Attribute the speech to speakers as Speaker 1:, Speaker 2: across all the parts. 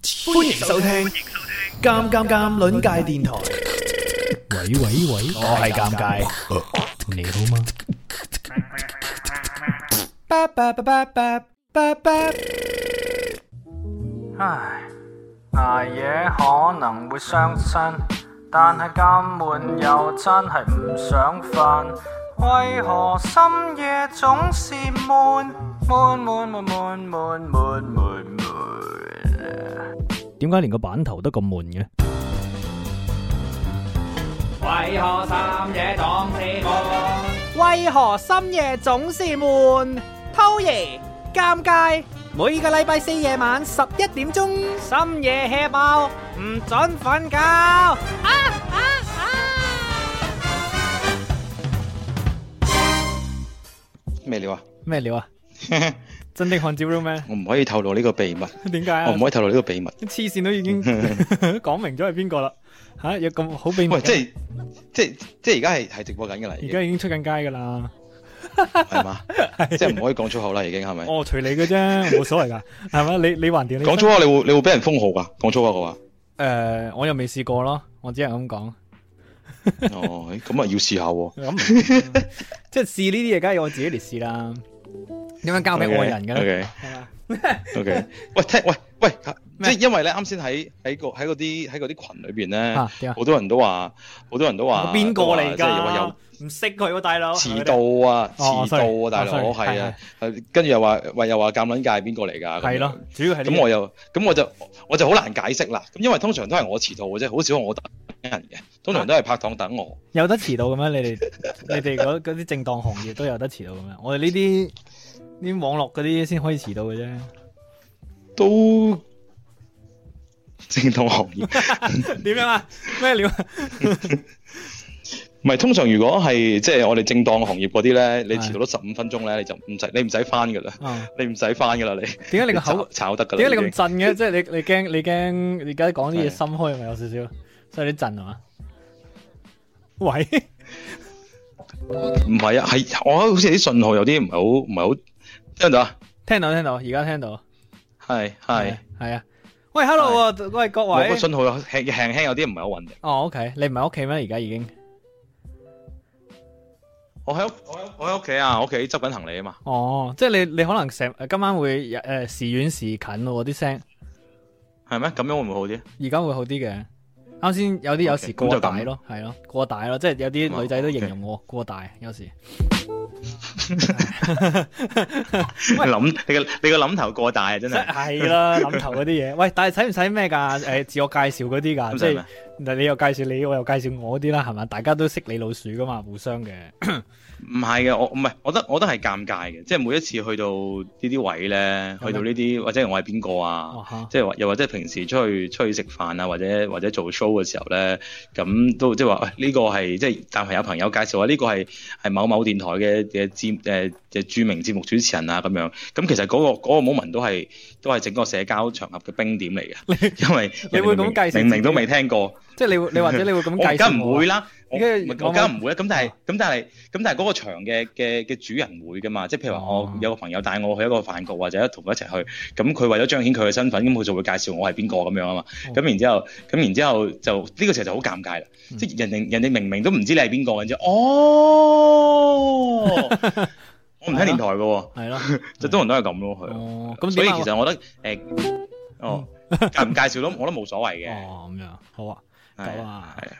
Speaker 1: 歡迎收聽《尷尷尷》鄰界電台。
Speaker 2: 喂喂喂，
Speaker 1: 我係尷尬，
Speaker 2: 你好嗎？
Speaker 1: 巴巴巴巴巴巴巴。
Speaker 3: 唉，捱夜可能會傷身，但係咁悶又真係唔想瞓。為何深夜總是悶悶悶悶悶悶悶悶悶？
Speaker 2: 點解連個版頭都咁悶嘅？
Speaker 4: 為何深夜總是悶？
Speaker 5: 為何深夜總是悶？偷爺尷尬，每個禮拜四夜晚十一點鐘，
Speaker 4: 深夜 hea 爆，唔准瞓覺。
Speaker 6: 咩料啊？
Speaker 2: 咩料 啊？真的看招了咩？
Speaker 6: 我唔可以透露呢個秘密，
Speaker 2: 點解啊
Speaker 6: 我唔？可以透露呢個秘密。
Speaker 2: 黐線都 已經講明咗係邊個啦？吓，有咁好秘密
Speaker 6: 喂，
Speaker 2: 嘅？
Speaker 6: 即係即係即係而家係係直播緊㗎啦，已
Speaker 2: 而
Speaker 6: 經
Speaker 2: 家已經出緊街㗎啦。
Speaker 6: 係嘛？即係唔可以講粗口啦，已經係咪？
Speaker 2: 我隨你嘅啫， 冇所謂㗎，係咪？你你還掂你
Speaker 6: 講粗口你會你會俾人封號㗎，講粗口嘅話。
Speaker 2: 誒，我又未試過咯，我只能咁講。
Speaker 6: 哦，咦咁啊要試下喎。
Speaker 2: 咁唔 即係試呢啲嘢，梗係我自己嚟試啦。點樣交俾外人嘅咧？
Speaker 6: 咧
Speaker 2: 係嘛
Speaker 6: ？O K O K，喂聽喂喂，啊
Speaker 2: 咩
Speaker 6: 即係因為咧，啱先喺喺個喺嗰啲喺嗰啲群裏邊咧
Speaker 2: 啊，點啊？
Speaker 6: 好多人都話，好多人都話
Speaker 2: 邊個嚟
Speaker 6: 即係話有
Speaker 2: 㗎？唔識佢喎，大佬。
Speaker 6: 遲到啊，
Speaker 2: 哦
Speaker 6: 遲到
Speaker 2: ，sorry，
Speaker 6: 啊，大佬
Speaker 2: 哦，sorry，
Speaker 6: 係啊，跟住又話喂又話鑑撚界係邊個嚟㗎？咁樣
Speaker 2: 係咯，主要係呢
Speaker 6: 咁我又咁我就我就好難解釋啦。咁因為通常都係我遲到嘅啫，好少我等人嘅，通常都係拍檔等我。
Speaker 2: 有得遲到嘅咩？你哋 你哋嗰嗰啲正當行業都有得遲到嘅咩？我哋呢啲呢啲網絡嗰啲先可以遲到嘅 啫。啊
Speaker 6: 都正當行業，
Speaker 2: 點樣啊？咩料？
Speaker 6: 唔係通常如果係即係我哋正當行業嗰啲咧，你
Speaker 2: 係
Speaker 6: 遲到咗十五分鐘咧，你就唔使你唔使翻㗎啦，
Speaker 2: 啊？
Speaker 6: 你唔使翻㗎啦，你
Speaker 2: 點解你個
Speaker 6: 炒
Speaker 2: 口？
Speaker 6: 炒得㗎啦。
Speaker 2: 點解你
Speaker 6: 已
Speaker 2: 咁
Speaker 6: 經
Speaker 2: 震 嘅？即係你你驚你驚你而家講啲嘢
Speaker 6: 係
Speaker 2: 心虛係咪有少少？所以你震係嘛？喂，
Speaker 6: 唔係啊？係我好似啲信號有啲唔係好唔係好聽唔到啊？
Speaker 2: 聽到聽到，而家聽到
Speaker 6: 係係，
Speaker 2: 係啊。喂，hello 啊，喂各
Speaker 6: 我
Speaker 2: 位
Speaker 6: 個。信號有輕輕輕有啲唔係好穩定。
Speaker 2: 哦，OK，你唔喺屋企咩？而家已經。
Speaker 6: 我喺屋我喺我喺屋企啊，我屋企執緊行李啊嘛。
Speaker 2: 哦，即係你你可能成今晚會誒時遠時近喎啲聲。
Speaker 6: 係咩？咁樣會唔會好啲？
Speaker 2: 而家會好啲嘅。啱先有啲有時
Speaker 6: OK，咁
Speaker 2: 過
Speaker 6: 就咁
Speaker 2: 大咯，係咯，過大咯，即係有啲女仔都形容我過
Speaker 6: 哦
Speaker 2: 大，有時
Speaker 6: 諗你個你個諗頭過大啊，真係
Speaker 2: 係啦，諗頭嗰啲嘢。喂，但係使唔使咩㗎？誒，自我介紹嗰啲㗎， 即
Speaker 6: 咁使
Speaker 2: 係
Speaker 6: 咩？
Speaker 2: 嗱你又介紹你，我又介紹我嗰啲啦，係嘛？大家都識你老鼠㗎嘛，互相嘅。
Speaker 6: 唔係嘅，我唔係，我覺得我覺得係尷尬嘅，即係每一次去到呢啲位咧，去到呢啲或者我係邊個啊？
Speaker 2: 哇哦嚇！
Speaker 6: 即係話又或者平時出去出去食飯啊，或者或者做 show 嘅時候咧，咁都即係話喂呢個係即係但係有朋友介紹話呢個係係某某電台嘅嘅節誒嘅著名節目主持人啊咁樣，咁其實嗰、個嗰、個 moment 都係都係整個社交場合嘅冰點嚟嘅，因為
Speaker 2: 你會咁介紹自己
Speaker 6: 明明都未聽過。
Speaker 2: 即係你會你或者你會咁
Speaker 6: 我
Speaker 2: 介
Speaker 6: 而家
Speaker 2: 紹啊
Speaker 6: 唔會啦，我唔
Speaker 2: 跟住
Speaker 6: 係
Speaker 2: 我
Speaker 6: 我而家唔會啦。咁但係，咁
Speaker 2: 啊
Speaker 6: 但係，咁但係嗰個場嘅嘅嘅主人會噶嘛？即係譬如話，
Speaker 2: 哦
Speaker 6: 我有個朋友帶我去一個飯局，或者同佢一齊去，咁佢為咗彰顯佢嘅身份，咁佢就會介紹我係邊個咁樣啊嘛。
Speaker 2: 哦
Speaker 6: 咁然之後，咁然之後就呢個時候就好尷尬啦。
Speaker 2: 嗯
Speaker 6: 即係人哋人哋明明都唔知你係邊個，然之後 哦，我唔聽電台嘅喎，
Speaker 2: 係咯。
Speaker 6: 就通常都係咁咯， 佢。
Speaker 2: 哦，咁
Speaker 6: 所以
Speaker 2: 點啊嗯
Speaker 6: 其實我覺得誒，哦，介唔介紹都我都冇所謂嘅。
Speaker 2: 哦咁樣好啊，
Speaker 6: 係
Speaker 2: 咁啊
Speaker 6: 係啊，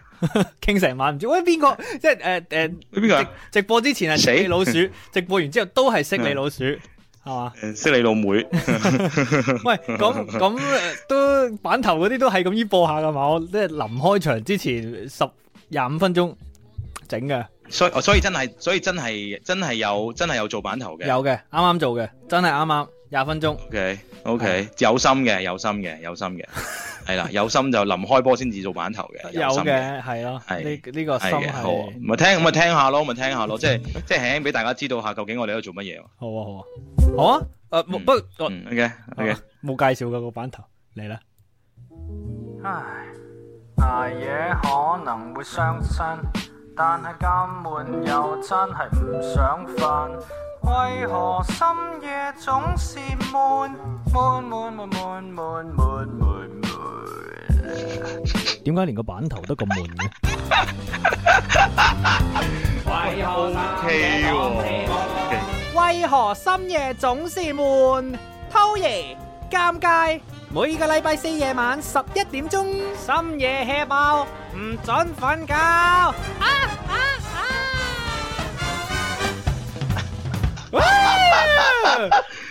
Speaker 2: 傾成晚唔知喂邊個即係誒誒
Speaker 6: 邊個啊？
Speaker 2: 直播之前係識
Speaker 6: 死嗯
Speaker 2: 你老 鼠，直播完之後都係識你老鼠，係嘛？
Speaker 6: 誒識你老妹。
Speaker 2: 喂，咁咁呃都版頭嗰啲都係咁依播下噶嘛？我即係臨開場之前十廿五分鐘整嘅，
Speaker 6: 所以所以真係，所以真係真係有真係有做版頭嘅。
Speaker 2: 有嘅，啱啱做嘅，真係啱啱廿分鐘。
Speaker 6: OK OK，有心嘅，有心嘅，有心嘅，係啦，有心就臨開波先至做版頭嘅。
Speaker 2: 有
Speaker 6: 心，
Speaker 2: 嘅，係咯，
Speaker 6: 係
Speaker 2: 呢呢個心
Speaker 6: 係嘅，好啊，
Speaker 2: 係
Speaker 6: 咪聽咁咪聽下咯，咪聽下咯，即係即係輕輕俾大家知道下究竟我哋喺度做乜嘢喎。
Speaker 2: 好啊好啊好啊，誒冇
Speaker 6: 嗯
Speaker 2: 不過
Speaker 6: 嗯，OK
Speaker 2: 啊
Speaker 6: OK，
Speaker 2: 冇介紹嘅個版頭嚟啦，
Speaker 3: 唉，捱夜可能會傷身，但係咁悶又真係唔想瞓。為何深夜總是悶悶悶悶悶悶悶悶悶？
Speaker 2: 点解连个版头都咁闷嘅？
Speaker 4: 為何深夜總是悶？
Speaker 5: 为何深夜总是闷？偷爷尴尬，每个礼拜四夜晚十一点钟，深夜 hea 爆，
Speaker 2: ừ,
Speaker 5: 唔准瞓觉。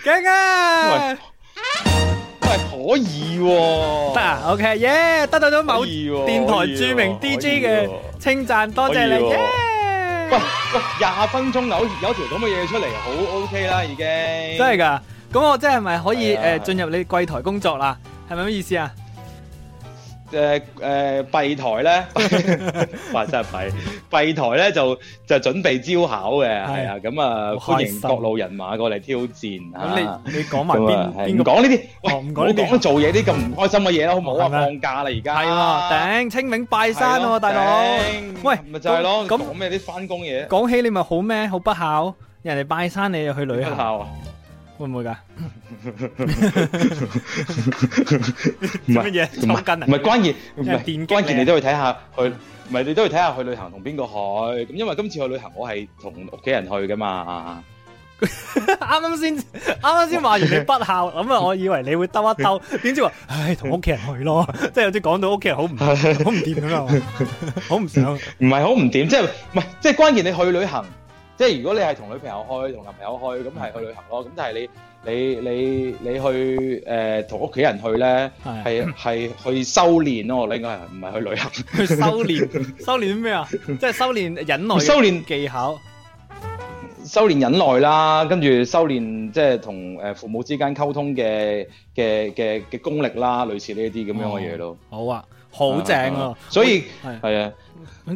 Speaker 2: 劲啊！
Speaker 6: 喂，可以喎、
Speaker 2: 得啊，OK，耶！得到咗某
Speaker 6: 可以喎
Speaker 2: 電台
Speaker 6: 可以喎
Speaker 2: 著名
Speaker 6: 可以
Speaker 2: DJ 嘅
Speaker 6: 喎
Speaker 2: 稱讚，多謝
Speaker 6: 可以
Speaker 2: 你，
Speaker 6: 喎
Speaker 2: 耶！
Speaker 6: 喂喂，廿分鐘有有條咁嘅嘢出嚟，好 OK 啦已經。
Speaker 2: 真係㗎，咁我真係咪可以
Speaker 6: 係啊
Speaker 2: 誒進入你櫃台工作啦？係咪咁意思啊？
Speaker 6: 誒誒閉台咧， 哇真係閉閉台咧就就準備招考嘅，係啊，咁啊
Speaker 2: 好開
Speaker 6: 歡迎
Speaker 2: 心
Speaker 6: 各路人馬過嚟挑戰
Speaker 2: 咁
Speaker 6: 啊！
Speaker 2: 你你講埋
Speaker 6: 咁啊，
Speaker 2: 邊
Speaker 6: 係
Speaker 2: 邊
Speaker 6: 唔
Speaker 2: 個？
Speaker 6: 講呢啲，
Speaker 2: 哦
Speaker 6: 喂，
Speaker 2: 唔
Speaker 6: 唔
Speaker 2: 講呢啲啊
Speaker 6: 講做嘢啲咁唔開心嘅嘢啦，好唔好啊？
Speaker 2: 係咩
Speaker 6: 放假啦而家，
Speaker 2: 係喎，頂啊清明拜山
Speaker 6: 係咯
Speaker 2: 喎，大佬。
Speaker 6: 頂
Speaker 2: 喂
Speaker 6: 咪就係咯，
Speaker 2: 咁
Speaker 6: 講咩啲翻工嘢，
Speaker 2: 講起你咪好咩？好不孝，人哋拜山你又去旅
Speaker 6: 不
Speaker 2: 行，
Speaker 6: 孝啊！
Speaker 2: 會唔會㗎？
Speaker 6: 唔
Speaker 2: 做乜嘢抽
Speaker 6: 唔係
Speaker 2: 筋啊
Speaker 6: 唔係關鍵，唔
Speaker 2: 有人電擊
Speaker 6: 係
Speaker 2: 你
Speaker 6: 關鍵，你都要睇下去，唔係你都要睇下去旅行同邊個去。咁因為今次去旅行，我係同屋企人去噶嘛。
Speaker 2: 啱啱先，啱啱先話完你不 孝，咁啊，我以為你會兜一兜，點知話，唉，同屋企人去咯，即係有啲講到屋企人好唔好唔掂咁啊，好唔 想。
Speaker 6: 唔係好唔掂，即係唔係即係關鍵你去旅行，即係如果你係同女朋友去、同男朋友去，咁係去旅行咯。咁但係你你你你去誒同屋企人去咧，
Speaker 2: 係
Speaker 6: 係係去修練咯。我應該係唔係去旅行？
Speaker 2: 去修 煉，修煉咩啊？即係修煉忍耐嘅
Speaker 6: 修煉
Speaker 2: 技巧。
Speaker 6: 修練忍耐啦，跟住修練即係同誒父母之間溝通嘅嘅嘅嘅功力啦，類似呢一啲咁樣嘅嘢咯。
Speaker 2: 好啊，好正
Speaker 6: 啊
Speaker 2: 啊！
Speaker 6: 所以
Speaker 2: 係
Speaker 6: 係啊，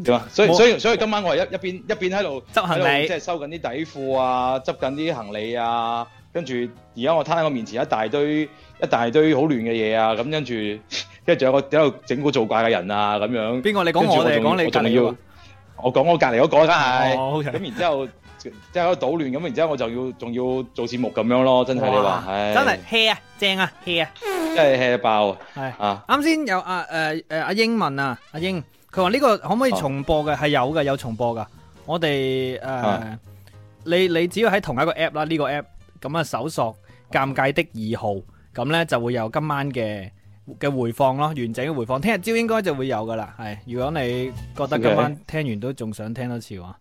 Speaker 6: 點啊？所以
Speaker 2: 我
Speaker 6: 所以所以今晚我係一一邊一邊喺度
Speaker 2: 執行李
Speaker 6: 喺度即係收緊啲底褲啊，執緊啲行李啊，跟住而家我攤喺我面前一大堆一大堆好亂嘅嘢啊，咁跟住 跟住仲有個喺度整蠱做怪嘅人啊，咁樣。
Speaker 2: 邊個？你講我哋，講
Speaker 6: 跟住仲
Speaker 2: 你
Speaker 6: 我
Speaker 2: 隔
Speaker 6: 仲
Speaker 2: 離嗰
Speaker 6: 要，我講我隔離嗰個梗係。
Speaker 2: 哦，OK
Speaker 6: 咁然之後即係喺度搗亂，咁然之後我就要仲要做節目咁樣咯，真係你話，
Speaker 2: 個
Speaker 6: 唉，
Speaker 2: 真係 hea 啊，正啊，hea 啊，
Speaker 6: 真係 hea 爆
Speaker 2: 係。
Speaker 6: 啊！
Speaker 2: 啱先有阿誒誒阿英問啊，阿英佢話呢個可唔可以重播嘅？係有嘅，有重播噶。我哋誒
Speaker 6: 啊
Speaker 2: 你你只要喺同一個 app 啦，呢個 app 咁啊搜索尷尬的二號，咁咧就會有今晚嘅嘅回放咯，完整嘅回放。聽日朝應該就會有噶啦。係，如果你覺得
Speaker 6: OK
Speaker 2: 今晚聽完都仲想聽多次嘅話，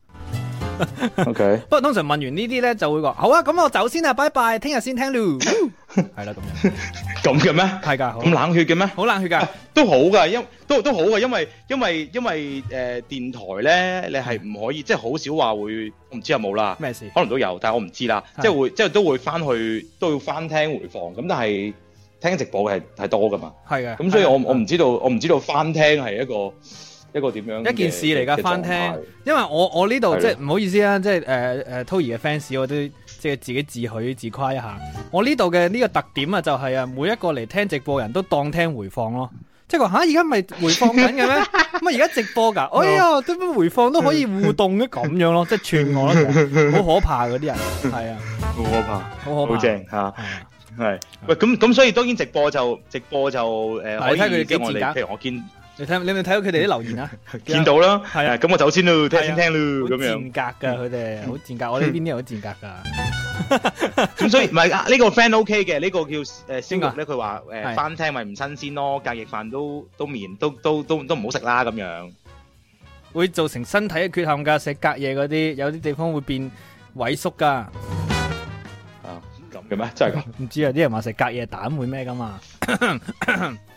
Speaker 6: OK，
Speaker 2: 不過通常問完呢啲咧就會話好啊，咁我走先啦，拜拜，聽日先 聽咯。係啦，咁樣
Speaker 6: 咁嘅咩？
Speaker 2: 係㗎，好
Speaker 6: 咁冷血嘅咩？
Speaker 2: 好冷血㗎。
Speaker 6: 都好㗎，因都都好㗎，因為因為因為誒電台咧，你係唔可以即係好少話會，我唔知有冇啦，
Speaker 2: 咩事？
Speaker 6: 可能都有，但係我唔知啦，
Speaker 2: 係
Speaker 6: 即係會即係都會翻去都要翻聽回放，咁但係聽直播嘅係係多㗎嘛，
Speaker 2: 係嘅。
Speaker 6: 咁所以我
Speaker 2: 係嘅啊
Speaker 6: 我唔知道我唔知道翻聽係一個一個點樣嘅
Speaker 2: 一件事嚟㗎
Speaker 6: 嘅
Speaker 2: 翻聽
Speaker 6: 狀態
Speaker 2: 因為我我呢度
Speaker 6: 係
Speaker 2: 即
Speaker 6: 咯
Speaker 2: 係唔好意思啊，即係誒誒濤兒嘅 fans，我都即係自己自許自誇一下。我呢度嘅呢個特點啊，就係啊，每一個嚟聽直播人都當聽回放咯。即係話吓，而家咪回放緊嘅 咩？乜而家直播
Speaker 6: 哦
Speaker 2: 㗎？哎呀，點解回放都可以互動嘅咁樣 咯？即係串我咯，其實好可怕嗰啲人，係啊，
Speaker 6: 好可怕，
Speaker 2: 好可
Speaker 6: 好
Speaker 2: 怕。
Speaker 6: 正嚇。
Speaker 2: 係啊
Speaker 6: 係，喂，咁咁所以當然直播就直播就誒、呃、
Speaker 2: 嗱
Speaker 6: 可
Speaker 2: 你睇佢哋
Speaker 6: 以
Speaker 2: 幾
Speaker 6: 即係我
Speaker 2: 賤
Speaker 6: 哋，
Speaker 2: 格
Speaker 6: 譬如我見
Speaker 2: 你睇你咪睇到佢哋啲留言啊，
Speaker 6: 見到啦，
Speaker 2: 係啊
Speaker 6: 誒咁我走先咯，聽
Speaker 2: 係啊
Speaker 6: 先聽
Speaker 2: 好
Speaker 6: 咯， 咁
Speaker 2: 賤
Speaker 6: 樣。
Speaker 2: 格㗎，佢哋好賤格，我哋呢邊啲人好賤格㗎。
Speaker 6: 咁 所以唔係啊，呢、個 friend OK 嘅，呢、個叫呃
Speaker 2: 邊
Speaker 6: 誒燒肉
Speaker 2: 個
Speaker 6: 咧，佢話
Speaker 2: 係
Speaker 6: 誒翻聽咪唔新鮮咯，隔夜飯都都綿都都都都唔好食啦咁樣。
Speaker 2: 會造成身體嘅缺陷㗎，食隔夜嗰啲有啲地方會變萎縮㗎。哦
Speaker 6: 啊，咁嘅咩？真係咁？
Speaker 2: 唔知啊，啲人話食隔夜蛋會咩噶嘛？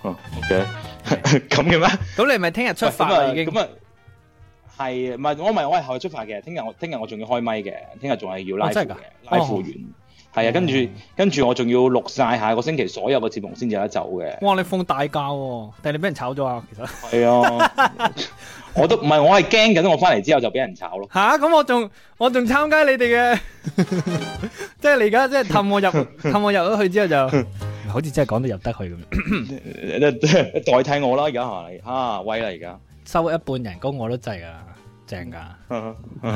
Speaker 6: 哦，OK，咁 嘅咩？
Speaker 2: 咁你咪聽日出發
Speaker 6: 喂咁
Speaker 2: 啦
Speaker 6: 啊
Speaker 2: 已經。
Speaker 6: 咁啊。係啊，唔係我唔係我係後日出發嘅，聽日我聽日我仲要開咪嘅，聽日仲係要拉
Speaker 2: 哦
Speaker 6: 褲
Speaker 2: 真係
Speaker 6: 嘅
Speaker 2: 㗎，哦嗯
Speaker 6: 拉褲完，係啊，跟住跟住我仲要錄晒下個星期所有嘅節目先至有得走嘅，
Speaker 2: 哇！你放大假喎，定係你俾人炒咗啊？其實
Speaker 6: 係啊，我都唔係我係驚緊，我翻嚟之後就俾人炒咯，
Speaker 2: 吓，咁、我仲我仲參加你哋嘅， 即係你而家即係氹我入 氹我入咗去之後就，好似真係講到入得去咁樣，
Speaker 6: 代替我啦而家係啊，威啦而家，
Speaker 2: 收一半人工我都制㗎啦。正
Speaker 6: 啊
Speaker 2: 噶。唔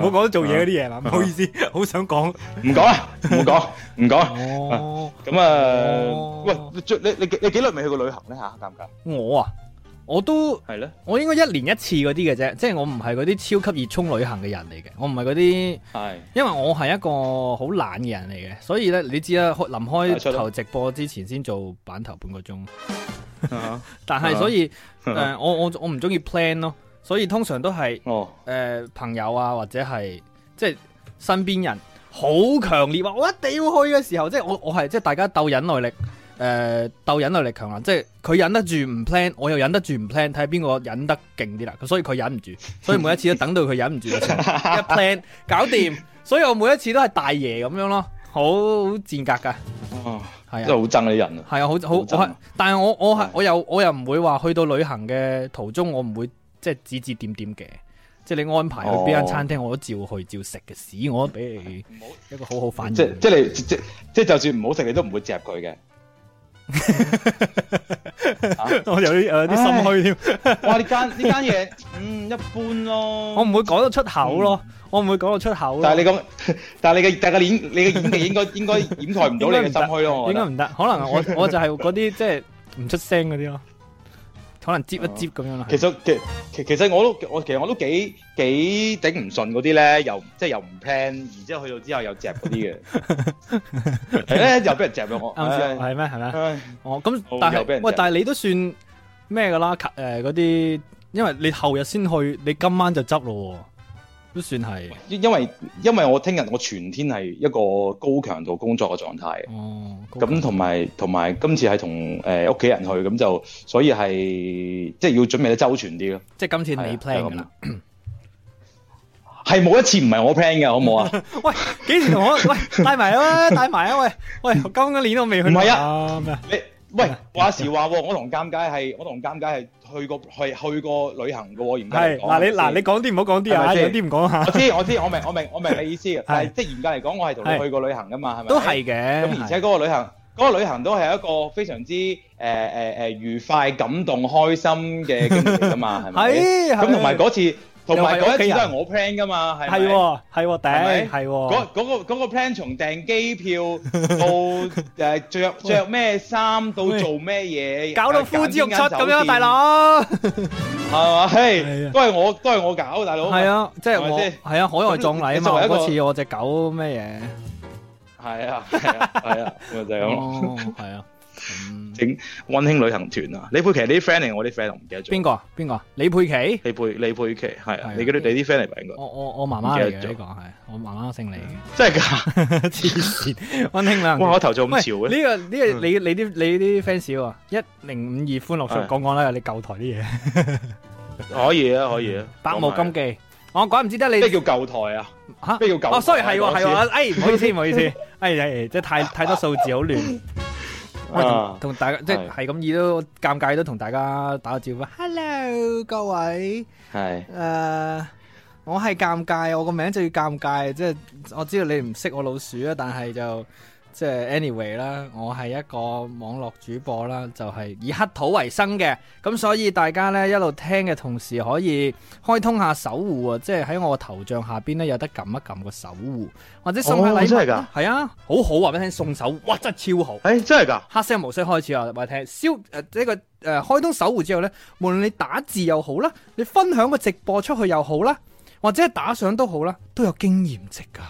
Speaker 2: 好講
Speaker 6: 唔
Speaker 2: 到做嘢嗰啲嘢啦，唔好意思，好想講。
Speaker 6: 講啊，唔 講，唔講。
Speaker 2: 哦，
Speaker 6: 咁啊
Speaker 2: 哦，
Speaker 6: 喂，你最你你幾你幾耐未去過旅行咧嚇？尷尬。
Speaker 2: 我啊，我都
Speaker 6: 係 咧，
Speaker 2: 我應該一年一次嗰啲嘅啫，即係我唔係嗰啲超級熱衷旅行嘅人嚟嘅，我唔係嗰啲，
Speaker 6: 係
Speaker 2: 因為我係一個好懶嘅人嚟嘅，所以咧你知啦，開臨
Speaker 6: 係出
Speaker 2: 開
Speaker 6: 啦
Speaker 2: 頭直播之前先做版頭半個鐘，
Speaker 6: 啊
Speaker 2: 但係所 以誒、呃我我我唔中意 plan 咯，所以通常都係。
Speaker 6: 哦，
Speaker 2: 誒、朋友啊，或者係即係身邊人好強烈話我一定要去嘅時候，即係我我係即係大家鬥忍耐力，誒、呃鬥忍耐力強啦，即係佢忍得住唔 plan，我又忍得住唔 plan，睇下邊個忍得勁啲啦。咁所以佢忍唔住，所以每一次都等到佢忍唔住嘅時候一 plan 搞掂，所以我每一次都係大爺咁樣咯，好好賤格㗎，
Speaker 6: 哦
Speaker 2: 係啊。
Speaker 6: 真係好憎呢啲人啊！
Speaker 2: 係啊，好好
Speaker 6: 好
Speaker 2: 我
Speaker 6: 憎
Speaker 2: 係，但係我我係
Speaker 6: 係
Speaker 2: 我又我又唔會話去到旅行嘅途中，我唔會即係指指點點嘅，即係你安排去邊間
Speaker 6: 哦
Speaker 2: 餐廳，我都照去照食嘅屎，我都俾你一個好好反應。
Speaker 6: 即即你即即就算唔好食，你都唔會夾佢 嘅。
Speaker 2: 我有啲有啲心虛添，
Speaker 6: 哇！呢間呢間嘢，嗯，一般咯。
Speaker 2: 我唔會講到出口咯，我唔會講到出口咯。
Speaker 6: 嗯但係你咁， 但係你嘅但係你嘅演你嘅演技應該應該掩蓋唔到你嘅心虛咯，我
Speaker 2: 應該
Speaker 6: 覺得。
Speaker 2: 唔得，可能我 我就係嗰啲即係唔出聲嗰啲咯，可能接一接咁樣啦。
Speaker 6: 其實其其其實我都我其實我都幾幾頂唔順嗰啲咧，又即係又唔 plan，然之後去到之後又夾嗰 啲嘅，係咧又俾人夾咗我。
Speaker 2: 啱先
Speaker 6: 唉
Speaker 2: 係咩係咩？
Speaker 6: 唉
Speaker 2: 哦，咁
Speaker 6: 好
Speaker 2: 但
Speaker 6: 又俾
Speaker 2: 係
Speaker 6: 人
Speaker 2: 喂，
Speaker 6: 掟
Speaker 2: 但係你都算咩噶啦？誒嗰啲，因為你後日先去，你今晚就執咯喎，都算係。
Speaker 6: 因因為因為我聽日我全天係一個高強度工作嘅狀態。
Speaker 2: 哦，
Speaker 6: 咁同埋同埋今次係同誒屋企人去，咁就所以係即係要準備得周全啲咯。
Speaker 2: 即係今次你
Speaker 6: 係啊
Speaker 2: plan
Speaker 6: 就
Speaker 2: 噶
Speaker 6: 咁
Speaker 2: 啦
Speaker 6: 啦。係冇一次唔係我 plan 嘅，好唔好啊？
Speaker 2: 喂，幾時同 我喂帶埋啊？帶埋啊！喂喂，今個年我未去。
Speaker 6: 唔係
Speaker 2: 啊，咩啊？
Speaker 6: 你 喂話時話喎，我同尷尬係我同尷尬係去過去去過旅行嘅喎，嚴格
Speaker 2: 係
Speaker 6: 嚟講啊
Speaker 2: 嗱，你嗱你講啲唔好講啲
Speaker 6: 係
Speaker 2: 啊，
Speaker 6: 咪先
Speaker 2: 有啲唔講下
Speaker 6: 我知我知我明我明我明你意思嘅，但係即係嚴格嚟講，我係同
Speaker 2: 係
Speaker 6: 你去過旅行噶嘛，係咪？
Speaker 2: 都係
Speaker 6: 咁，而
Speaker 2: 嘅。
Speaker 6: 且嗰個旅行。嗰個旅行都係一個非常之誒誒誒愉快、感動、開心嘅經歷嚟㗎嘛，係咪？
Speaker 2: 係
Speaker 6: 咁同埋嗰次，同埋
Speaker 2: 又係屋
Speaker 6: 嗰
Speaker 2: 企
Speaker 6: 一次
Speaker 2: 人
Speaker 6: 都係我 plan 噶嘛，係咪
Speaker 2: 係喎係喎
Speaker 6: 係咪
Speaker 2: 頂係喎
Speaker 6: 嗰嗰個嗰個 plan 從訂機票 到誒著著咩衫到
Speaker 2: 喂
Speaker 6: 做咩嘢，
Speaker 2: 搞到
Speaker 6: 誒
Speaker 2: 呼之欲出咁
Speaker 6: 揀邊間酒
Speaker 2: 樣，啊
Speaker 6: 店
Speaker 2: 大佬
Speaker 6: 係嘛？
Speaker 2: 係啊
Speaker 6: 嘿，都係我都係我搞，大佬
Speaker 2: 係，啊，即係
Speaker 6: 係咪
Speaker 2: 我
Speaker 6: 先
Speaker 2: 係啊，海外葬禮啊
Speaker 6: 你作為
Speaker 2: 嘛，
Speaker 6: 一個
Speaker 2: 嗰次我只狗咩嘢？
Speaker 6: 係啊，係啊，係啊，咪就係咁咯。
Speaker 2: 哦，系啊。嗯
Speaker 6: 整温馨旅行團啊！李佩琪啲 friend 嚟，我啲 friend 我唔記得咗。
Speaker 2: 邊個啊？邊個啊？李佩琪？
Speaker 6: 李佩李佩琪係
Speaker 2: 係啊
Speaker 6: 啊，你嗰啲你啲 friend 嚟吧應該？
Speaker 2: 我我我媽媽嚟
Speaker 6: 唔記
Speaker 2: 嘅
Speaker 6: 得咗
Speaker 2: 呢個係，我媽媽姓李嘅。
Speaker 6: 真 係㗎！
Speaker 2: 黐線，温馨啦。
Speaker 6: 哇！我頭做咁
Speaker 2: 喂
Speaker 6: 潮嘅。嗯
Speaker 2: 呢個呢個你你啲你啲 fans 喎，一零五二歡樂
Speaker 6: 係
Speaker 2: 叔講講啦，你舊台啲嘢。
Speaker 6: 可以啊，可以啊。
Speaker 2: 百無禁
Speaker 6: 忌。
Speaker 2: 忌，我怪唔知得你
Speaker 6: 咩叫舊台啊？
Speaker 2: 嚇
Speaker 6: 咩叫舊台啊？
Speaker 2: 哦，sorry，係喎
Speaker 6: 講一
Speaker 2: 係
Speaker 6: 次
Speaker 2: 喎，哎，唔好意思唔好意思， 哎哎，即係 太太多數字好亂。喂同
Speaker 6: 啊
Speaker 2: 同大家即係
Speaker 6: 係
Speaker 2: 係咁意都尷尬都同大家打個招呼，hello 各位。
Speaker 6: 係。
Speaker 2: 誒、呃我係尷尬，我個名就要尷尬，即係我知道你唔識我老鼠啊，但係就即係 anyway 啦，我係一個網絡主播啦，就係、以黑土為生嘅，咁所以大家呢，一路聽嘅同時可以開通下守護啊，即係喺我頭像下邊呢，有得撳一撳個守護，或者送下
Speaker 6: 哦
Speaker 2: 禮
Speaker 6: 真係
Speaker 2: 物
Speaker 6: 㗎
Speaker 2: 啦，係、啊，好好話俾你聽，送手哇真係超好。
Speaker 6: 誒真係㗎，
Speaker 2: 黑色模式開始啊！話你聽消誒呢、個誒、呃、開通守護之後咧，無論你打字又好啦，你分享個直播出去又好啦，或者係打賞都好啦，都有經驗值噶，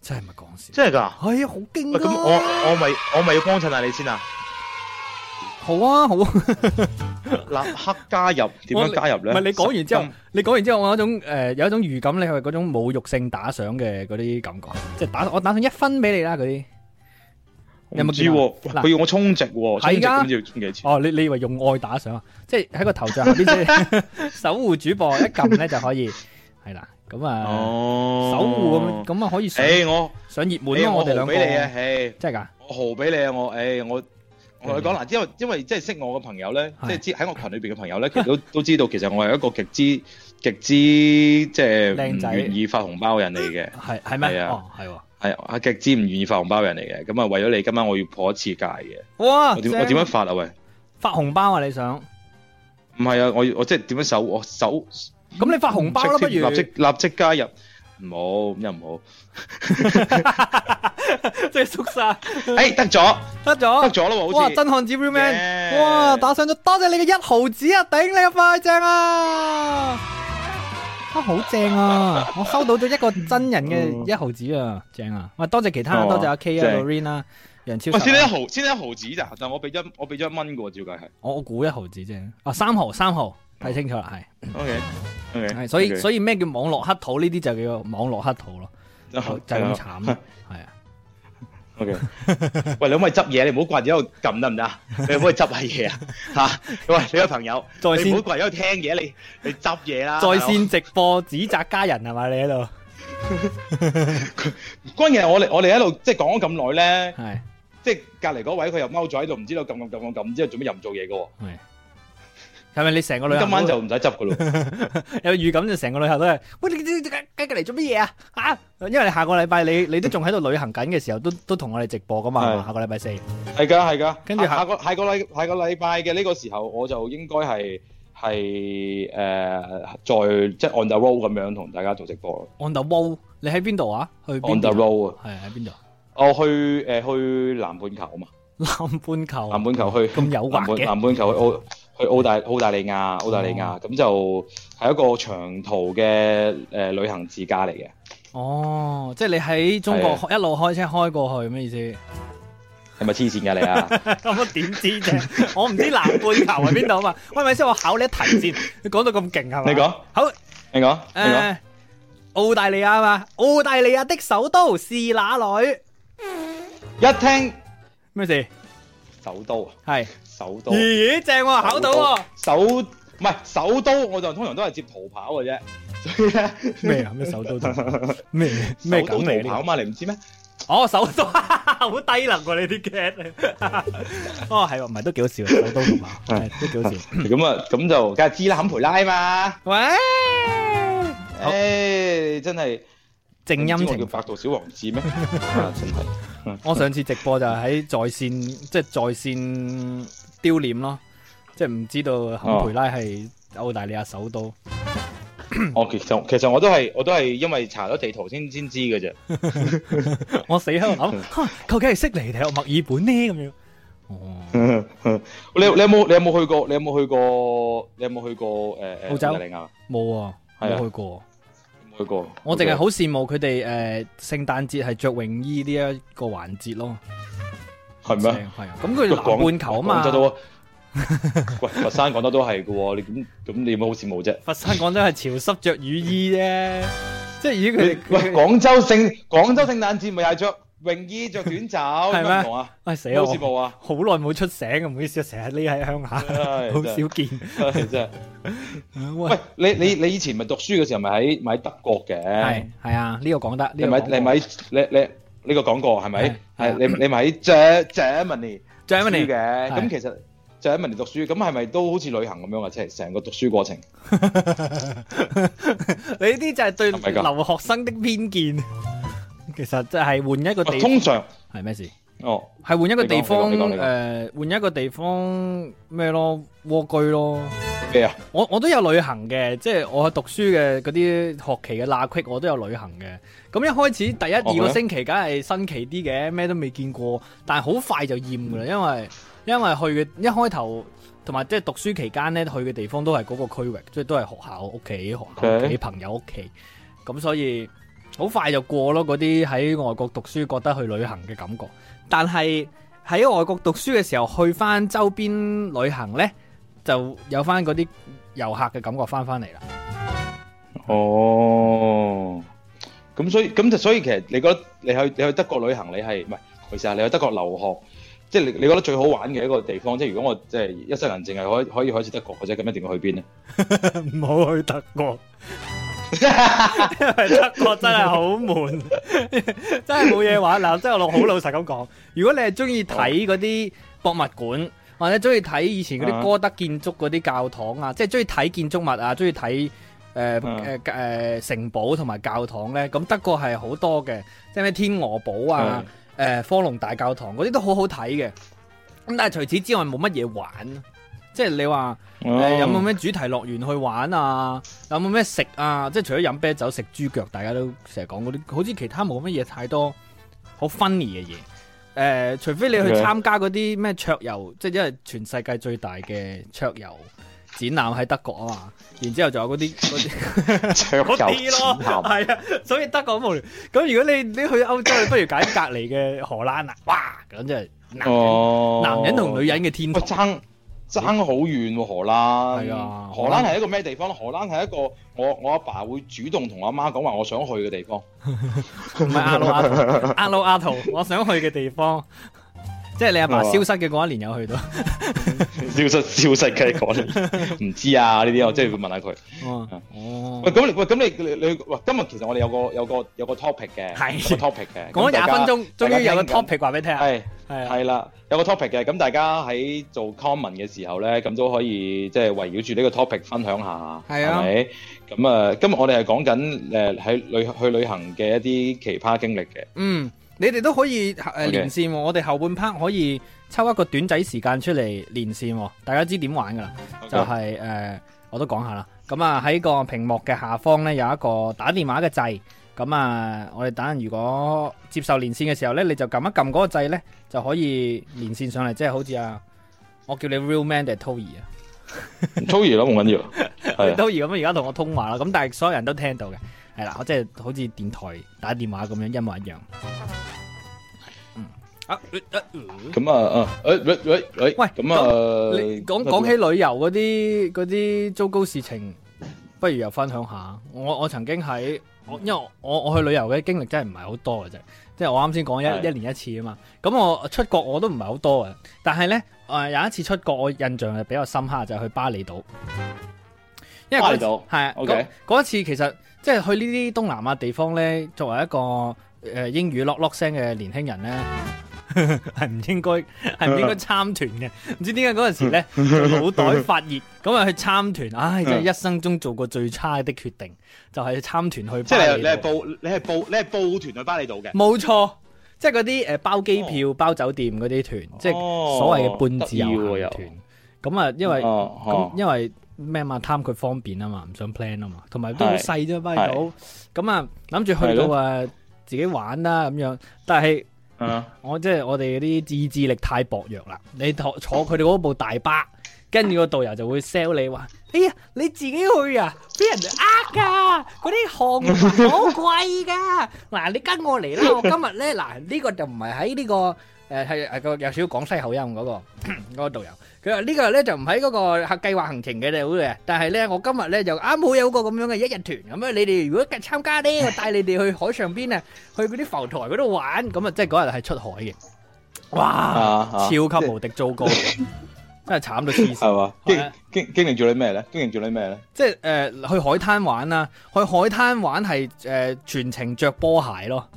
Speaker 2: 真係唔係講笑。
Speaker 6: 真係㗎。
Speaker 2: 係啊，好勁
Speaker 6: 喂，
Speaker 2: 㗎
Speaker 6: 咁我我咪我咪要幫襯下你先啊！
Speaker 2: 好啊，好啊。
Speaker 6: 立 刻加入，點
Speaker 2: 我
Speaker 6: 樣加入咧？
Speaker 2: 唔係你講完之後
Speaker 6: 咁，
Speaker 2: 你講完之後，我有一種誒、呃有一種預感，你係嗰種侮辱性打賞嘅嗰啲感覺，即係打我打上一分俾你啦嗰啲。
Speaker 6: 我
Speaker 2: 有
Speaker 6: 嗯唔
Speaker 2: 冇
Speaker 6: 知
Speaker 2: 見啊
Speaker 6: 喎，
Speaker 2: 嗱
Speaker 6: 喂佢要我充值喎，充值
Speaker 2: 係㗎
Speaker 6: 咁要充幾錢？
Speaker 2: 哦，你你以為用愛打賞啊？即係喺個頭像下邊即 係守護主播一撳咧就可以，係啦，咁啊。
Speaker 6: 哦
Speaker 2: 守護咁，咁啊可以上
Speaker 6: 誒我
Speaker 2: 上熱門
Speaker 6: 誒
Speaker 2: 咯，
Speaker 6: 哎我
Speaker 2: 我哋
Speaker 6: 豪
Speaker 2: 兩個
Speaker 6: 俾你啊，誒
Speaker 2: 真係㗎，
Speaker 6: 我豪俾你啊，我誒我。我同你講嗱，因為因為即係識我嘅朋友咧，
Speaker 2: 係
Speaker 6: 即係知喺我群裏邊嘅朋友咧，其實都 都知道，其實我係一個極之極之即係
Speaker 2: 靚
Speaker 6: 唔
Speaker 2: 仔
Speaker 6: 願意發紅包嘅人嚟嘅。
Speaker 2: 係係咩？
Speaker 6: 係啊
Speaker 2: 哦，係喎，
Speaker 6: 係啊，極之唔願意發紅包嘅人嚟嘅。咁啊，為咗你今晚我要破一次戒嘅。
Speaker 2: 哇！
Speaker 6: 我點我點啊樣發啊？喂！
Speaker 2: 發紅包啊？你想
Speaker 6: 唔係啊，我要我即係點樣守我守
Speaker 2: 咁你發紅包啦，不
Speaker 6: 直接
Speaker 2: 如
Speaker 6: 立即立即加入，唔好咁又唔
Speaker 2: 即係縮晒
Speaker 6: 好。诶，得咗
Speaker 2: 得
Speaker 6: 得
Speaker 2: 咗。
Speaker 6: 咗咯喎，
Speaker 2: 哇！
Speaker 6: 好似
Speaker 2: 真漢子 real man，
Speaker 6: Yeah
Speaker 2: 哇！打上咗，多謝你嘅一毫子啊！頂你個快正啊！啊，好正 啊！我收到咗一個真人嘅一毫子啊，正啊！喂，多謝其他人，
Speaker 6: 嗯哦
Speaker 2: 多謝阿 K 啊、
Speaker 6: 正
Speaker 2: Lorraine 啊、楊超
Speaker 6: 喂，先
Speaker 2: 實
Speaker 6: 得一
Speaker 2: 啊，
Speaker 6: 毫，先得一毫子咋？但我俾一我俾咗一蚊嘅喎，照計係。
Speaker 2: 我我估一毫子啫，啊三毫三毫，睇清楚啦，係。
Speaker 6: O K O K，
Speaker 2: 系，所以所以咩叫網絡黑土？呢啲就叫網絡黑 土咯，
Speaker 6: 以就
Speaker 2: 就係咁 慘。係啊，
Speaker 6: O K，喂，你可唔可以執嘢？你唔好掛住喺度撳得唔得啊？你可唔可以執下嘢啊？嚇！喂，你個朋友，
Speaker 2: 在
Speaker 6: 你唔好啊
Speaker 2: 線
Speaker 6: 掛住喺度聽嘢，你你執嘢啦。
Speaker 2: 在線直播指責家人係咪？你喺度
Speaker 6: 關鍵係我哋我哋喺度即係講咗咁耐咧，
Speaker 2: 係
Speaker 6: 即係隔離嗰位佢又踎咗喺度，唔知道撳撳撳撳撳，唔知道做咩又唔做嘢嘅喎。
Speaker 2: 係係咪？你成個旅
Speaker 6: 咁
Speaker 2: 行
Speaker 6: 今晚
Speaker 2: 都
Speaker 6: 就唔使執嘅咯。
Speaker 2: 有預感，就成個旅行都係喂你你你隔隔離做乜嘢啊？嚇！因為你下個禮拜你你都仲喺度旅行緊嘅時候，都都同我哋直播噶嘛？係嘛
Speaker 6: 係
Speaker 2: 下個禮拜四
Speaker 6: 係㗎係㗎。啊
Speaker 2: 跟住下
Speaker 6: 下個下個禮下個禮拜嘅呢個時候，我就應該係係誒在即係 on the road 咁樣同大家做直播咯。
Speaker 2: on the road，你喺邊度啊？去
Speaker 6: on the
Speaker 2: 邊度啊？
Speaker 6: road 啊！
Speaker 2: 係喺邊度？
Speaker 6: 我去誒去南半球啊嘛。
Speaker 2: 南半球
Speaker 6: 南半球去
Speaker 2: 哦咁誘惑
Speaker 6: 南半
Speaker 2: 嘅哦
Speaker 6: 南半球去澳去澳大澳大利亞澳大利亞，咁、就係一個長途嘅誒、呃旅行自駕嚟嘅。
Speaker 2: 哦，即係你喺中國
Speaker 6: 啊
Speaker 2: 一路開車開過去咩意思？
Speaker 6: 係咪黐線㗎你啊？
Speaker 2: 咁我點知啫？ 我唔知南半球喺邊度啊嘛。喂，咪先，我考你一題先。你講到咁勁係嘛？
Speaker 6: 你講，
Speaker 2: 好
Speaker 6: 你講，你講，
Speaker 2: 誒，澳大利亞嘛，澳大利亞的首都是哪裏？
Speaker 6: 一聽
Speaker 2: 咩事？
Speaker 6: 首都啊，
Speaker 2: 係
Speaker 6: 首都，
Speaker 2: 咦，正喎，考到喎。
Speaker 6: 首唔係首都，我就通常都係接逃跑嘅啫。 所以咧，
Speaker 2: 咩啊？咩首 都就咩咩梗
Speaker 6: 首都
Speaker 2: 嚟
Speaker 6: 逃跑
Speaker 2: 呢？
Speaker 6: 嘛，你唔知咩？
Speaker 2: 哦，首都 好低能喎，你啲 get。哦，係喎，唔係都幾好笑，首都同埋係都幾好笑。
Speaker 6: 咁啊，咁就梗係知啦，坎培拉嘛。
Speaker 2: 喂，
Speaker 6: 誒、
Speaker 2: 好
Speaker 6: 真係
Speaker 2: 靜
Speaker 6: 唔知
Speaker 2: 音
Speaker 6: 我叫
Speaker 2: 情況
Speaker 6: 百度小王子咩？ 啊，真係。
Speaker 2: 我上次直播就喺在線，即係在線丟臉咯，即係唔知道坎培拉係澳大利亞首 都。
Speaker 6: 我其實其實我都係我都係因為查咗地圖先先 知嘅啫。
Speaker 2: 我死喺度 諗，哈究竟係悉尼定係墨爾本呢？咁樣。哦，
Speaker 6: 你你有冇你有冇去過？你有冇去過？你有冇去過？誒、呃、
Speaker 2: 澳洲
Speaker 6: 大利亞
Speaker 2: 冇啊，
Speaker 6: 係啊
Speaker 2: 冇去過。
Speaker 6: 有冇去過？
Speaker 2: 我淨係好羨慕佢哋呃誒聖誕節係着泳衣呢一個環節咯。
Speaker 6: 好係
Speaker 2: 正
Speaker 6: 咩？
Speaker 2: 係啊，咁佢
Speaker 6: 喂
Speaker 2: 南半球啊嘛
Speaker 6: 廣州。都 喂佛山廣州都係嘅喎。你咁咁你有冇好羨慕啫？
Speaker 2: 佛山廣州係潮濕着雨衣啫，即係以
Speaker 6: 你
Speaker 2: 佢
Speaker 6: 喂
Speaker 2: 哋佢
Speaker 6: 廣州聖廣州聖誕節咪係着泳衣着短 袖
Speaker 2: 係
Speaker 6: 咁
Speaker 2: 咩
Speaker 6: 唔同啊？
Speaker 2: 唉死
Speaker 6: 好
Speaker 2: 啊！
Speaker 6: 羨
Speaker 2: 我
Speaker 6: 慕啊！
Speaker 2: 好耐冇出醒啊，唔好意思啊，成日匿喺鄉下，
Speaker 6: 唉
Speaker 2: 好少見。
Speaker 6: 真係真係。
Speaker 2: 喂
Speaker 6: 喂，你你你以前咪讀書嘅時候咪喺咪喺德國嘅？
Speaker 2: 系系啊，呢、個講得，呢、
Speaker 6: 你
Speaker 2: 個
Speaker 6: 咪
Speaker 2: 講
Speaker 6: 你咪你你呢個講過係
Speaker 2: 係
Speaker 6: 咪？
Speaker 2: 係啊
Speaker 6: 係你你咪喺 Ger- Germany 讀
Speaker 2: Germany
Speaker 6: 書嘅，
Speaker 2: 係
Speaker 6: 咁其實 Germany 讀書，咁係咪都好似旅行咁樣啊？即係成個讀書過程。
Speaker 2: 你呢啲就係對
Speaker 6: 係咪㗎
Speaker 2: 留學生的偏見。 其實就係換一個
Speaker 6: 喂
Speaker 2: 地，
Speaker 6: 哦通常
Speaker 2: 係咩事？
Speaker 6: 哦，
Speaker 2: 係換一個地方
Speaker 6: 你講你講你講
Speaker 2: 诶，换、一個地方咩咯？蝸居咯。
Speaker 6: 咩啊？
Speaker 2: 我我都有旅行嘅，即係我讀書嘅嗰啲學期嘅罅隙，我都有旅行嘅。咁一開始第一、
Speaker 6: 哦
Speaker 2: 二個星期，梗係新奇啲嘅，咩都未見過，但係好快就厭噶啦，因為因為去嘅一開頭同埋即係讀書期間咧，去嘅地方都係嗰個區域，即係都係學校、屋企、學校、屋企、
Speaker 6: Okay
Speaker 2: 朋友屋企，咁所以好快就過咯。嗰啲喺外國讀書覺得去旅行嘅感覺，但係喺外國讀書嘅時候去翻周邊旅行呢，就有翻嗰啲遊客嘅感覺翻翻嚟啦。
Speaker 6: 哦，咁所以咁就所以其實你覺得你去你去德國旅行，你係唔係？其實你去德國留學，即係你你覺得最好玩嘅一個地方，即係如果我即係一生人淨係可以可以去一次德國嘅啫，咁一定要去邊咧？
Speaker 2: 唔好去德國，因為德國真係好悶，真係冇嘢玩。嗱，真係我好老實咁講，如果你係中意睇嗰啲博物館，或者中意睇以前嗰啲
Speaker 6: 啊
Speaker 2: 哥德建築嗰啲教堂啊，即係中意睇建築物啊，中意睇。誒誒
Speaker 6: 啊
Speaker 2: 誒城堡同埋教堂咧，咁德國係好多嘅，即係咩天鵝堡啊、誒、科隆大教堂嗰啲都好好睇嘅。咁但係除此之外冇乜嘢玩，即係你話誒、
Speaker 6: 哦
Speaker 2: 有冇咩主題樂園去玩啊？有冇咩食啊？即係除咗飲啤酒食豬腳，大家都成日講嗰啲，好似其他冇乜嘢太多好 funny 嘅嘢。誒、除非你去
Speaker 6: Okay
Speaker 2: 參加嗰啲咩桌遊，即係因為全世界最大嘅桌遊展覽喺德國啊嘛，然之後仲有嗰啲嗰啲。
Speaker 6: 桌遊
Speaker 2: 嗰啲咯，
Speaker 6: 展覽
Speaker 2: 係啊，所以德國好無聊。咁如果你你去歐洲，你不如揀隔離嘅荷蘭啊！哇，咁真係 男人、
Speaker 6: 哦，
Speaker 2: 男人同女人嘅天
Speaker 6: 喂，
Speaker 2: 堂。
Speaker 6: 爭爭好遠喎，荷蘭。
Speaker 2: 係啊
Speaker 6: 荷蘭係一個咩地方？荷蘭係一個我我阿爸會主動同我阿媽講話我想去嘅地方。
Speaker 2: 唔係阿魯阿圖， 阿魯阿圖，我想去嘅地方，即係你阿爸
Speaker 6: 係
Speaker 2: 消
Speaker 6: 嘛
Speaker 2: 失嘅嗰一年有去到。
Speaker 6: 消失消失嘅講， 唔知啊呢啲我即係會問下佢。
Speaker 2: 哦
Speaker 6: 喂，
Speaker 2: 哦，
Speaker 6: 咁你喂咁你你你喂，今日其實我哋有個有個有個 topic 嘅，
Speaker 2: 係
Speaker 6: 有個 topic 嘅，
Speaker 2: 講咗
Speaker 6: 咁
Speaker 2: 廿
Speaker 6: 大
Speaker 2: 分
Speaker 6: 家
Speaker 2: 鐘，終於有個
Speaker 6: 大家傾緊
Speaker 2: topic 話俾你聽啊。
Speaker 6: 係。
Speaker 2: 係啊，
Speaker 6: 係啦，有個 topic 嘅，咁大家喺做 comment 嘅時候咧，咁都可以即係圍繞住呢個 topic 分享下，
Speaker 2: 係啊
Speaker 6: 係咪？咁啊，今日我哋係講緊誒喺旅去旅行嘅一啲奇葩經歷嘅，
Speaker 2: 嗯，你哋都可以誒
Speaker 6: OK
Speaker 2: 連線喎。我哋後半 part 可以抽一個短仔時間出嚟連線喎，大家知點玩㗎啦。就係、呃我都講下啦。咁啊喺個屏幕嘅下方呢，有一個打電話嘅掣。咁啊，我哋等陣如果接受連線嘅時候呢，你就撳一撳嗰個掣呢，就可以連線上嚟，即係好似啊，我叫你 Real Man 定係 Toy 啊
Speaker 6: 粗兒咯，冇 緊要，係啊
Speaker 2: ，Toy 咁樣而家同我通話啦。咁但係所有人都聽到嘅，係啦，我即係好似電台打電話咁樣一模一樣。嗯啊呃呃呃
Speaker 6: 咁啊啊，誒喂喂喂，
Speaker 2: 喂
Speaker 6: 咁啊，
Speaker 2: 你講講起旅遊嗰啲嗰啲糟糕事情，不如又分享下。我我曾經喺我因為我我我去旅遊嘅經歷真係唔係好多嘅啫，即係我啱先講一
Speaker 6: 係
Speaker 2: 一年一次啊嘛。咁我出國我都唔係好多嘅，但係呢，誒、有一次出國我印象係比較深刻，就係、去巴厘島。因為嗰
Speaker 6: 巴厘
Speaker 2: 次
Speaker 6: 島
Speaker 2: 係啊
Speaker 6: OK
Speaker 2: 嗰嗰一次其實即係去呢啲東南亞地方呢，作為一個誒、呃英語落落聲嘅年輕人呢。 係唔應該係唔應 該參團嘅，唔知點解嗰陣時咧就腦袋發熱，咁啊去參團，唉，
Speaker 6: 嗯
Speaker 2: 真係一生中做過最差的決定，就係、參團去
Speaker 6: 即
Speaker 2: 巴厘
Speaker 6: 係你你係
Speaker 2: 島。
Speaker 6: 報你係報你係報團去巴厘島嘅，
Speaker 2: 冇錯，即係嗰啲誒包機票、包酒店嗰啲團，即係
Speaker 6: 哦
Speaker 2: 所謂嘅半自由
Speaker 6: 得意
Speaker 2: 行
Speaker 6: 喎
Speaker 2: 團。咁啊，因為
Speaker 6: 哦
Speaker 2: 咁
Speaker 6: 哦
Speaker 2: 因為咩嘛，貪佢方便啊嘛，唔想 plan 啊嘛，同埋都好
Speaker 6: 係
Speaker 2: 細啫，巴厘島。咁啊，諗住去
Speaker 6: 係
Speaker 2: 到
Speaker 6: 咯
Speaker 2: 啊自己玩啦咁樣，但係。
Speaker 6: 啊
Speaker 2: 我即係我哋嗰啲自制力太薄弱啦。你坐坐佢哋嗰部大巴，跟住個導遊就會 sell 你話：哎呀，你自己去啊，俾人哋呃㗎，嗰啲項目好貴㗎。 嗱，你跟我嚟啦，我今日咧嗱呢個就唔係喺呢個。誒係係個有少少廣西口音嗰、個 嗰個導遊，佢話呢個咧就唔喺嗰個客計劃行程嘅度嘅，但係咧我今日咧就啱好有個咁樣嘅一日團，咁啊你哋如果參加咧，我帶你哋去海上邊啊，去嗰啲浮台嗰度玩，咁啊即係嗰日係出海嘅，哇，
Speaker 6: 啊
Speaker 2: 超級無敵糟糕，真係慘到黐線。
Speaker 6: 係嘛？
Speaker 2: 係啊
Speaker 6: 經經經歷咗你咩咧？經歷咗你咩咧？
Speaker 2: 即係誒、呃去海灘玩啊，去海灘玩係誒、呃全程着波鞋咯。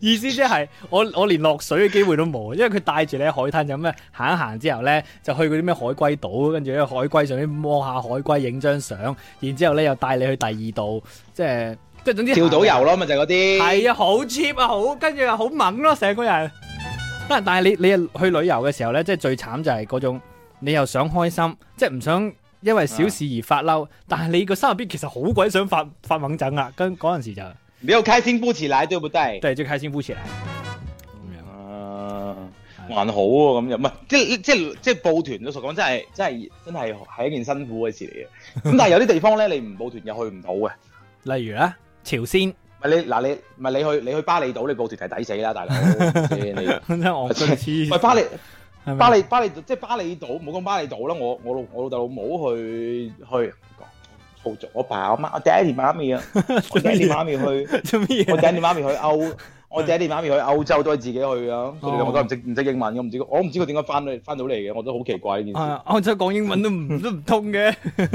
Speaker 2: 意思即係我我連落水嘅機會都冇，因為佢帶住你喺海灘就咁樣行一行之後呢，就去嗰啲咩海龜島，跟住喺海龜上面摸下海龜影張相，然之後呢又帶你去第二度，即係即係總之
Speaker 6: 跳
Speaker 2: 行
Speaker 6: 島遊咯，咪就係嗰啲。
Speaker 2: 係啊，好 cheap 啊，好跟住又好猛咯，成個人。但但係你你去旅遊嘅時候呢，即係最慘就係嗰種你又想開心，即係唔想因為小事而發嬲，但係你個心入邊其實好鬼想發發猛整啊！跟嗰陣時就
Speaker 6: 你有開心不起來，對不對？
Speaker 2: 對最開心呼啊起嚟。咁樣
Speaker 6: 啊，還好喎，咁又唔係，即係即係即係報團。老實講，真係真係真係係一件辛苦嘅事 嚟嘅。咁但係有啲地方咧，你唔報團又去唔到嘅。
Speaker 2: 例如咧，朝鮮
Speaker 6: 唔係你嗱你唔係你去你去巴厘島，你報團係抵死啦，大佬先 你。
Speaker 2: 真係我
Speaker 6: 喂，巴厘
Speaker 2: 係咪
Speaker 6: 巴厘巴厘即係巴厘島，唔好講巴厘島啦。我我老我老豆老母去去操作，我爸我媽我爹哋媽咪啊， 我爹哋媽咪去。
Speaker 2: 做乜
Speaker 6: 我
Speaker 2: 嘢？
Speaker 6: 爹哋媽咪去 歐，我爹哋媽咪去歐洲都係自己去
Speaker 2: 哦
Speaker 6: 啊！所以我都唔識唔識英文，我唔知我唔知佢點解翻到翻到嚟嘅，我都好奇怪呢件事。
Speaker 2: 啊，我想講英文都 唔都唔通嘅。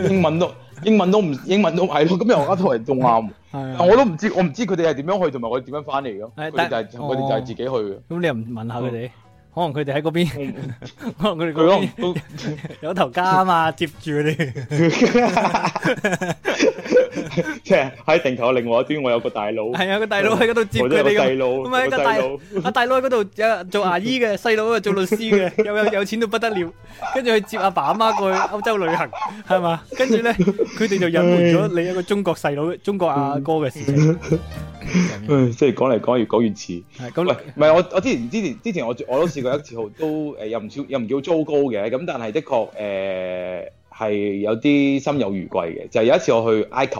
Speaker 6: 英文都英文都唔英文都係咯，咁又啱同人仲啱，
Speaker 2: 係啊
Speaker 6: 但我都唔知我唔知佢哋係點樣去同埋我點樣翻嚟嘅。
Speaker 2: 係
Speaker 6: 佢哋就
Speaker 2: 但哦
Speaker 6: 係佢哋就係自己去嘅。
Speaker 2: 咁你又唔問下佢哋？可能佢哋喺嗰邊， 可能佢哋
Speaker 6: 嗯佢可
Speaker 2: 嗰
Speaker 6: 能
Speaker 2: 邊
Speaker 6: 都
Speaker 2: 有頭家啊嘛，接住佢哋。
Speaker 6: 即係喺地球另外一端，我有個大佬，
Speaker 2: 係啊，個大佬喺嗰度接
Speaker 6: 我都
Speaker 2: 佢
Speaker 6: 有個
Speaker 2: 哋
Speaker 6: 細
Speaker 2: 㗎
Speaker 6: 佬，
Speaker 2: 唔係
Speaker 6: 有
Speaker 2: 個
Speaker 6: 個
Speaker 2: 大
Speaker 6: 細佬。
Speaker 2: 阿大佬喺嗰度有做牙醫嘅，細佬啊做律師嘅， 有有有錢到不得了，跟住去接阿爸阿媽過去歐洲旅行，係嘛？跟 住咧，佢哋就隱瞞咗你一個中國細佬、中國
Speaker 6: 嗯
Speaker 2: 阿哥嘅事情。
Speaker 6: 唉即係講嚟講越講越似。
Speaker 2: 係咁
Speaker 6: 喂，唔係我我之前之前之前我我都試過一次號都 誒又唔少又唔叫糟糕嘅，咁但係的確誒係有啲心有餘悸嘅，就係有一次我去埃及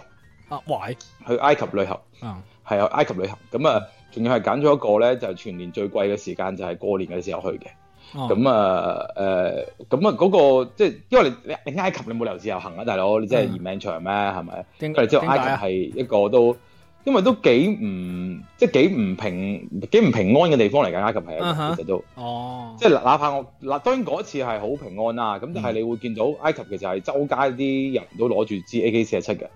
Speaker 2: 啊，喂，
Speaker 6: 去埃及旅行，
Speaker 2: 啊
Speaker 6: 係啊埃及旅行，咁啊仲要係揀咗一個咧就係全年最貴嘅時間就係過年嘅時候去嘅。
Speaker 2: 哦
Speaker 6: 咁啊誒，咁啊嗰個即係因為你你你埃及你冇理由自由行啊，大佬你真係
Speaker 2: 嗯
Speaker 6: 嫌命長咩？係咪？
Speaker 2: 點
Speaker 6: 佢哋知道
Speaker 2: 點解
Speaker 6: 埃
Speaker 2: 啊？
Speaker 6: 及係一個都因為都幾唔即係幾唔平幾唔平安嘅地方嚟㗎，埃及係一
Speaker 2: 嗯哼
Speaker 6: 個其實都
Speaker 2: 哦，
Speaker 6: 即係哪怕我嗱當然嗰次係好平安啦，咁
Speaker 2: 嗯
Speaker 6: 但係你會見到埃及其實係周街啲人都攞住支 AK 四七嘅，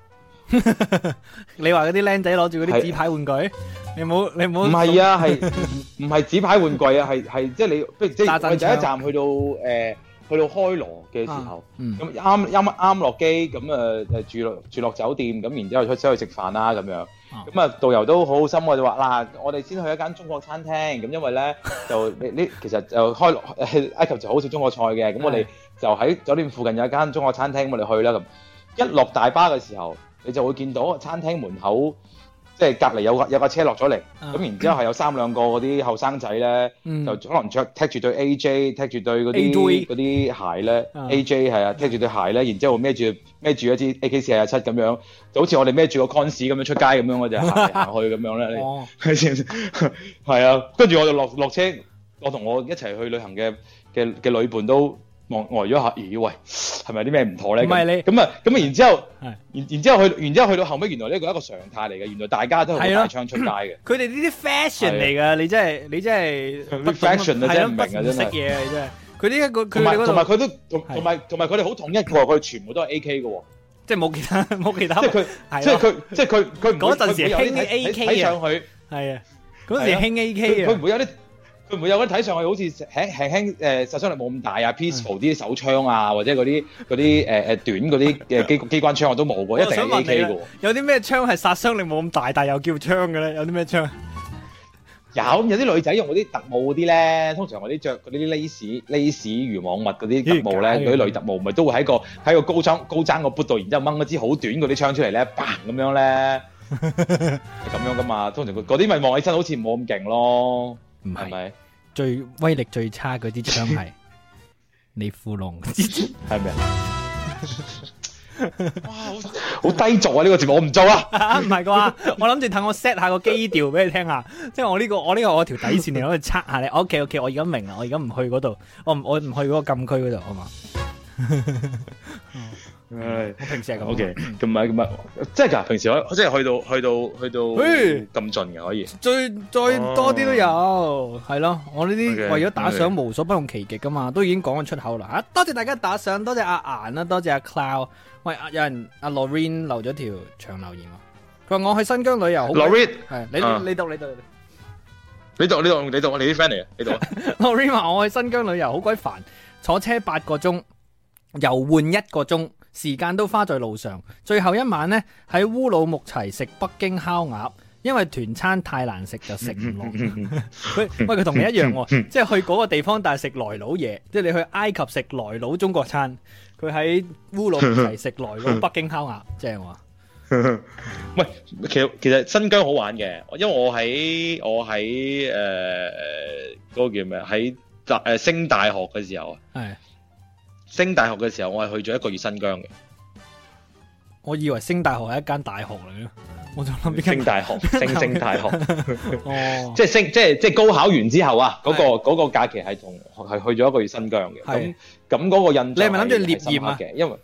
Speaker 2: 你話嗰啲僆仔攞住嗰啲
Speaker 6: 係
Speaker 2: 紙牌玩具，你冇你
Speaker 6: 唔
Speaker 2: 冇
Speaker 6: 係啊係唔係紙牌玩具啊係係即係你即係即
Speaker 2: 打
Speaker 6: 係
Speaker 2: 陣
Speaker 6: 我第一
Speaker 2: 槍
Speaker 6: 站去到誒、呃去到開羅嘅時候。
Speaker 2: 嗯
Speaker 6: 咁啱啱啱落機，咁誒誒住落住落酒店，咁然之後出走去食飯啦咁樣。咁啊，導遊都好好心喎，就話嗱，我哋先去一間中國餐廳，咁因為咧就你呢其實就開落 埃及就好少中國菜嘅，咁我哋就喺酒店附近有一間中國餐廳，咁我哋去啦咁。一落大巴嘅時候，你就會見到餐廳門口即係隔離有個有架車落咗嚟，
Speaker 2: 啊
Speaker 6: 咁然之後係有三兩個嗰啲後生仔咧。
Speaker 2: 嗯
Speaker 6: 就可能着踢住對 AJ，踢住對嗰
Speaker 2: AJ
Speaker 6: 啲嗰啲鞋咧
Speaker 2: 啊
Speaker 6: ，AJ 係啊，踢住對鞋咧，然之後孭住孭住一支 AK 四廿七咁樣，就好似我哋孭住個 cons 咁樣出街咁樣， 我就行嚟行去咁樣咧。
Speaker 2: 哦
Speaker 6: 你 係啊，跟住我就落落車，我同我一齊去旅行嘅嘅嘅旅伴都望呆咗下，咦喂，係咪有啲咩唔妥咧？
Speaker 2: 唔係
Speaker 6: 咁
Speaker 2: 你
Speaker 6: 咁啊咁啊，然之後
Speaker 2: 係
Speaker 6: 然然之後去然之後去到後尾，原來呢個係一個常態嚟嘅，原來大家都係
Speaker 2: 係
Speaker 6: 會
Speaker 2: 咯
Speaker 6: 大槍出街嘅。
Speaker 2: 佢哋呢啲 fashion 嚟㗎，你真係你真係
Speaker 6: 啊啲
Speaker 2: 不懂
Speaker 6: fashion 啊
Speaker 2: 係
Speaker 6: 真係
Speaker 2: 咯
Speaker 6: 唔明
Speaker 2: 不
Speaker 6: 啊真係
Speaker 2: 識嘢啊，你真係。佢呢一個佢
Speaker 6: 同埋
Speaker 2: 哋嗰
Speaker 6: 同埋
Speaker 2: 度
Speaker 6: 佢都同
Speaker 2: 係嗯
Speaker 6: 同埋同埋佢哋好統一嘅喎，佢哋全部都係 A K 嘅喎，
Speaker 2: 即係冇其 他冇其他
Speaker 6: 即係佢
Speaker 2: 啊係
Speaker 6: 即係
Speaker 2: 咯
Speaker 6: 佢即係佢佢唔會
Speaker 2: 嗰陣時
Speaker 6: 佢唔會有
Speaker 2: 興啲
Speaker 6: 啲睇
Speaker 2: AK
Speaker 6: 睇睇上去，
Speaker 2: 係啊，嗰陣時
Speaker 6: 係啊
Speaker 2: 興 A
Speaker 6: 佢
Speaker 2: K
Speaker 6: 佢
Speaker 2: 啊
Speaker 6: 唔。會有啲佢唔會有啲睇上去好似輕輕輕誒殺傷力冇咁大
Speaker 2: 嗯
Speaker 6: 啊，peaceful 啲手槍啊，或者嗰啲嗰啲誒誒短嗰啲誒機機關槍我都冇
Speaker 2: 我
Speaker 6: 喎，一
Speaker 2: 就
Speaker 6: 定
Speaker 2: 想
Speaker 6: 係
Speaker 2: 問
Speaker 6: A
Speaker 2: 你
Speaker 6: K
Speaker 2: 啦
Speaker 6: 嘅喎。，
Speaker 2: 有啲咩槍係殺傷力冇咁大，但又叫槍嘅咧？有啲咩槍？
Speaker 6: 有有啲女仔用嗰啲特務嗰啲咧，通常嗰啲着嗰啲 lace lace 漁網襪嗰啲特務
Speaker 2: 咦
Speaker 6: 咧，
Speaker 2: 假嘅
Speaker 6: 嗰啲女特務咪都會喺個喺個高踭高踭個 boot 度，然之後掹一支好短嗰啲槍出嚟咧，bang 咁 樣咧，係咁樣噶嘛。通常嗰嗰啲咪望起身好似冇咁勁咯，
Speaker 2: 唔
Speaker 6: 係，咪？
Speaker 2: 最威力最差嗰支槍 係你富龍。
Speaker 6: 係咪啊？哇！好好低俗啊！呢個節目我唔做啊！
Speaker 2: 唔係啩？我諗住等我 set 下個基調俾你聽下，即係我呢、個我呢、個我條底線嚟，我去測下你。OK OK，我而家明啦，我而家唔去嗰度，我唔我唔去嗰個禁區嗰度，好嘛？
Speaker 6: 唉
Speaker 2: 我平時係咁。
Speaker 6: ，OK，咁咪咁咪，即係㗎。平時可即係去到去到去
Speaker 2: 嘿
Speaker 6: 到咁盡嘅可以。
Speaker 2: 最再多啲都有，係咯。我呢啲
Speaker 6: 哦 OK，
Speaker 2: 為咗打賞無所不用其極噶嘛，都已經講咗出口啦。啊，多謝大家打賞，多謝阿顏啦，多謝阿 Cloud。喂，啊有人阿 Lorraine 留咗條長留言喎，佢話我去新疆旅遊好鬼。
Speaker 6: Laurie，
Speaker 2: 係你
Speaker 6: 啊
Speaker 2: 你讀你讀。你讀
Speaker 6: 你讀你讀你讀我哋啲 friend 嚟嘅，你讀啊。
Speaker 2: Lorraine 話我去新疆旅遊好鬼煩，坐車八個鐘，遊玩一個鐘，時間都花在路上。最後一晚呢，喺烏魯木齊食北京烤鴨，因為團餐太難食就食 唔落。佢喂佢同你一樣喎，即係去嗰個地方，但係食來佬嘢，即係你去埃及食來佬中國餐，佢喺烏魯木齊食來佬北京烤鴨，正 喎。
Speaker 6: 喂，其實其實新疆好玩嘅，因為我喺我喺誒呃嗰個叫咩啊喺大誒升大學嘅時候啊，
Speaker 2: 係，
Speaker 6: 升大學嘅時候我係去咗一個月新疆嘅，
Speaker 2: 我以為星大學係一間大學嚟嘅，我就諗邊
Speaker 6: 升
Speaker 2: 間
Speaker 6: 大學，升升大學，
Speaker 2: 哦。
Speaker 6: 即係升即係即係高考完之後啊，嗰、
Speaker 2: 係
Speaker 6: 個嗰個假期係同係去咗一個月新疆嘅，
Speaker 2: 係
Speaker 6: 咁咁嗰個印象
Speaker 2: 你係咪諗住獵
Speaker 6: 係深
Speaker 2: 豔啊
Speaker 6: 刻嘅，因為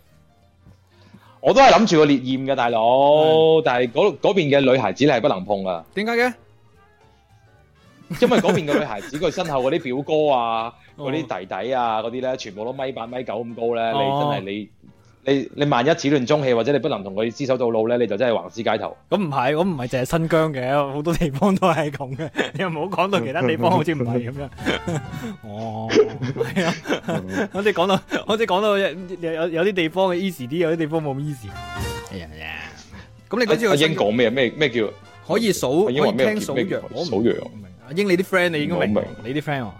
Speaker 6: 我都係諗住個烈焰嘅大佬，但係嗰嗰邊嘅女孩子你係不能碰啊噶。
Speaker 2: 點解嘅？
Speaker 6: 因為嗰邊嘅女孩子佢身後嗰啲表哥啊、
Speaker 2: 哦
Speaker 6: 嗰啲弟弟啊、嗰啲咧，全部都米八米九咁高
Speaker 2: 哦
Speaker 6: 咧，你真係你你你萬一始亂終棄，或者你不能同佢厮守到老咧，你就真係橫屍街頭。
Speaker 2: 咁唔係，我唔係淨係新疆嘅，好多地方都係咁 嘅。你又唔好講到其他地方好似唔係咁樣。哦，係啊，我哋講到，我哋講到有有有啲地方嘅 easy 啲，有啲地方冇咁 easy。哎呀呀，咁你嗰次
Speaker 6: 阿
Speaker 2: 去
Speaker 6: 英
Speaker 2: 英國
Speaker 6: 講咩咩咩叫？
Speaker 2: 可以數，可
Speaker 6: 阿
Speaker 2: 以
Speaker 6: 英話咩
Speaker 2: 聽
Speaker 6: 叫
Speaker 2: 數
Speaker 6: 咩
Speaker 2: 羊
Speaker 6: 叫，
Speaker 2: 我唔
Speaker 6: 數羊
Speaker 2: 我唔明。阿英你啲 friend 你應該明
Speaker 6: 我唔，
Speaker 2: 你啲 friend 話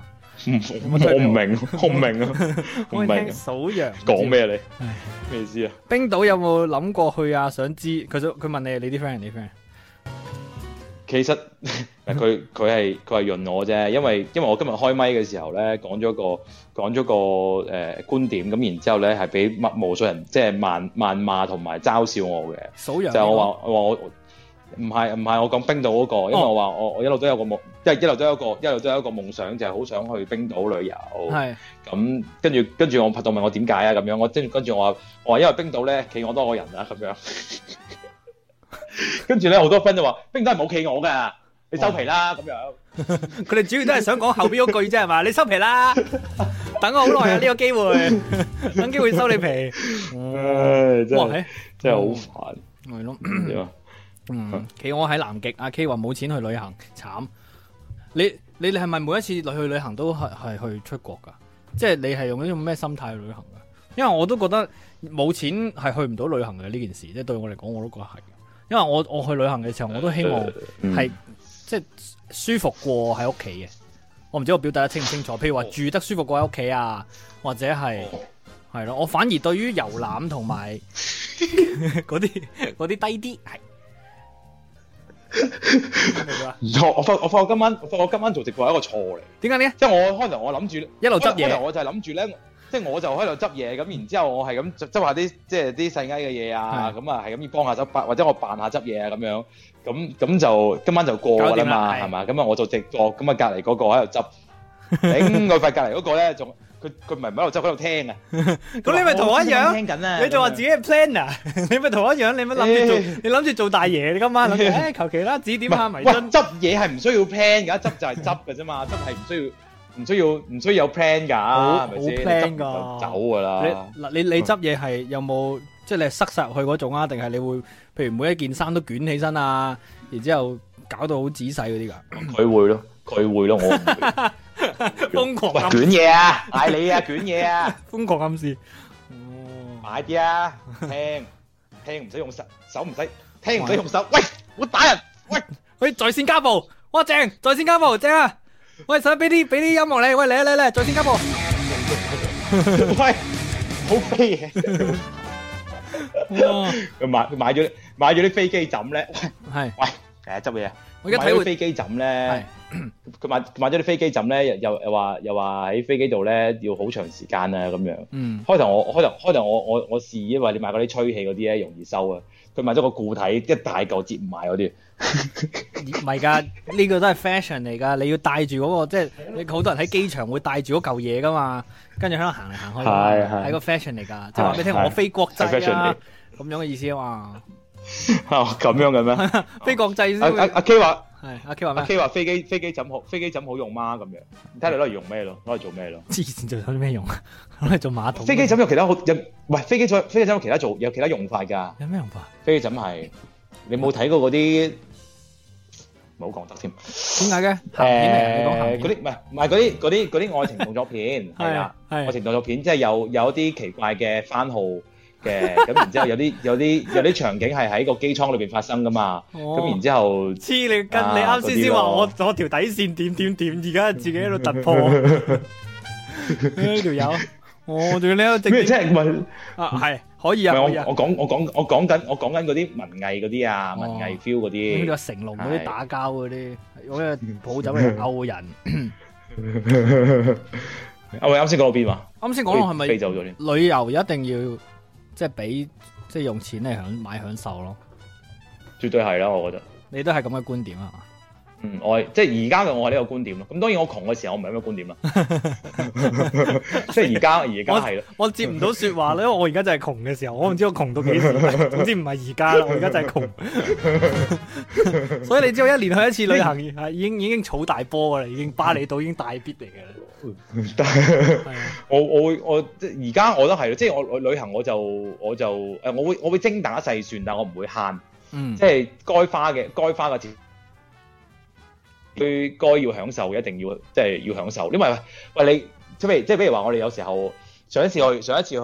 Speaker 6: 唔我唔明，我唔 明啊，我唔
Speaker 2: 可以聽
Speaker 6: 明。
Speaker 2: 數羊。
Speaker 6: 講？咩你
Speaker 2: 唉？
Speaker 6: 咩意思啊？
Speaker 2: 冰島有冇諗過去啊？想知佢想佢問你你啲 friend 你啲 friend
Speaker 6: 其實 佢佢係佢係潤我啫，因為因為我今日開麥嘅時候咧，講咗個講咗個誒、呃、觀點，咁然之後咧係俾乜無數人即係謾謾罵同埋嘲笑我嘅，
Speaker 2: 數
Speaker 6: 就
Speaker 2: 羊。
Speaker 6: 係我話我話我唔係唔係我講冰島嗰、個，因為
Speaker 2: 哦
Speaker 6: 我話我我一路都有個夢，即係一路都有一個一路都有一個夢想，就係、好想去冰島旅遊。
Speaker 2: 係
Speaker 6: 咁跟住跟住我拍檔問我點解啊咁樣，我跟住跟住我話我話因為冰島咧企鵝多過人啊咁樣， 跟住咧好多 friend 就話冰島係冇企鵝㗎，你收皮啦咁樣。
Speaker 2: 佢哋主要都係想講後邊嗰句啫係嘛？你收皮 啦，等我好耐啊呢個機會，等機會收你皮。
Speaker 6: 唉，真
Speaker 2: 哇，
Speaker 6: 係
Speaker 2: 係
Speaker 6: 真係好煩，
Speaker 2: 係咯。
Speaker 6: 點啊？
Speaker 2: 嗯，企鵝喺南極，阿 K 話冇錢去旅行，慘。你你你係咪每一次去旅行都係係去出國㗎？即係你係用呢種咩心態去旅行㗎？因為我都覺得冇錢係去唔到旅行嘅呢件事，即係對我嚟講我都覺得係。因為我我去旅行嘅時候，我都希望係即係舒服過喺屋企嘅。我唔知我表達得清唔清楚，譬如話住得舒服過喺屋企啊，或者係係咯。我反而對於遊覽同埋嗰啲嗰啲低啲係。明白
Speaker 6: 唔錯，我發我發覺今晚我發覺今晚做直播係一個錯嚟，
Speaker 2: 點解呢？
Speaker 6: 即係我開頭我諗住
Speaker 2: 一路執
Speaker 6: 開頭
Speaker 2: 嘢，
Speaker 6: 我就係諗住咧。即係我就喺度執嘢，咁然之後我係咁執執下啲即係啲細埃嘅嘢啊，咁啊係咁要幫下執，或者我扮下執嘢啊咁樣，咁咁就今晚就過㗎
Speaker 2: 搞
Speaker 6: 啦嘛，
Speaker 2: 掂啦係
Speaker 6: 係嘛？咁啊我做直播，咁啊隔離嗰個喺度執，頂佢塊隔離嗰個咧仲佢佢唔係唔喺度執喺度 聽啊，
Speaker 2: 咁你咪同我一樣，
Speaker 6: 聽緊啊，
Speaker 2: 你就話自己係 planner，你咪同我一樣，你咪諗住做，你諗住做大爺，你今晚諗住，唉，求其啦，指點下迷津，
Speaker 6: 喂執嘢係唔需要 plan 㗎，執就係執㗎啫嘛，執係唔需要唔需要唔需要有 plan 㗎，
Speaker 2: 好
Speaker 6: 係咪先？
Speaker 2: 好 plan
Speaker 6: 你
Speaker 2: 㗎
Speaker 6: 執完就走㗎啦。
Speaker 2: 你嗱你你執嘢係有冇即係你係塞晒入去嗰種啊？定係你會譬如每一件衫都捲起身啊，然之後搞到好仔細嗰啲㗎？
Speaker 6: 佢會咯，佢會咯，我唔會。
Speaker 2: 瘋狂
Speaker 6: 喂，
Speaker 2: 暗
Speaker 6: 卷嘢啊！嗌你啊，卷嘢啊，
Speaker 2: 瘋狂暗示，
Speaker 6: 買啲啊，聽聽唔使用手，手唔使聽唔使用手。喂，我打人，喂，
Speaker 2: 喂，在線家暴，哇正，在線家暴正啊！喂，想俾啲俾啲音樂你，喂嚟啊嚟啊嚟啊，在線家暴。
Speaker 6: 喂，好飛嘅。佢買佢買咗買咗啲飛機枕咧，
Speaker 2: 係，
Speaker 6: 喂，誒執嘢啊！
Speaker 2: 我而家
Speaker 6: 買
Speaker 2: 體
Speaker 6: 咗
Speaker 2: 會
Speaker 6: 啲飛機枕咧，佢買佢買咗啲飛機枕咧，又又又話又話喺飛機度咧要好長時間啊咁樣。
Speaker 2: 嗯，
Speaker 6: 開頭我開頭開頭我我我試，因為你買嗰啲吹氣嗰啲咧容易收啊。佢買咗個固體一大嚿折唔埋嗰啲，
Speaker 2: 唔係㗎，呢個都係 fashion 嚟㗎。你要帶住嗰個，即係你好多人喺機場會帶住嗰嚿嘢㗎嘛，跟住喺度行嚟行去㗎嘛，
Speaker 6: 係係
Speaker 2: 係個 fashion 嚟㗎。即係話俾你聽，
Speaker 6: 係
Speaker 2: 我飛國
Speaker 6: 係
Speaker 2: 際
Speaker 6: fashion
Speaker 2: 啊
Speaker 6: 嚟，哦
Speaker 2: 咁樣嘅意思啊嘛，
Speaker 6: 啊咁樣嘅 咩？阿
Speaker 2: 飛國際先會
Speaker 6: 阿阿 K 話
Speaker 2: 係阿 K 話
Speaker 6: 啊阿
Speaker 2: 咩？
Speaker 6: K 話飛機飛機枕好飛機枕好用嗎？咁樣睇你攞嚟用咩咯？攞嚟做咩咯？
Speaker 2: 黐線做咗啲咩用啊？攞嚟做馬桶。
Speaker 6: 飛機枕有其他好有喂飛機枕飛機枕有其他做有其他用法㗎。
Speaker 2: 有咩用法？
Speaker 6: 飛機枕係你冇睇過嗰啲，冇講得添。
Speaker 2: 點解嘅？鹹片嚟㗎，
Speaker 6: 誒
Speaker 2: 你
Speaker 6: 嗰
Speaker 2: 講鹹
Speaker 6: 啲唔係唔係嗰啲嗰啲嗰啲愛情動作片 係啊
Speaker 2: 片。
Speaker 6: 啦，
Speaker 2: 係
Speaker 6: 愛
Speaker 2: 係
Speaker 6: 情動作片即係有有啲奇怪嘅番號 嘅，咁然之後有啲有啲有啲場景係喺個機艙裏邊發生噶嘛，
Speaker 2: 哦
Speaker 6: 咁然之後
Speaker 2: 黐你跟
Speaker 6: 啊
Speaker 2: 你啱先先話
Speaker 6: 嗰啲
Speaker 2: 我
Speaker 6: 咯
Speaker 2: 我條底線點點點，而家自己喺度突破。 呢條友，我仲要你喺度
Speaker 6: 咩
Speaker 2: 直
Speaker 6: 即
Speaker 2: 接
Speaker 6: 係唔係
Speaker 2: 啊，係可以
Speaker 6: 唔
Speaker 2: 啊，
Speaker 6: 係
Speaker 2: 可以啊
Speaker 6: 我。我講我講我講緊我講緊嗰啲文藝嗰啲
Speaker 2: 哦
Speaker 6: 啊，文藝 feel 嗰
Speaker 2: 呢個
Speaker 6: 啲，啊
Speaker 2: 成龍嗰啲
Speaker 6: 係嗯
Speaker 2: 打交嗰啲，攞隻抱走嚟勾人。
Speaker 6: 啊喂啱先講到邊話？
Speaker 2: 啱先講
Speaker 6: 飛
Speaker 2: 我係咪
Speaker 6: 飛走咗添？
Speaker 2: 旅遊一定要即係俾即係用錢嚟享買享受咯？
Speaker 6: 絕對係啦，我覺得。
Speaker 2: 你都係咁嘅觀點啊？
Speaker 6: 嗯，我係即係而家嘅我係呢個觀點咯。咁當然我窮嘅時候我唔係咁嘅觀點 啦。 即係而家而家係啦。
Speaker 2: 我接唔到説話咧，因為我而家就係窮嘅時候，我唔知我窮到幾 時，總之唔係而家啦，我而家就係窮。所以你知道一年去一次旅 行，係已經已經儲大波噶啦，已經巴厘島已經大必嚟嘅
Speaker 6: 但
Speaker 2: 啦。係啊，
Speaker 6: 我我會我即係而家我都係咯，即係我旅旅行我就我就誒，我會我會精打細算，但我唔會慳，
Speaker 2: 嗯
Speaker 6: 即，係該花嘅該花嘅錢，對該要享受嘅一定要即係要享受，因為喂你即係譬如即係譬如話我哋有時候上一次去上一次去去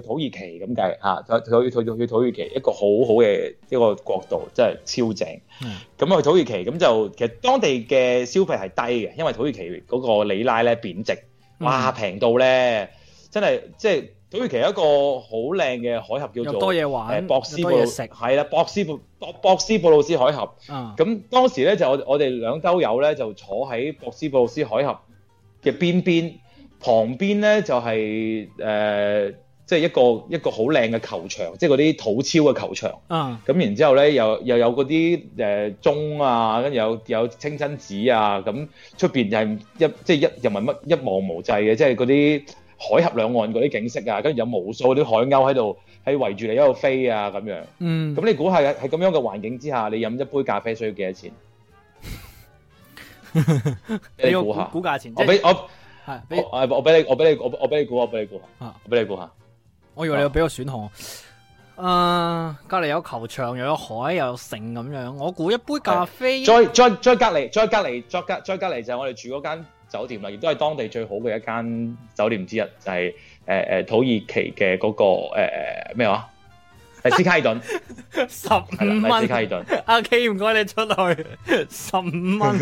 Speaker 6: 土耳其咁計嚇，去去去去土耳其一個好好嘅一個國度，真係超正
Speaker 2: 嗯。
Speaker 6: 咁去土耳其咁就其實當地嘅消費係低嘅，因為土耳其嗰個里拉咧貶值，
Speaker 2: 嗯
Speaker 6: 哇平到咧真係即係土耳其有一個好靚嘅海峽叫
Speaker 2: 又
Speaker 6: 做
Speaker 2: 多嘢
Speaker 6: 誒
Speaker 2: 玩，
Speaker 6: 呃博斯
Speaker 2: 又
Speaker 6: 布
Speaker 2: 多嘢食
Speaker 6: 係啦，博斯布博博斯布魯斯海峽。
Speaker 2: 啊，
Speaker 6: 咁當時咧就我我哋兩兜友咧就坐喺博斯布魯斯海峽嘅邊邊，旁邊咧就係、呃即係一個一個好靚嘅球場，即係嗰啲土超嘅球場。
Speaker 2: 啊，
Speaker 6: 咁然之後咧，又又有嗰啲誒鐘啊，跟住有有清真寺啊，咁出邊又係一即係一又唔係乜一望無際嘅，即係嗰啲海峽兩岸嗰啲景色啊，跟住有無數嗰啲海鷗喺度喺圍住你喺度飛啊咁樣。
Speaker 2: 嗯，
Speaker 6: 咁你估下喺咁樣嘅環境之下，你飲一杯咖啡需要幾多 錢？你
Speaker 2: 要
Speaker 6: 估下，
Speaker 2: 估價錢，即
Speaker 6: 我
Speaker 2: 係
Speaker 6: 俾哦我
Speaker 2: 係俾
Speaker 6: 我我俾你我俾你我我俾你估我俾你估下
Speaker 2: 啊，
Speaker 6: 我俾你估下。
Speaker 2: 我以
Speaker 6: 哦
Speaker 2: 為你要俾個選項。啊，隔離有球場，又有海，又有城咁樣。我估一杯咖啡，
Speaker 6: 再再再隔離，再隔離，再隔再隔離就係我哋住嗰間酒店啦，亦都係當地最好嘅一間酒店之一，就係誒誒土耳其嘅嗰、個誒誒咩 話？誒斯卡爾頓
Speaker 2: 十五
Speaker 6: 係啦，係斯卡
Speaker 2: 蚊。
Speaker 6: 爾頓
Speaker 2: 阿 K 唔該你出去，十五 蚊。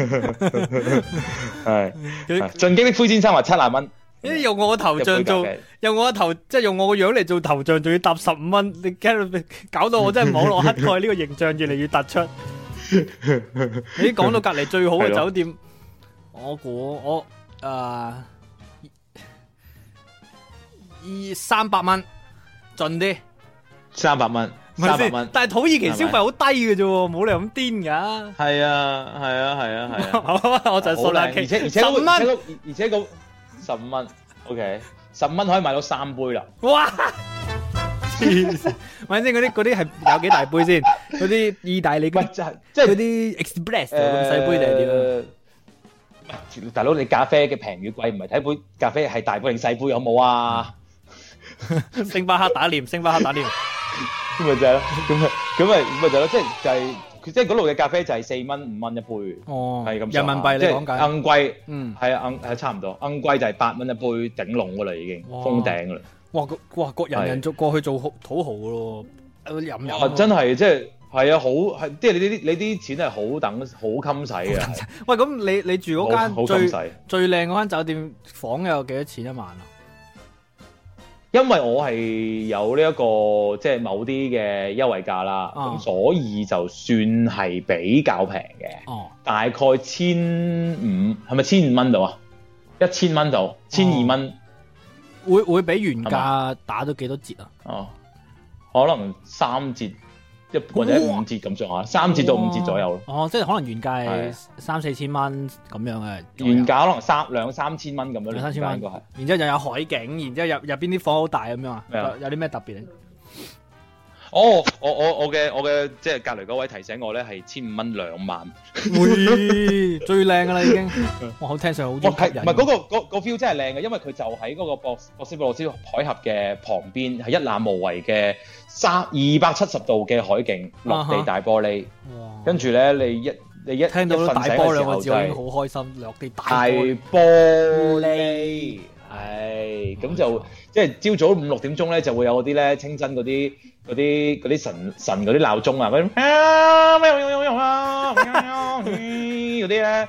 Speaker 6: 係係進擊的灰先生話七萬蚊
Speaker 2: 咦用我個頭
Speaker 6: 一杯
Speaker 2: 像
Speaker 6: 咖
Speaker 2: 做，
Speaker 6: 啡，
Speaker 2: 用我個頭，即係用我個樣嚟做頭像，仲要搭十五蚊，你驚到搞到我真係網絡乞丐呢個形象越嚟越突出。 你講到隔離最好嘅
Speaker 6: 係咯
Speaker 2: 酒店，我估我啊二三百蚊，盡啲。
Speaker 6: 三百蚊，
Speaker 2: 唔係
Speaker 6: 三百
Speaker 2: 先
Speaker 6: 蚊，
Speaker 2: 但係土耳其
Speaker 6: 係咪
Speaker 2: 消費好低嘅啫喎，冇理由咁癲㗎。
Speaker 6: 係啊係啊係啊係啊。
Speaker 2: 我就
Speaker 6: 好
Speaker 2: 信
Speaker 6: 靚
Speaker 2: 啦
Speaker 6: 而
Speaker 2: K，
Speaker 6: 且而
Speaker 2: 十
Speaker 6: 且嗰個而
Speaker 2: 蚊，
Speaker 6: 且嗰個而且個十五蚊，OK，十五蚊可以買到三杯啦。
Speaker 2: 哇！黐線 咪先嗰啲嗰啲係有幾大杯先？嗰啲意大利
Speaker 6: 喂，
Speaker 2: 嗰啲
Speaker 6: 即係即
Speaker 2: 嗰
Speaker 6: 係
Speaker 2: 啲 express 咁細杯定係點啊？
Speaker 6: 誒呃喂大佬，你咖啡嘅平與貴唔係睇杯咖啡係大杯定細杯有冇啊？
Speaker 2: 星巴克打臉，星巴克 打臉。嗯
Speaker 6: 咁咪就係咯，咁咪咁咪咪就係咯，即係就係佢即係嗰度嘅咖啡就係四蚊五蚊一杯，
Speaker 2: 哦，
Speaker 6: 係咁上下。
Speaker 2: 人民幣你
Speaker 6: 即係
Speaker 2: 講緊，
Speaker 6: 硬貴
Speaker 2: 嗯，
Speaker 6: 係啊，硬係差唔多，硬貴就係八蚊一杯頂籠噶啦，已經
Speaker 2: 哇
Speaker 6: 封頂噶啦。
Speaker 2: 哇，個哇國人
Speaker 6: 係
Speaker 2: 人做過去做好土豪呃嘅咯，誒飲飲
Speaker 6: 哇！
Speaker 2: 咯。
Speaker 6: 啊真係即係係啊，好係即係你啲你啲錢係好等好襟使嘅，係
Speaker 2: 喂，咁你你住
Speaker 6: 好好
Speaker 2: 嗰間
Speaker 6: 襟
Speaker 2: 最
Speaker 6: 使。
Speaker 2: 最靚嗰間酒店房有幾多錢一晚啊？
Speaker 6: 因為我係有呢、一個即係某啲嘅優惠價啦，咁、
Speaker 2: 啊
Speaker 6: 所以就算係比較平嘅，
Speaker 2: 哦，
Speaker 6: 大概千五係咪千五蚊度啊？一千蚊度，千二蚊
Speaker 2: 會會比原
Speaker 6: 係
Speaker 2: 價打咗幾多折啊？
Speaker 6: 哦，可能三折一或者五折咁上下，三折到五折左右咯。
Speaker 2: 哦，即係可能原價係
Speaker 6: 係
Speaker 2: 三四千蚊咁樣嘅。
Speaker 6: 原，價可能三兩三千蚊咁樣，
Speaker 2: 兩三千蚊
Speaker 6: 應該係
Speaker 2: 然之後又有海景，然之後入入邊啲房好大咁樣啊？
Speaker 6: 咩啊
Speaker 2: 有有啲咩特別呢？
Speaker 6: 哦，我我我嘅我嘅即係隔離嗰位提醒我咧，係千五蚊兩萬。
Speaker 2: 會最靚噶啦已經，哇！好聽上去
Speaker 6: 我
Speaker 2: 好吸
Speaker 6: 係
Speaker 2: 引。
Speaker 6: 唔係嗰個嗰個 feel 真係靚嘅，因為佢就喺嗰個博博斯布魯斯海峽嘅旁邊，係一覽無遺嘅三二百七十度嘅海景，落
Speaker 2: 啊哈
Speaker 6: 地大玻璃。
Speaker 2: 哇
Speaker 6: 跟住咧，你一你一
Speaker 2: 聽到
Speaker 6: 一
Speaker 2: 大
Speaker 6: 瞓醒
Speaker 2: 波
Speaker 6: 嘅
Speaker 2: 兩
Speaker 6: 時
Speaker 2: 個
Speaker 6: 候
Speaker 2: 字，
Speaker 6: 就
Speaker 2: 我已
Speaker 6: 係
Speaker 2: 經好開心。落地大
Speaker 6: 大
Speaker 2: 波，
Speaker 6: 玻璃，係咁就即係朝早五六點鐘咧，就會有嗰啲咧清真嗰啲嗰啲嗰啲神神嗰啲鬧鐘啊，嗰啲啊咩咩咩咩啊 嗰啲咧，
Speaker 2: 然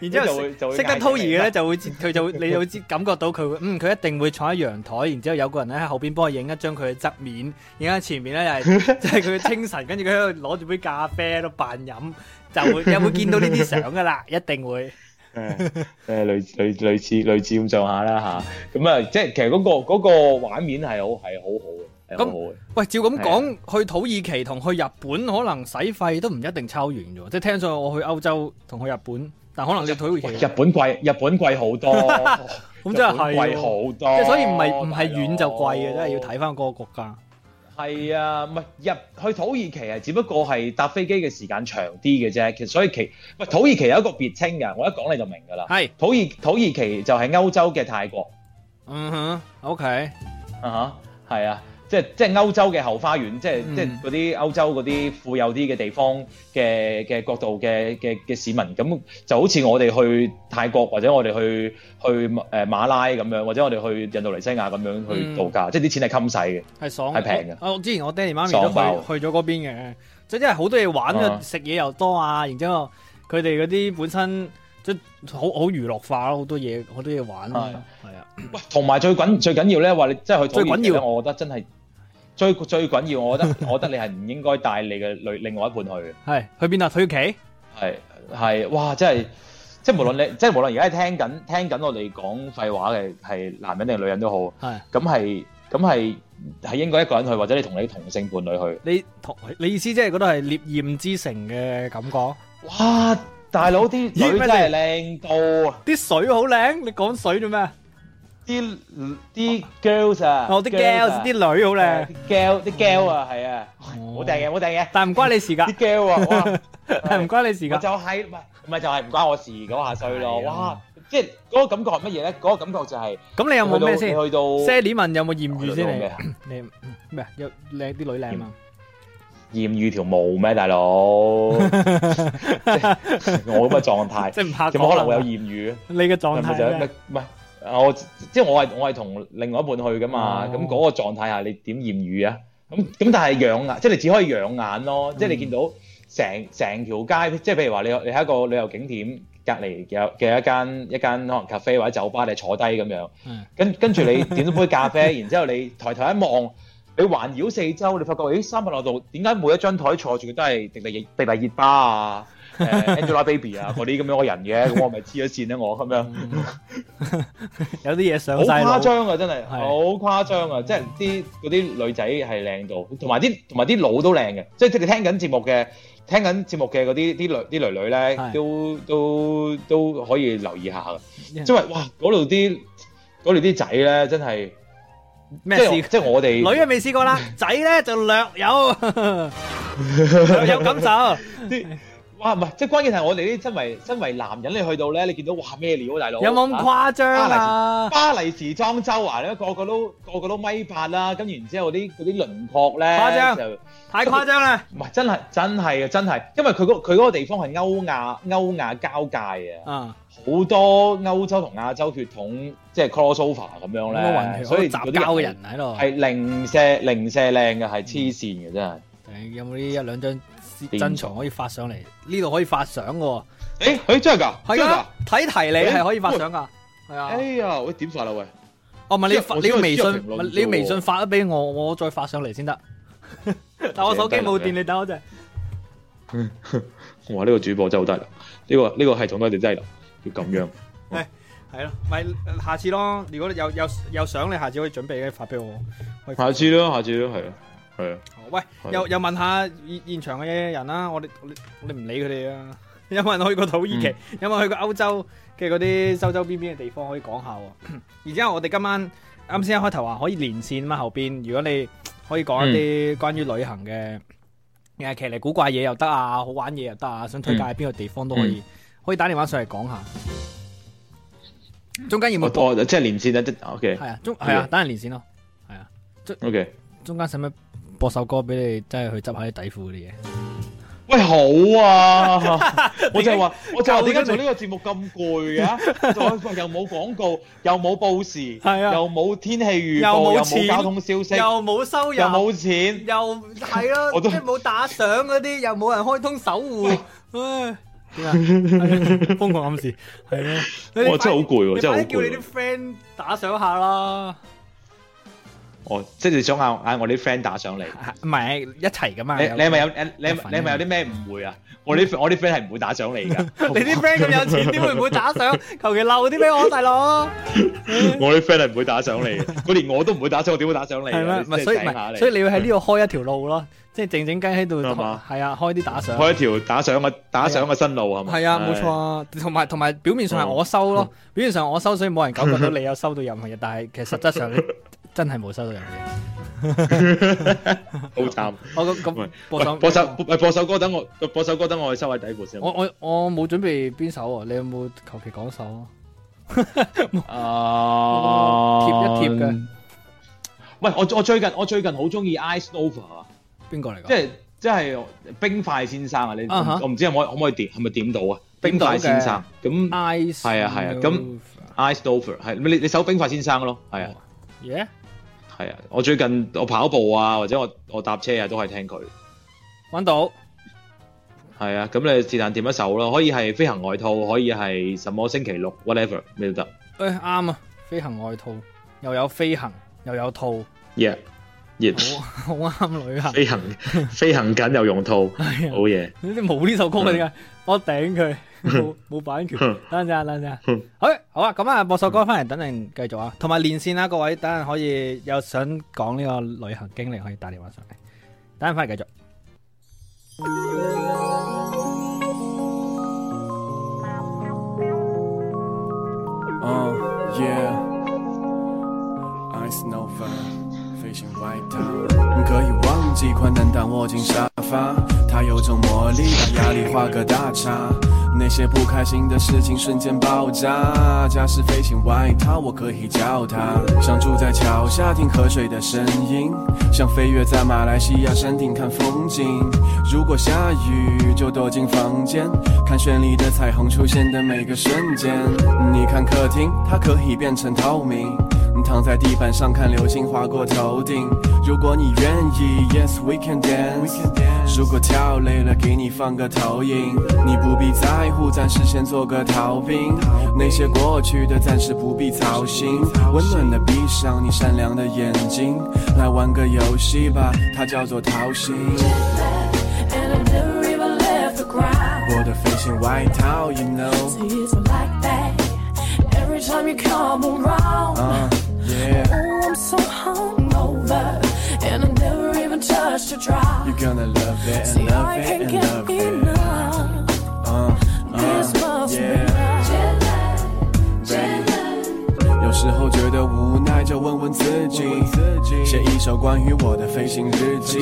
Speaker 2: 之
Speaker 6: 就
Speaker 2: 後
Speaker 6: 會就會
Speaker 2: 識得
Speaker 6: 嗌
Speaker 2: 滔兒
Speaker 6: 醒
Speaker 2: 嘅
Speaker 6: 你
Speaker 2: 咧，就會知佢就會你就會知感覺到佢會，嗯，佢一定會坐喺陽台，然之後有個人咧喺後邊幫佢影一張佢嘅側面，影喺前面咧又 係即係佢嘅清晨，跟住佢喺度攞住杯咖啡喺度扮飲，就會又會見到呢啲相噶啦，一定會。
Speaker 6: 誒誒類類類似類似咁上下啦嚇，咁啊即係其實嗰個嗰個畫面係好係好好嘅，係好好嘅。
Speaker 2: 喂，照咁
Speaker 6: 啊
Speaker 2: 講，去土耳其同去日本可能使費都唔一定抽完嘅喎，即係聽上去我去歐洲同去日本，但可能你土耳其
Speaker 6: 日本貴日本貴好多，
Speaker 2: 咁真係
Speaker 6: 日
Speaker 2: 係
Speaker 6: 本
Speaker 2: 喎，
Speaker 6: 貴好
Speaker 2: 即
Speaker 6: 多，哦啊即
Speaker 2: 係所以唔係唔係遠就貴嘅，真係要睇翻嗰個國家。
Speaker 6: 係啊，唔係入去土耳其係只不過係搭飛機嘅時間長啲嘅啫。其實所以其喂土耳其有一個別稱㗎，我一講你就明㗎啦。
Speaker 2: 係，
Speaker 6: 土耳土耳其就係歐洲嘅泰國
Speaker 2: 嗯哼，OK。
Speaker 6: 啊嚇，係啊。即係即係歐洲嘅後花園，即係
Speaker 2: 嗯
Speaker 6: 即係嗰啲歐洲嗰啲富有啲嘅地方嘅嘅角度嘅嘅嘅市民，咁就好似我哋去泰國或者我哋去去誒馬拉咁樣，或者我哋去印度尼西亞咁樣
Speaker 2: 嗯
Speaker 6: 去度假，即係啲錢係襟使嘅。
Speaker 2: 係爽，
Speaker 6: 係平嘅
Speaker 2: 我我之前我爹哋媽咪
Speaker 6: 爽爆
Speaker 2: 都去去咗嗰邊嘅，即係因為好多嘢玩啊
Speaker 6: 啊，
Speaker 2: 食嘢又多啊，然之後佢哋嗰啲本身即係好好娛樂化咯，好多嘢好多嘢玩啊，係啊，
Speaker 6: 喂，同埋最緊最緊要咧，話你即係去土
Speaker 2: 最
Speaker 6: 耳其
Speaker 2: 緊
Speaker 6: 咧，
Speaker 2: 要
Speaker 6: 我覺得真係最最緊要，我覺得我覺得你係唔應該帶你嘅另另外一半去嘅，
Speaker 2: 係去邊啊？土耳其？
Speaker 6: 係係哇，真係即係無論你即係無論而家係聽緊聽緊我哋講廢話嘅係男人定女人都好，
Speaker 2: 係
Speaker 6: 咁係咁係係應該一個人去，或者你同你同性伴侶去。
Speaker 2: 你同你意思即係嗰度係獵豔之城嘅感覺？
Speaker 6: 哇，大佬啲女
Speaker 2: 咦
Speaker 6: 真
Speaker 2: 咩
Speaker 6: 係靚到啊！
Speaker 2: 啲水好靚，你講水做咩？
Speaker 6: 啲啲 girls 啊，
Speaker 2: 我啲 girls 啲女好靚，
Speaker 6: 啲 girl 啲 girl 啊，係啊，冇掟嘢冇掟嘢。
Speaker 2: 但唔關你 事㗎
Speaker 6: 啲，girl 啊，哇！
Speaker 2: 但唔關你事
Speaker 6: 我
Speaker 2: 㗎，
Speaker 6: 就係唔係唔係就係唔關我事嗰下衰咯，
Speaker 2: 係啊
Speaker 6: 哇！即係嗰個感覺係乜嘢咧？嗰個感覺就係
Speaker 2: 咁你有冇咩先
Speaker 6: 去到
Speaker 2: ？Sally 問有冇豔遇
Speaker 6: 去到
Speaker 2: 先？
Speaker 6: 嘅
Speaker 2: 你你咩啊？有靚啲女靚啊？
Speaker 6: 豔遇條毛咩，大佬？即係我咁嘅狀態，
Speaker 2: 即係唔怕
Speaker 6: 有冇可能
Speaker 2: 講
Speaker 6: 會有
Speaker 2: 啦
Speaker 6: 豔遇？
Speaker 2: 你嘅
Speaker 6: 係
Speaker 2: 狀
Speaker 6: 咪
Speaker 2: 態
Speaker 6: 就
Speaker 2: 係
Speaker 6: 係
Speaker 2: 咩？
Speaker 6: 唔係？我即係我係我係同另外一半去噶嘛，
Speaker 2: 哦
Speaker 6: 咁嗰個狀態下你點豔遇啊？咁咁但係養啊眼，即係你只可以養眼
Speaker 2: 嗯
Speaker 6: 咯，即係你見到成成條街，即係譬如話你你喺一個旅遊景點隔離有嘅一間一間可能咖啡或者酒吧，你坐低咁樣
Speaker 2: 嗯，
Speaker 6: 跟跟住你點咗杯咖啡， 然之後你抬頭一望。你環繞四周，你發覺，咦，三百六十度點解每一張台坐住嘅都係迪麗熱迪麗熱巴啊、誒 Angelababy 啊嗰啲咁樣嘅人嘅？咁我咪黐咗線咧，我咁樣。
Speaker 2: 有啲嘢上
Speaker 6: 好
Speaker 2: 晒腦
Speaker 6: 誇張啊！真係
Speaker 2: 係
Speaker 6: 好誇張啊！即係啲嗰啲女仔係靚到，同埋啲同埋啲佬都靚嘅，即係即係你聽緊節目嘅。聽緊節目嘅嗰啲啲女啲女女咧
Speaker 2: 係，
Speaker 6: 都都都可以留意下嘅，
Speaker 2: Yeah
Speaker 6: 因為哇嗰度啲嗰度啲仔咧真係，即
Speaker 2: 咩事？
Speaker 6: 係即係我
Speaker 2: 女
Speaker 6: 哋
Speaker 2: 啊未試 過啦，仔咧就略有略有 感受。
Speaker 6: 啲哇唔係，即係關鍵係我哋啲身為身為男人，你去到咧，你見到哇咩料啊大佬，
Speaker 2: 有冇咁誇
Speaker 6: 啊
Speaker 2: 張啊？
Speaker 6: 巴黎時裝周啊，咧個個都個個都米八啦，跟住然之後啲嗰啲輪廓咧
Speaker 2: 誇張
Speaker 6: 就。
Speaker 2: 太誇張啦！
Speaker 6: 唔係真係真係嘅啊真係，因為佢嗰佢嗰個地方係歐亞歐亞交界啊，
Speaker 2: 啊，
Speaker 6: 好多歐洲同亞洲血統即係 crossover 咁樣
Speaker 2: 好多混
Speaker 6: 咧，
Speaker 2: 血，
Speaker 6: 所以
Speaker 2: 好
Speaker 6: 嗰
Speaker 2: 多
Speaker 6: 啲
Speaker 2: 雜交嘅人嗯喺度。
Speaker 6: 係零舍零舍靚嘅，係黐線嘅真係。
Speaker 2: 誒有冇呢一兩張
Speaker 6: 錯
Speaker 2: 珍藏可以發上嚟？呢度可以發相嘅
Speaker 6: 誒誒真係㗎，
Speaker 2: 喎，係
Speaker 6: 真係
Speaker 2: 啊
Speaker 6: 㗎。，
Speaker 2: 睇題你係可以發
Speaker 6: 喂
Speaker 2: 相㗎，係啊。
Speaker 6: 哎呀，喂點發啦喂？
Speaker 2: 哦，唔係你
Speaker 6: 即係
Speaker 2: 發
Speaker 6: 我
Speaker 2: 你要
Speaker 6: 知道
Speaker 2: 微
Speaker 6: 知道
Speaker 2: 信，
Speaker 6: 評論
Speaker 2: 唔係
Speaker 6: 啫
Speaker 2: 你要微
Speaker 6: 喎
Speaker 2: 信發咗俾我，我再發上嚟 先得。但我手機冇電，你等我陣。
Speaker 6: 我話呢個主播真係好低能，呢個呢個系統都係低能，要咁樣。
Speaker 2: 係咯，咪呃下次咯。如果你有有有相，你下次可以準備嘅發俾我。
Speaker 6: 下次咯，下次咯，係啊，係啊。
Speaker 2: 好喂，
Speaker 6: 係
Speaker 2: 又又問下現現場嘅人啦，我哋我哋我哋唔理佢哋啊。 有冇人去過土耳其？有冇人去過歐洲嘅嗰啲周周邊邊嘅地方可以講下喎？ 而之後我哋今晚啱先一開頭話可以連線嘛，後邊如果你可以講一啲關於旅行嘅誒奇離古怪嘢又得啊，好玩嘢又得啊，想推介邊個地方都可以，可以打電話上嚟講下。中間有
Speaker 6: 我
Speaker 2: 冇
Speaker 6: 我哦即係連線啊，即 OK
Speaker 2: 係啊？中係啊，等人連線咯。
Speaker 6: OK。
Speaker 2: 中間使唔使播首歌俾你，真係去執下啲底褲嗰啲嘢？
Speaker 6: 喂，好啊！我就係話，我就話
Speaker 2: 搞到
Speaker 6: 點解
Speaker 2: 真係
Speaker 6: 做呢個節目咁攰嘅？就 係喂又冇廣告，又冇報時，
Speaker 2: 係啊
Speaker 6: 又冇天氣預報，
Speaker 2: 又冇
Speaker 6: 又
Speaker 2: 錢
Speaker 6: 冇交通消息，
Speaker 2: 又冇收入，
Speaker 6: 又冇錢，
Speaker 2: 又係咯，
Speaker 6: 我
Speaker 2: 即
Speaker 6: 都
Speaker 2: 係冇打賞嗰啲，又冇人開通守護，唉，點啊？係啊瘋狂暗示，係咯，你
Speaker 6: 哇真係好攰喎
Speaker 2: 你
Speaker 6: 真係好
Speaker 2: 快啲叫你啲 friend 打賞下啦，
Speaker 6: 哦，即係你想嗌嗌我啲 friend 打上嚟，
Speaker 2: 唔係啊一齊噶嘛？
Speaker 6: 你
Speaker 2: 有
Speaker 6: 你係咪有你你
Speaker 2: 有份啊
Speaker 6: 你係咪有啲咩誤會啊？我啲我啲 friend 係唔會打上嚟
Speaker 2: 嗯 你
Speaker 6: 㗎，
Speaker 2: 啲 friend 咁有錢，點會唔會打賞？求其漏啲俾我大佬，
Speaker 6: 我啲 friend 係唔會打上嚟嘅，我連我都唔會打上，我點會打上嚟啊？
Speaker 2: 係咩？
Speaker 6: 你
Speaker 2: 唔係
Speaker 6: 真
Speaker 2: 所以唔
Speaker 6: 醒下
Speaker 2: 係，所以你要喺呢度開一條路咯，即係靜靜雞喺度，
Speaker 6: 係嘛
Speaker 2: 係啊，開啲打賞。
Speaker 6: 開一條打上嘅打上嘅新路係咪？
Speaker 2: 係啊，冇錯啊，同埋同埋表面上係
Speaker 7: 嗯
Speaker 2: 我收咯，表面上我收，所以冇人感覺到你有收到任何嘢，但係其實實質上 你真係冇收到任何嘢。
Speaker 6: 唉，好慘。
Speaker 2: 我咁咁
Speaker 6: 喂
Speaker 2: 播首
Speaker 6: 喂播首喂播首歌，等我播首歌，等我去收下底褲先。
Speaker 2: 哎我我我冇準備邊首啊？你有冇求其講首啊？
Speaker 6: 啊
Speaker 2: 貼一貼嘅。
Speaker 7: 喂，我我最近我最近好中意 Ice Nova 啊，
Speaker 2: 邊個嚟㗎？
Speaker 7: 即係即係冰塊先生啊！你
Speaker 2: 啊哈
Speaker 7: 我唔知可唔可以可唔可以點係咪點到啊？
Speaker 2: 點
Speaker 7: 冰
Speaker 2: 到嘅
Speaker 7: 塊先生咁
Speaker 2: 係
Speaker 7: 係啊係啊咁 Ice Nova 係你你搜冰塊先生咯，係
Speaker 2: 哦
Speaker 7: 啊
Speaker 2: 耶！
Speaker 7: 係啊！我最近我跑步啊，或者我我搭車啊，都係聽佢。
Speaker 2: 揾到
Speaker 7: 係啊，咁你是但點一首咯，可以係飛行外套，可以係什麼星期六 whatever 你都得。
Speaker 2: 誒啱啊！飛行外套又有飛行又有套，
Speaker 7: Yeah，熱
Speaker 2: 好好啱啊旅 行。
Speaker 7: 飛行飛行緊又用 套，好
Speaker 2: 係啊
Speaker 7: 嘢。
Speaker 2: 你冇呢首歌嘅點解？我頂佢冇冇版權。等陣先啊，等陣先啊。好，好啊，咁啊，播首歌翻嚟，等陣繼續啊。同埋連線啊，各位，等陣可以有想講呢個旅行經歷，可以打電話上嚟。等陣翻嚟繼續。
Speaker 8: Oh yeah, Ice Nova，飞行外套，可以忘记困难，但握紧沙发，它有种魔力，把压力画个大叉。那些不开心的事情瞬间爆炸，家是飞行外套，我可以叫它。想住在桥下听河水的声音，想飞跃在马来西亚山顶看风景。如果下雨就躲进房间，看绚丽的彩虹出现的每个瞬间。你看客厅，它可以变成透明。躺在地板上看流星划过头顶。如果你愿意，Yes we can dance。如果跳累了，给你放个投影。你不必在乎，暂时先做个逃兵。那些过去的暂时不必操心。温暖的闭上你善良的眼睛，来玩个游戏吧，它叫做掏心。
Speaker 9: And I never even left the ground.
Speaker 8: 我的飞行外套，You know。
Speaker 9: So it's like that. Every time you come around.
Speaker 8: Uh, yeah.
Speaker 9: Oh, I'm so hungover. And I never even touched a drop.
Speaker 8: You're gonna love it
Speaker 9: See,
Speaker 8: and love
Speaker 9: I
Speaker 8: it
Speaker 9: can't
Speaker 8: and
Speaker 9: get
Speaker 8: love it.
Speaker 9: enough.
Speaker 8: Uh,
Speaker 9: This
Speaker 8: uh,
Speaker 9: must be
Speaker 8: yeah.
Speaker 9: love.
Speaker 8: baby 有时候觉得无奈，就问问自己，写一首关于我的飞行日记。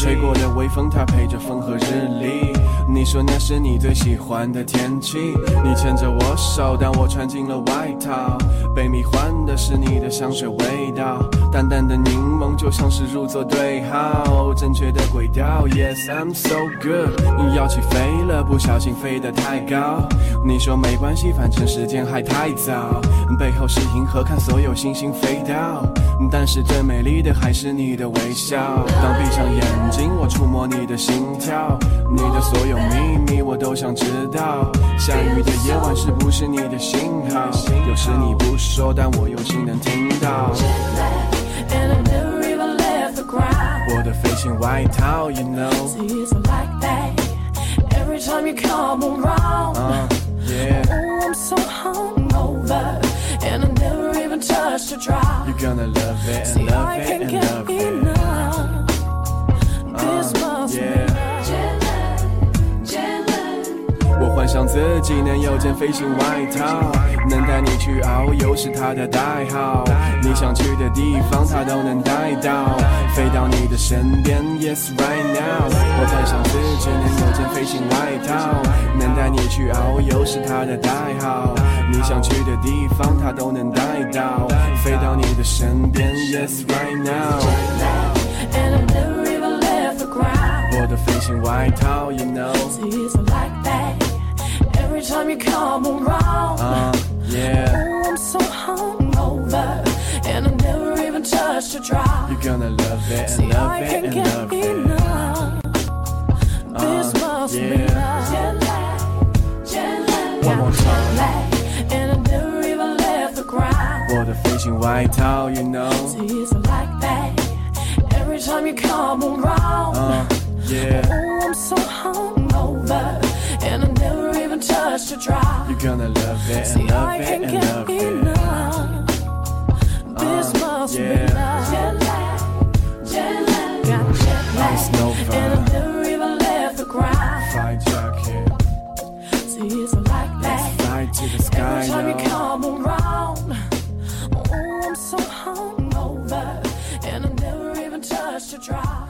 Speaker 8: 吹过的微风，它陪着风和日丽。你说那是你最喜欢的天气，你牵着我手，但我穿进了外套。被迷幻的是你的香水味道，淡淡的柠檬就像是入座对号，正确的轨道。Yes I'm so good，你要起飞了，不小心飞得太高。你说没关系，反正时间还太早。背后是银河，看所有星星飞到。但是最美丽的还是你的微笑。当闭上眼睛，我触摸你的心跳，你的所有秘密我都想知道。下雨的夜晚是不是你的信号？有时你不说，但我用心能听到。
Speaker 9: And I never even left the ground.
Speaker 8: 我的飞行外套，you know，
Speaker 9: See, it's like that. Every time you come around.
Speaker 8: 啊、yeah，you're
Speaker 9: Oh, I'm so hungover, and I never even touched a drop.
Speaker 8: gonna love it
Speaker 9: See,
Speaker 8: and love
Speaker 9: I
Speaker 8: it
Speaker 9: can't
Speaker 8: and
Speaker 9: get
Speaker 8: love it。Uh,
Speaker 9: enough. This must
Speaker 8: yeah.
Speaker 9: be
Speaker 8: 我幻想自己能有件飞行外套，能带你去遨游是它的代号。你想去的地方，它都能带到，飞到你的身边。Yes, right now。我幻想自己能有件飞行外套，能带你去遨游是它的代号。你想去的地方，它都能带到，飞到你的身边。Yes, right now。
Speaker 9: and I never even left the ground.
Speaker 8: 我的飞行外套，you know。
Speaker 9: See, it's like that. Every time you come around,
Speaker 8: 啊 Um, yeah。
Speaker 9: oh, I'm so hungover, and I never even touched a drop.
Speaker 8: You're gonna love it
Speaker 9: See,
Speaker 8: and love
Speaker 9: I
Speaker 8: it
Speaker 9: can't
Speaker 8: and
Speaker 9: get
Speaker 8: love it.
Speaker 9: enough. This must be
Speaker 8: Uh, yeah.
Speaker 9: love.
Speaker 8: One more time.
Speaker 9: And I never even left the ground.
Speaker 8: 我的飞行外套，you know，
Speaker 9: See, it's like that. Every time you come around,
Speaker 8: 嗯、yeah，you're
Speaker 9: oh, I'm so hungover. And I never even touched a drop.
Speaker 8: gonna love it
Speaker 9: See,
Speaker 8: and love
Speaker 9: I
Speaker 8: it
Speaker 9: can't
Speaker 8: and love
Speaker 9: get
Speaker 8: it.
Speaker 9: enough. This must
Speaker 8: Uh, yeah.
Speaker 9: be love.
Speaker 8: Ice
Speaker 9: Got jet lag. And I
Speaker 8: Nova,
Speaker 9: never even left the ground.
Speaker 8: fly jacket,
Speaker 9: See, it's like that.
Speaker 8: fly to the
Speaker 9: Every
Speaker 8: sky
Speaker 9: time you
Speaker 8: now.
Speaker 9: come around, oh, I'm so hungover, and I never even touched a drop.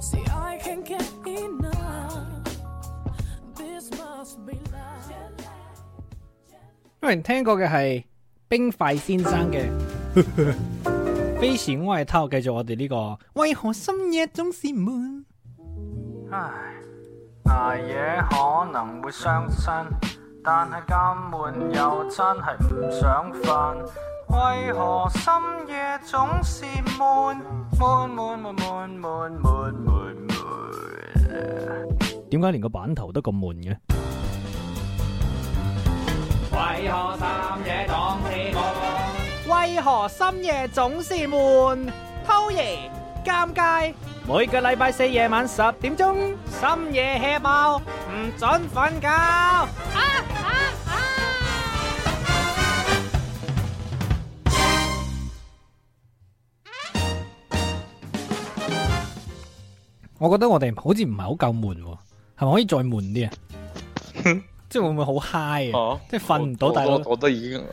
Speaker 9: See, I can't get enough. This must be love.
Speaker 2: 因為聽過嘅係冰塊先生嘅飞行外套繼續我哋呢、個為何深夜總是悶？
Speaker 3: 唉，捱夜可能會傷身，但係咁悶又真係唔想瞓。為何深夜總是悶悶悶悶悶悶悶悶悶？
Speaker 2: 點解連個版頭都咁悶嘅？
Speaker 10: 為何深夜總是悶？
Speaker 11: 为何深夜总是闷？偷爷尴尬，每个礼拜四夜晚十点钟，深夜 hea 爆，唔准瞓觉。
Speaker 2: 我覺得我哋好似唔係好夠悶喎，係咪可以再悶 啲啊？即係會唔會好 high 啊？
Speaker 12: 哦，
Speaker 2: 即係瞓唔到，
Speaker 12: 我
Speaker 2: 大佬
Speaker 12: 我我都已經，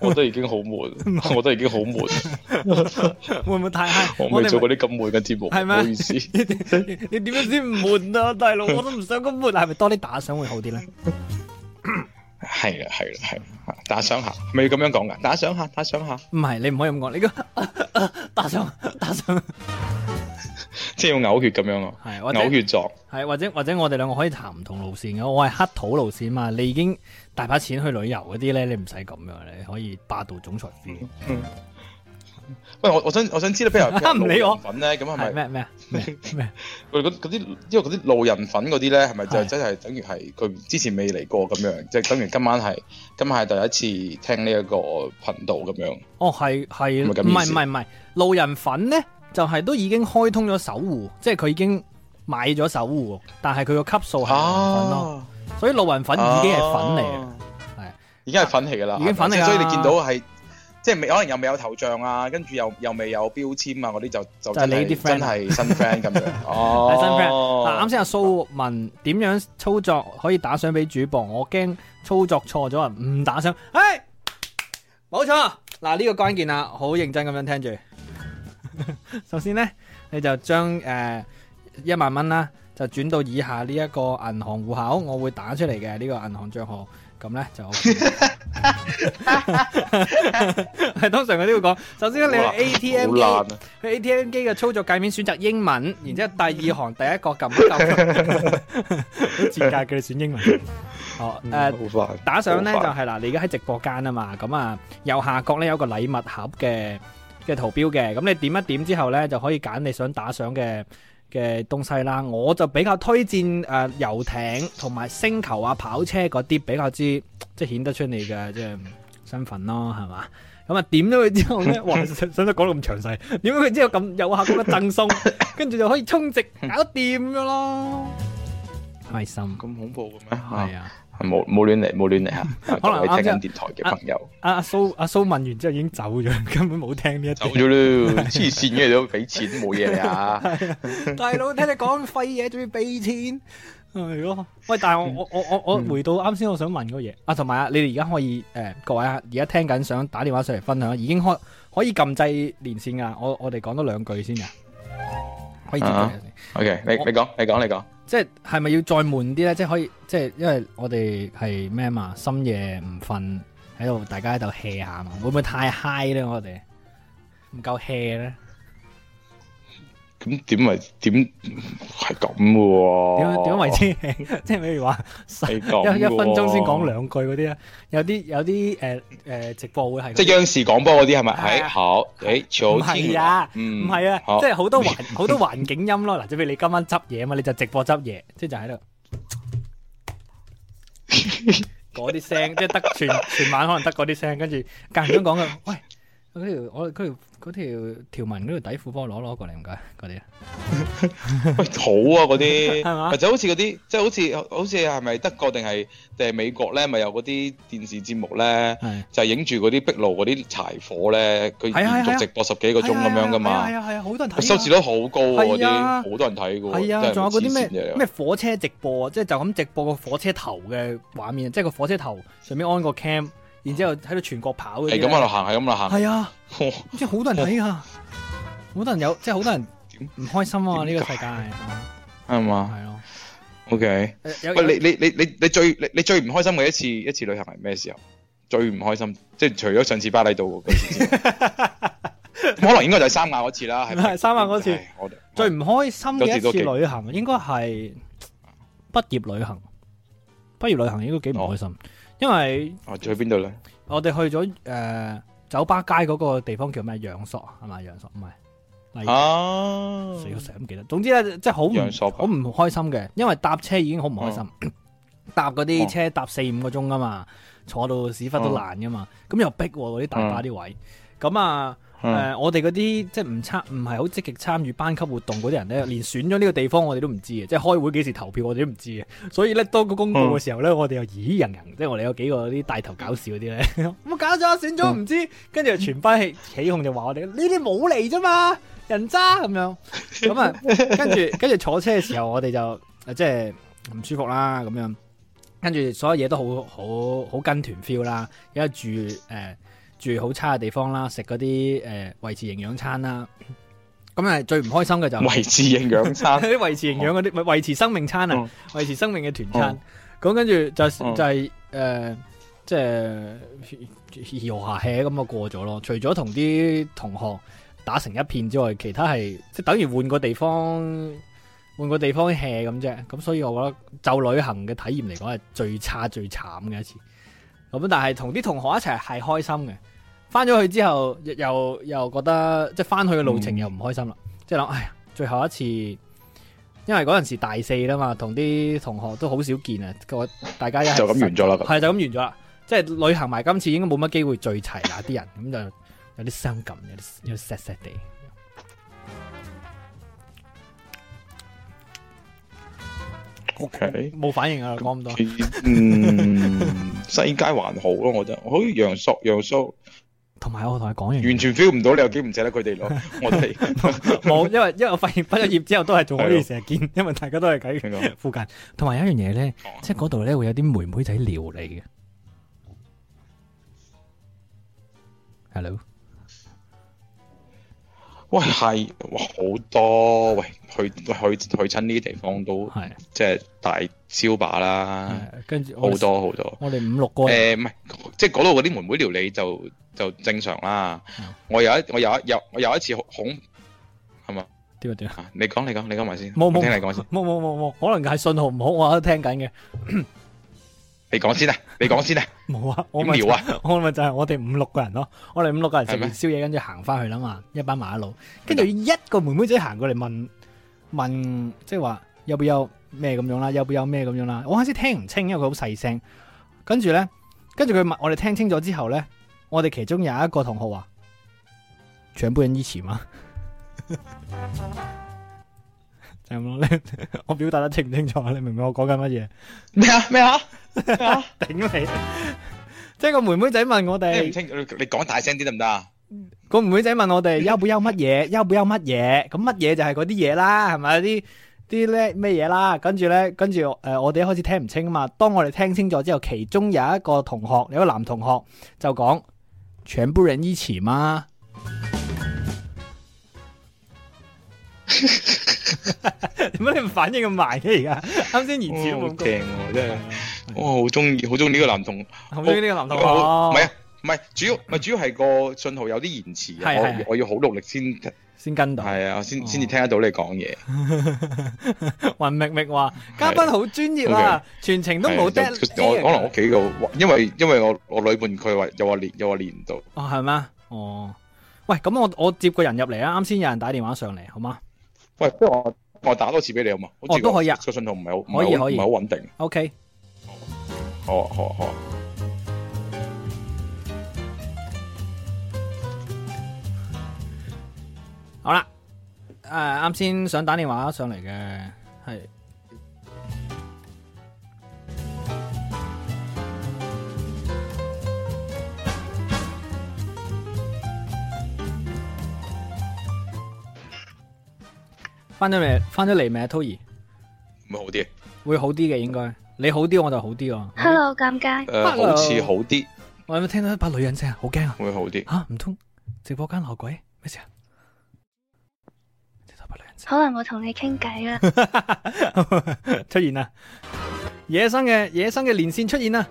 Speaker 12: 我都已經好悶，我都已經好 悶，
Speaker 2: 會唔會太 high？
Speaker 12: 我未
Speaker 2: 哋
Speaker 12: 做過啲咁悶嘅節目，
Speaker 2: 係
Speaker 12: 唔
Speaker 2: 咩
Speaker 12: 好意思。
Speaker 2: 你點樣先唔悶啊，大佬？我都唔想咁悶，係咪多啲打賞會好啲咧？
Speaker 12: 啊係啦，係啦，係啦，打賞下，係咪要咁樣講噶？打賞下，打賞下，
Speaker 2: 唔係，你唔可以咁講，你個 打賞打賞
Speaker 12: 即係要嘔血咁樣啊！
Speaker 2: 係或者
Speaker 12: 嘔血狀，
Speaker 2: 係或者或者我哋兩個可以行唔同路線嘅，我係黑土路線嘛，你已經大把錢去旅遊嗰啲咧，你唔使咁樣，你可以霸道總裁 feel。
Speaker 12: 喂，我我想我想知 道，譬如譬如
Speaker 2: 唔理我
Speaker 12: 路人粉咧，咁係咪
Speaker 2: 係？咩咩咩咩？
Speaker 12: 佢嗰嗰啲，因為嗰啲路人粉嗰啲咧，係咪就
Speaker 2: 係
Speaker 12: 真係等於係佢之前未嚟過咁樣，即係等於今晚係今晚係第一次聽呢一個頻道咁樣。
Speaker 2: 哦，係係，唔
Speaker 12: 咪咁
Speaker 2: 係
Speaker 12: 意
Speaker 2: 唔
Speaker 12: 思
Speaker 2: 係唔係，路人粉咧就係、都已經開通咗守護，即係佢已經買咗守護，但係佢個級數係路人粉咯，
Speaker 12: 啊，
Speaker 2: 所以路人粉已經係粉嚟嘅。係
Speaker 12: 係已經係粉嚟㗎啦，
Speaker 2: 已經粉嚟㗎啦
Speaker 12: 所以你見到係。即係未可能又未有頭像啊，跟住又又未有標籤啊，嗰啲就就
Speaker 2: 就係
Speaker 12: 真
Speaker 2: 你
Speaker 12: 係
Speaker 2: 啲 friend
Speaker 12: 真係新 friend 咁樣。
Speaker 2: 係
Speaker 12: 哦，
Speaker 2: 新 friend。嗱，啱先阿蘇問點樣操作可以打賞俾主播，我驚操作錯咗啊，唔打賞。唉，冇錯。嗱，呢個關鍵啦，好認真咁樣 聽住。首先呢，你就將誒一萬蚊啦，就轉到以下呢一個銀行户口，我會打出嚟嘅呢個銀行帳號。咁呢 就係通常佢都會講，首先呢
Speaker 12: 哇
Speaker 2: 你去 ATM 機。
Speaker 12: 好爛啊！
Speaker 2: 佢 ATM 機嘅操作界面選擇英文，然之後第二行第一個撳一撳，好賤格佢哋選英文。好誒。
Speaker 12: 嗯好煩。
Speaker 2: 打賞咧就
Speaker 12: 好煩
Speaker 2: 係嗱，你而家喺直播間啊嘛，咁啊右下角咧有個禮物盒嘅嘅圖標嘅，咁你點一點之後咧就可以揀你想打賞嘅嘅東西啦。我就比較推薦誒、呃遊艇同埋星球啊、跑車嗰啲比較之即係顯得出你嘅即係身份咯，係嘛？咁啊點咗佢之後咧， 哇！想想唔想講到咁詳細？點咗佢之後咁右下角嘅贈 送，跟住就可以充值搞掂噶咯，開心
Speaker 12: 咁恐怖嘅咩？
Speaker 2: 係啊！
Speaker 12: 係冇冇亂嚟，冇亂嚟嚇。
Speaker 2: 可
Speaker 12: 可
Speaker 2: 能
Speaker 12: 能你聽
Speaker 2: 啱
Speaker 12: 緊電台嘅朋友
Speaker 2: 阿阿蘇阿蘇問完之後已經走咗， 根本冇聽呢一
Speaker 12: 走
Speaker 2: 段。
Speaker 12: 咗啦，黐線嘅你都俾錢冇嘢啊！
Speaker 2: 大佬聽你講廢嘢，仲要俾錢， 係咯。喂，但
Speaker 12: 嗯
Speaker 2: 係我我我我我回到啱先，我想問嗰嘢啊，同埋啊，你哋而家可以誒、呃各位啊，而家聽緊想打電話上嚟分享，已經開可以撳掣連線㗎。我我哋講多兩句先㗎，可以接佢
Speaker 12: 啊 OK，你
Speaker 2: 我
Speaker 12: 你講，你講，你講。
Speaker 2: 即係係咪要再悶啲咧？即係可以，即係因為我哋係咩嘛，深夜唔瞓喺度，大家喺度 hea 下嘛，會唔會太 high 咧？我哋唔夠 hea 咧？
Speaker 12: 咁點咪點係咁嘅喎？
Speaker 2: 點點為之 hea？即係比如話
Speaker 12: 係咁嘅喎
Speaker 2: 一一分鐘先講兩句嗰啲咧，有啲有啲誒誒直播會係咁
Speaker 12: 即係央視廣播嗰啲係咪？
Speaker 2: 係啊
Speaker 12: 誒好，誒早
Speaker 2: 唔係啊，
Speaker 12: 嗯
Speaker 2: 唔係啊，
Speaker 12: 好
Speaker 2: 即係好多環好多環境音咯。嗱，即係譬如你今晚執嘢啊嘛，你就直播執嘢，即係就喺度嗰啲聲，即係得全 全晚可能得嗰啲聲，跟住間唔中 講嘅，喂，嗰條我嗰條嗰條條紋嗰條底褲幫我攞攞過嚟唔該，嗰啲啊
Speaker 12: 喂好啊嗰啲，
Speaker 2: 係嘛
Speaker 12: 或者好似嗰啲，即係好似好似係咪德國定係定係美國咧？咪有嗰啲電視節目咧，
Speaker 2: 係
Speaker 12: 就係影住嗰啲壁爐嗰啲柴火咧，佢
Speaker 2: 係啊係啊
Speaker 12: 連續直播十幾個鐘咁樣噶嘛
Speaker 2: 係。啊係啊係啊，好多人睇
Speaker 12: 佢
Speaker 2: 啊。
Speaker 12: 收視率好高啊！嗰
Speaker 2: 係啊
Speaker 12: 啲好多人睇噶喎，
Speaker 2: 係啊，
Speaker 12: 真
Speaker 2: 仲有嗰啲
Speaker 12: 黐線
Speaker 2: 咩
Speaker 12: 嘅
Speaker 2: 咩火車直播，即係就咁直播個火車頭嘅畫面，即係個火車頭上面安個 cam，然之後喺度全國跑嗰啲
Speaker 12: 係
Speaker 2: 呢。
Speaker 12: 咁喺度行，係咁喺度行，
Speaker 2: 係啊，
Speaker 12: 哇
Speaker 2: 即係好多人睇噶，好多人有，即係好多人
Speaker 12: 點
Speaker 2: 唔開心啊！呢
Speaker 12: 點
Speaker 2: 個
Speaker 12: 解
Speaker 2: 世界
Speaker 12: 係嘛
Speaker 2: 係咯，
Speaker 12: ？OK，
Speaker 2: 誒有有
Speaker 12: 喂，你你你你你最你你最唔開心嘅一次 一次旅行係咩時候？最唔開心，即係除咗上次巴厘島嗰次之外，可能應該就係三亞嗰次啦，係咪
Speaker 2: 係 三亞嗰次
Speaker 12: 唉我
Speaker 2: 最唔開心嘅一
Speaker 12: 嗰
Speaker 2: 次
Speaker 12: 次嗰期
Speaker 2: 旅行，應該係畢業旅行。畢業旅行應該幾
Speaker 12: 哦
Speaker 2: 唔開心，因為
Speaker 12: 我去邊度咧？
Speaker 2: 我哋去咗誒、呃酒吧街嗰個地方叫咩？陽朔係咪？陽朔唔係。係
Speaker 12: 啊，
Speaker 2: 哎死我成日都唔記得。總之咧，即係好唔
Speaker 12: 陽朔吧
Speaker 2: 好唔開心嘅，因為搭車已經好唔開心， 搭嗰啲
Speaker 12: 哦
Speaker 2: 車搭四五個鐘噶嘛，坐到屎忽都爛噶嘛，咁又逼喎嗰啲大巴啲位，咁啊。誒、
Speaker 12: 嗯
Speaker 2: 我哋嗰啲即係唔參唔係好積極參與班級活動嗰啲人咧，連選咗呢個地方我哋都唔知嘅，即係開會幾時投票我哋都唔知嘅。所以咧，當個公佈嘅時候咧，我哋又咦人人，即係我哋有幾個啲大頭搞笑嗰啲咧，咁啊搞咗選咗唔知，跟住全班起起哄就話我哋呢啲冇嚟啫嘛，人渣咁樣。咁啊，跟住跟住坐車嘅時候，我哋就呃即係唔舒服啦，咁樣。跟住所有嘢都好好好跟團 feel 啦，因為住誒、呃住好差嘅地方啦，食嗰啲誒維持營養餐啦。咁啊，最唔開心嘅就係
Speaker 12: 維持營 養餐，
Speaker 2: 啲維持營養嗰啲，咪維持生命餐啊
Speaker 12: 嗯，
Speaker 2: 維持生命嘅團餐。咁跟住就就
Speaker 12: 嗯
Speaker 2: 係誒，即係呃搖下氣咁啊過咗咯。除咗同啲同學打成一片之外，其他係即係等於換個地方，換個地方 hea 咁啫。咁所以我覺得就旅行嘅體驗嚟講係最差最慘嘅一次。咁但係同啲同學一齊係開心嘅。翻咗去之後，又又又覺得即係翻去嘅路程又唔開心啦。即係諗，哎呀，最後一次，因為嗰陣時大四啦嘛，同啲同學都好少見啊，個大家一係
Speaker 12: 就咁完咗啦。咁
Speaker 2: 係就咁完咗啦。即係旅行埋今次應該冇乜機會聚齊啦，啲人咁就有啲傷感，有啲有啲 sad sad 地。
Speaker 12: OK，
Speaker 2: 冇反應啊，講咁多。
Speaker 12: 嗯，西街還好咯，我覺得，好似陽朔陽朔
Speaker 2: 同埋我同佢講完，
Speaker 12: 完全 feel 唔到你有幾唔捨得佢哋咯，我哋
Speaker 2: 冇，因為因為我發現畢咗業之後都係仲可以
Speaker 12: 係咯
Speaker 2: 成日見，因為大家都係喺
Speaker 12: 聽講
Speaker 2: 附近。同埋有一樣嘢咧，
Speaker 12: 哦
Speaker 2: 即係嗰度咧會有啲妹妹仔撩你嘅。Hello，
Speaker 12: 喂係哇好多喂去去去親呢啲地方都
Speaker 2: 係
Speaker 12: 即係大招把啦，
Speaker 2: 係跟住
Speaker 12: 好
Speaker 2: 我哋，
Speaker 12: 多好多。
Speaker 2: 我哋五六個人
Speaker 12: 誒唔係，即係嗰度嗰啲妹妹料理就就正常啦
Speaker 2: 嗯。
Speaker 12: 我有一我有一有我有一次恐係嘛？
Speaker 2: 點啊點啊，
Speaker 12: 啊你講你講你講埋先，
Speaker 2: 冇冇
Speaker 12: 我聽你講 先，
Speaker 2: 冇冇冇冇，可能係信號唔好，我喺度聽緊嘅。
Speaker 12: 你講先啊，你講先啊，
Speaker 2: 冇啊，我
Speaker 12: 點
Speaker 2: 咪就
Speaker 12: 聊啊？
Speaker 2: 我咪就係我哋五六個人咯，我哋五六個人食
Speaker 12: 係
Speaker 2: 完
Speaker 12: 咩
Speaker 2: 宵夜，跟住行翻去啦嘛，一班馬路，跟住一個妹妹仔行過嚟問問，即係話有冇有咩咁樣啦，有冇有咩咁樣啦，我開始聽唔清，因為佢好細聲，跟住咧，跟住佢問我哋聽清楚之後咧，我哋其中有一個同學話，全部人一起嘛， 就係咁咯， 你我表達得清唔清楚啊？你明唔明我講緊乜嘢？
Speaker 12: 咩啊咩啊？
Speaker 2: 頂你！即係個妹妹仔問我哋
Speaker 12: 聽唔。清，你你講大聲啲得唔得啊？
Speaker 2: 個妹妹仔問我哋優唔優乜嘢，優唔優乜嘢，咁乜嘢就係嗰啲嘢啦，係咪啲啲咧咩嘢啦？跟住咧，跟住誒、呃我哋一開始聽唔清啊嘛。當我哋聽清楚之後，其中有一個同學，有一個男同學就講全部人一起嘛。 點解你唔反應咁慢嘅而家？啱先延遲都
Speaker 12: 哇好
Speaker 2: 冇
Speaker 12: 正
Speaker 2: 講。
Speaker 12: 喎，真係，我好中意好中意呢個男同，
Speaker 2: 好中意呢個
Speaker 12: 哦
Speaker 2: 男同學。
Speaker 12: 我唔係啊。唔係，主要唔係主要係個信號有啲延遲
Speaker 2: 嗯係係
Speaker 12: 啊！我我要好努力先
Speaker 2: 先跟到。
Speaker 12: 係啊，先
Speaker 2: 哦
Speaker 12: 先至聽得到你講嘢。
Speaker 2: 雲密密話：嘉賓好專業啊，全程都冇啊
Speaker 12: 係
Speaker 2: dead
Speaker 12: 就就我
Speaker 2: air
Speaker 12: 可能屋企個，因為因為我我女伴佢話又話連又話連唔到。
Speaker 2: 哦，係咩？哦，喂，咁我我接個人入嚟啊！啱先有人打電話上嚟，好嗎
Speaker 12: 喂，不如我我打多次俾你好嘛？好似
Speaker 2: 哦都可以啊
Speaker 12: 個信號唔係好唔
Speaker 2: 可以
Speaker 12: 係好
Speaker 2: 可以
Speaker 12: 唔係好穩定。
Speaker 2: ？OK，
Speaker 12: 好啊好啊好啊。
Speaker 2: 好啦，誒、啱先想打電話上嚟嘅係翻咗未？翻咗嚟未啊？Toy
Speaker 12: 唔會好啲，
Speaker 2: 會好啲嘅應該，你好啲我就好啲喎。
Speaker 13: Hello，尷尬。
Speaker 12: 誒
Speaker 2: Hello
Speaker 12: 好似好啲，
Speaker 2: 我有冇聽到一把女人聲啊？好驚啊！
Speaker 12: 會好啲。
Speaker 2: 吓，唔通直播間鬧鬼咩事啊？聽到把女人
Speaker 13: 好耐冇同你傾偈啊 啦，
Speaker 2: 聲 出啊現啦！啊野生嘅野生嘅連線出現啦！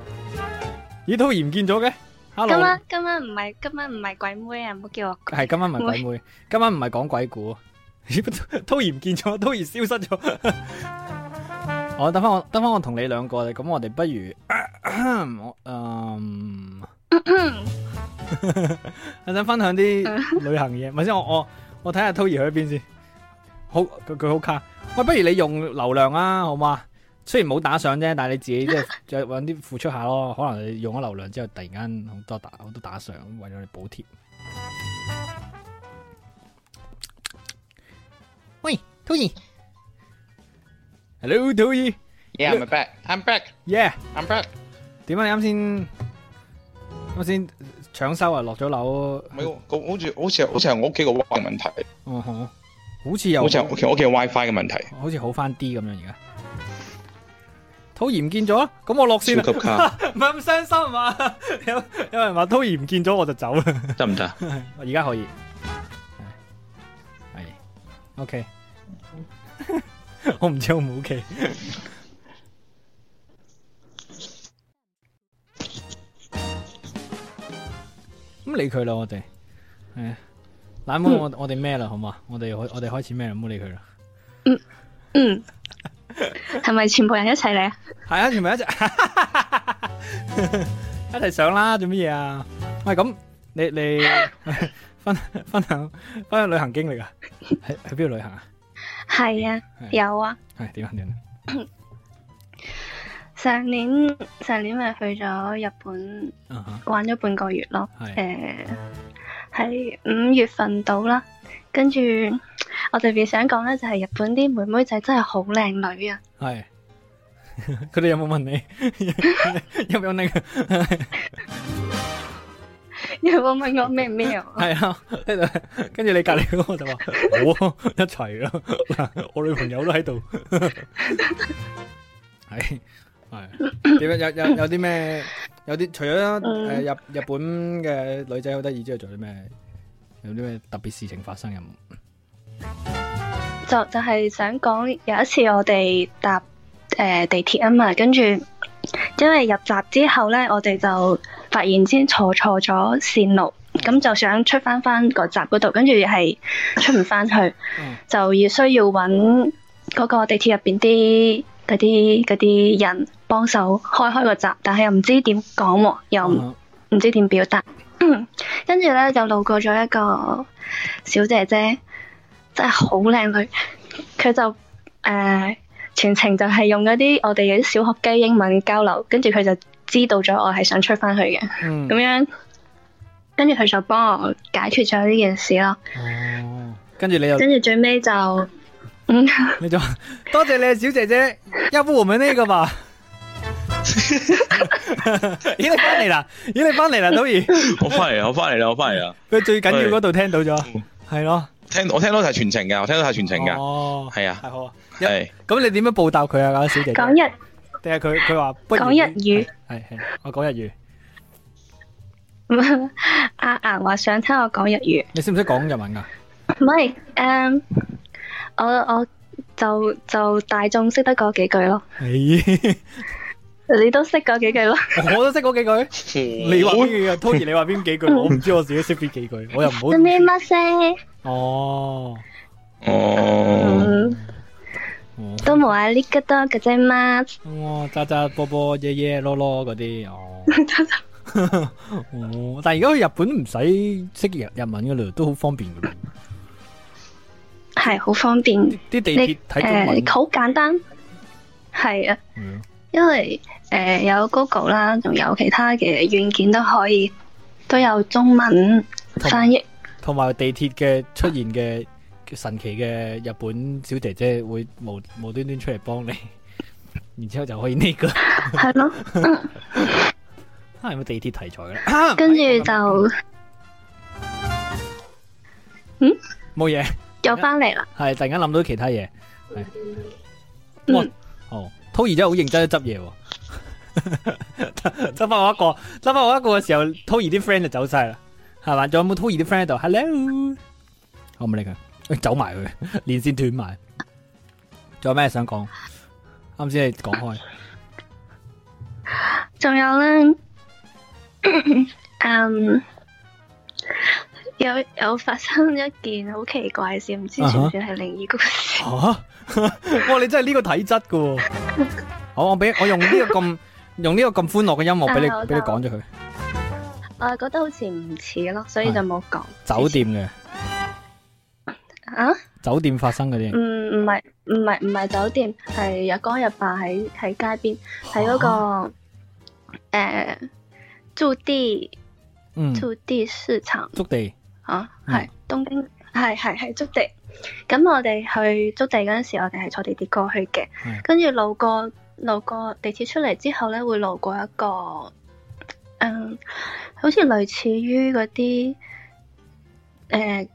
Speaker 2: 咦，都唔見咗嘅 Hello
Speaker 13: 今晚今晚唔係今晚唔係鬼妹啊，唔好叫 我
Speaker 2: 系今晚唔系鬼妹，今晚唔系讲鬼故， 涛儿唔见咗，涛儿消失咗。 我等翻我等翻我同你两个，咁我哋不如， 我嗯， 我想分享啲旅行嘢，咪先我我我睇下涛兒去边先。好，佢佢好卡。喂，不如你用流量啊，好嘛？雖然冇打賞啫，但係你自己即係再揾啲付出下咯。可能你用咗流量之後，突然間好多打好多打賞，為咗你補貼。喂，兔兒 h e l l o 兔兒
Speaker 12: Yeah, I'm back. I'm back.
Speaker 2: ，yeah，
Speaker 12: I'm back.
Speaker 2: 點啊？你啱先啱先搶收啊，落咗樓。
Speaker 12: 唔係喎，好似好似好似係我屋企個 WiFi 問題，
Speaker 2: 嗯哼，好似有，
Speaker 12: 好似係屋企屋企 WiFi 嘅問題。
Speaker 2: 好似好翻啲咁樣而家。兔兒唔見咗，咁我落線 啦。
Speaker 12: 超級
Speaker 2: 唔
Speaker 12: 卡
Speaker 2: 係咁傷心 嘛？有有人話兔兒唔見咗，我就走啦。
Speaker 6: 得唔得？
Speaker 2: 我而家可以，係係 OK。我唔知好唔 OK。咁理佢啦，我哋係啊，冷妹，我我哋咩啦，好嘛？我哋我哋開始咩啦？唔好理佢啦。
Speaker 13: 嗯，係咪全部人一齊嚟啊？
Speaker 2: 系啊，全部一 齐一齐上啦，做乜嘢啊？喂，咁你 你分分享分享旅行經歷啊？喺喺邊度旅行啊？
Speaker 13: 係啊，
Speaker 2: 係
Speaker 13: 有啊。
Speaker 2: 係點啊點啊？
Speaker 13: 上年上年咪去咗日本
Speaker 2: 嗯哼
Speaker 13: 玩咗半個月咯，
Speaker 2: 係
Speaker 13: 誒喺五月份到啦，跟住我特別想講咧，就係日本啲妹妹仔真係好靚女啊！
Speaker 2: 係佢哋有冇問你有冇呢個？
Speaker 13: 因為我問我咩咩啊？
Speaker 2: 係啊，跟住跟住你隔離嗰個就話我一齊咯，嗱我女朋友都喺度。係係點樣？有有有啲咩？有啲除咗
Speaker 13: 嗯
Speaker 2: 誒日日本嘅女仔好得意之外，仲有啲咩？有啲咩特別事情發生有冇？
Speaker 13: 就就係想講有一次我哋搭誒、呃地鐵啊嘛，跟住因為入閘之後咧，我哋就發現先坐錯咗線路，咁就想出翻翻個閘嗰度，跟住係出唔翻去，就要需要揾嗰個地鐵入邊啲嗰啲嗰啲人幫手開開個閘，但係又唔知點講喎，又
Speaker 2: 嗯
Speaker 13: 唔唔知點表達。嗯跟住咧就路過咗一個小姐姐，真係好靚女。佢就誒、呃全程就係用嗰啲我哋嗰啲小學雞英文交流，跟住佢就知道咗我係想出翻去嘅，咁、
Speaker 2: 嗯
Speaker 13: 樣。跟住佢就幫我解決咗呢件事咯。
Speaker 2: 跟住你又
Speaker 13: 跟住最尾就嗯。
Speaker 2: 你就話多謝你啊小姐姐，要不我們呢個吧？咦你翻嚟啦！咦你翻嚟啦，導演，
Speaker 12: 我翻嚟啦，我翻嚟啦，我翻嚟啦。
Speaker 2: 佢最緊要嗰度聽到咗，係咯。
Speaker 12: 聽 我聽到係全程㗎，我聽到係全程㗎。
Speaker 2: 哦，
Speaker 12: 係啊，
Speaker 2: 係好啊。
Speaker 12: 係
Speaker 2: 咁你點樣報答佢啊？嗰個小姐姐
Speaker 13: 講日
Speaker 2: 定係佢佢話不如
Speaker 13: 講日語，
Speaker 2: 係係我講日語，
Speaker 13: 阿顏話想聽我講日語，
Speaker 2: 你識唔識講日文㗎？
Speaker 13: 唔係誒，我我就就大眾識得嗰幾句咯，
Speaker 2: 咦，
Speaker 13: 你都識嗰幾句咯。
Speaker 2: 我都識嗰幾句。你話邊幾句？Tony 你話邊幾句？我唔知我自己識邊幾句，我又唔好。
Speaker 13: 咩乜聲？
Speaker 2: 哦，
Speaker 12: 哦
Speaker 13: 嗯，都冇啊，呢個多嘅啫嘛。
Speaker 2: 哇，哦渣渣波波耶耶囉囉嗰啲 哦。 哦，但係而家去日本唔使識日日文噶啦，都好方便噶啦。
Speaker 13: 係好方便。
Speaker 2: 啲地鐵睇中文嗯
Speaker 13: 你誒好簡單，係啊，因為誒、有 Google 啦，仲有其他嘅軟件都可以，都有中文翻譯。
Speaker 2: 同埋地鐵嘅出現嘅神奇嘅日本小姐姐會無無端端出嚟幫你，然之後就可以呢個 係
Speaker 13: 咯。
Speaker 2: 啊，有冇地鐵題材嘅咧？
Speaker 13: 跟住就
Speaker 2: 冇嘢，
Speaker 13: 又翻嚟啦。
Speaker 2: 係突然間諗到其他嘢。係哇，哦，濤兒真係好認真執嘢喎。 執翻我一個，執翻我一個嘅時候，濤兒啲 friend 就走晒啦，係嘛？仲有冇濤兒啲 friend 喺度？Hello，我唔理佢，哎走埋佢， 連線斷埋。仲有咩想講？啱先你講開，
Speaker 13: 仲有咧， 嗯，有有發生一件好奇怪嘅事，唔知
Speaker 2: 啊哈
Speaker 13: 算唔算係靈異故事？
Speaker 2: 吓， 哇！你真係呢個體質噶喎。好，我俾我用呢個咁用呢個咁歡樂嘅音樂俾
Speaker 13: 啊我
Speaker 2: 你
Speaker 13: 就
Speaker 2: 俾你講咗佢。
Speaker 13: 我啊覺得好似唔似咯，所以就冇講
Speaker 2: 酒店嘅
Speaker 13: 啊。
Speaker 2: 酒店發生嗰啲。
Speaker 13: 唔唔係唔係唔係酒店，係日光日白喺喺街邊，喺嗰、個誒駐地
Speaker 2: 嗯，
Speaker 13: 駐地市場
Speaker 2: 築地
Speaker 13: 啊，係東京，係係係築地。咁我哋去築地嗰陣時，我哋係坐地鐵過去嘅，跟住路過路過地鐵出嚟之後咧，會路過一個嗯，好似類似於嗰啲誒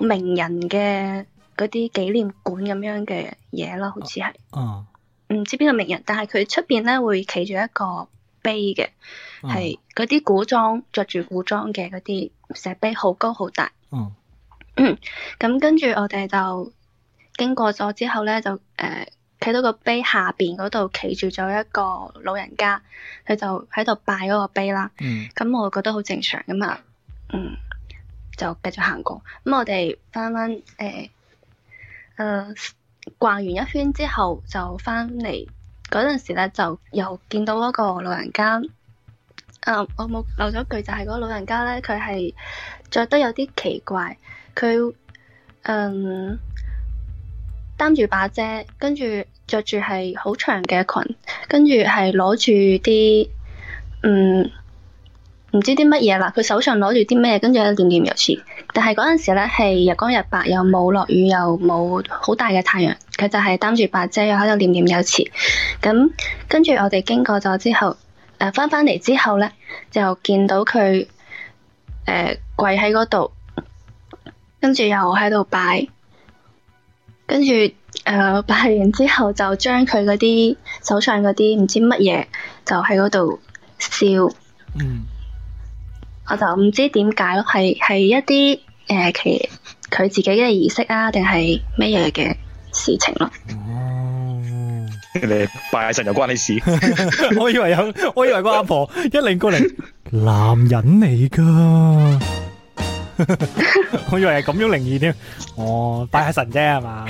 Speaker 13: 名人嘅嗰啲紀念館咁樣嘅嘢咯，好似係。
Speaker 2: 啊，
Speaker 13: 唔知邊個名人，但嗯係佢出邊咧會企住一個碑嘅，
Speaker 2: 嗯
Speaker 13: 係嗰啲古裝着住古裝嘅嗰啲石碑，好高好大。
Speaker 2: 嗯。
Speaker 13: 咁跟住我哋就經過咗之後咧，就誒企到個碑下邊嗰度企住咗一個老人家，佢就喺度拜嗰個碑啦。
Speaker 2: 嗯
Speaker 13: 咁我覺得好正常噶嘛，嗯，就繼續行過。咁我哋呃翻翻誒誒逛完一圈之後，就翻嚟嗰陣時咧，就又見到嗰個老人家。啊，我冇漏咗句就係嗰個老人家咧，佢係着得有啲奇怪，佢嗯擔住把遮，跟住着住係好長嘅裙，跟住係攞住啲嗯。唔知啲乜嘢啦，佢手上攞住啲咩，跟住喺度念念有詞。但係嗰陣時咧係日光日白，又冇落雨，又冇好大嘅太陽，佢就係擔住把遮，又喺度念念有詞。咁跟住我哋經過咗之後，誒翻返嚟之後咧，就見到佢誒、呃跪喺嗰度，跟住又喺度拜，跟住誒拜完之後就將佢嗰啲手上嗰啲唔知乜嘢就喺嗰度笑。
Speaker 2: 嗯，
Speaker 13: 我就唔知點解咯，係係一啲誒其佢自己嘅儀式啊，定係乜嘢嘅事情咯。
Speaker 6: 你拜神又關你事。
Speaker 2: 我以為有，我以為個阿婆一拧過嚟， 男人嚟噶。 我以為係咁樣靈異添。 哦，拜下神啫係嘛？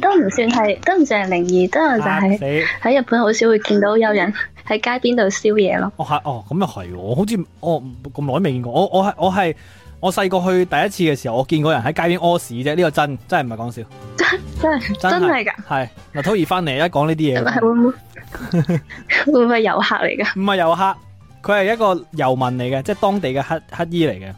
Speaker 13: 都唔算係，都唔算係靈異，都係就
Speaker 2: 嚇
Speaker 13: 係
Speaker 2: 死
Speaker 13: 喺日本好少會見到有人喺街邊度燒嘢咯。
Speaker 2: 哦係哦，咁又係喎，我好似我咁耐都未見過。我我係我係我細個去第一次嘅時候，我見過人喺街邊屙屎啫。呢個真真係唔係講笑，
Speaker 13: 真係真係㗎，
Speaker 2: 係嗱，濤兒翻嚟一講呢啲
Speaker 13: 係
Speaker 2: 嘢，
Speaker 13: 會 唔會會唔會遊客嚟㗎？
Speaker 2: 唔係遊客，佢係一個遊民嚟嘅，即係當地嘅乞乞衣嚟嘅。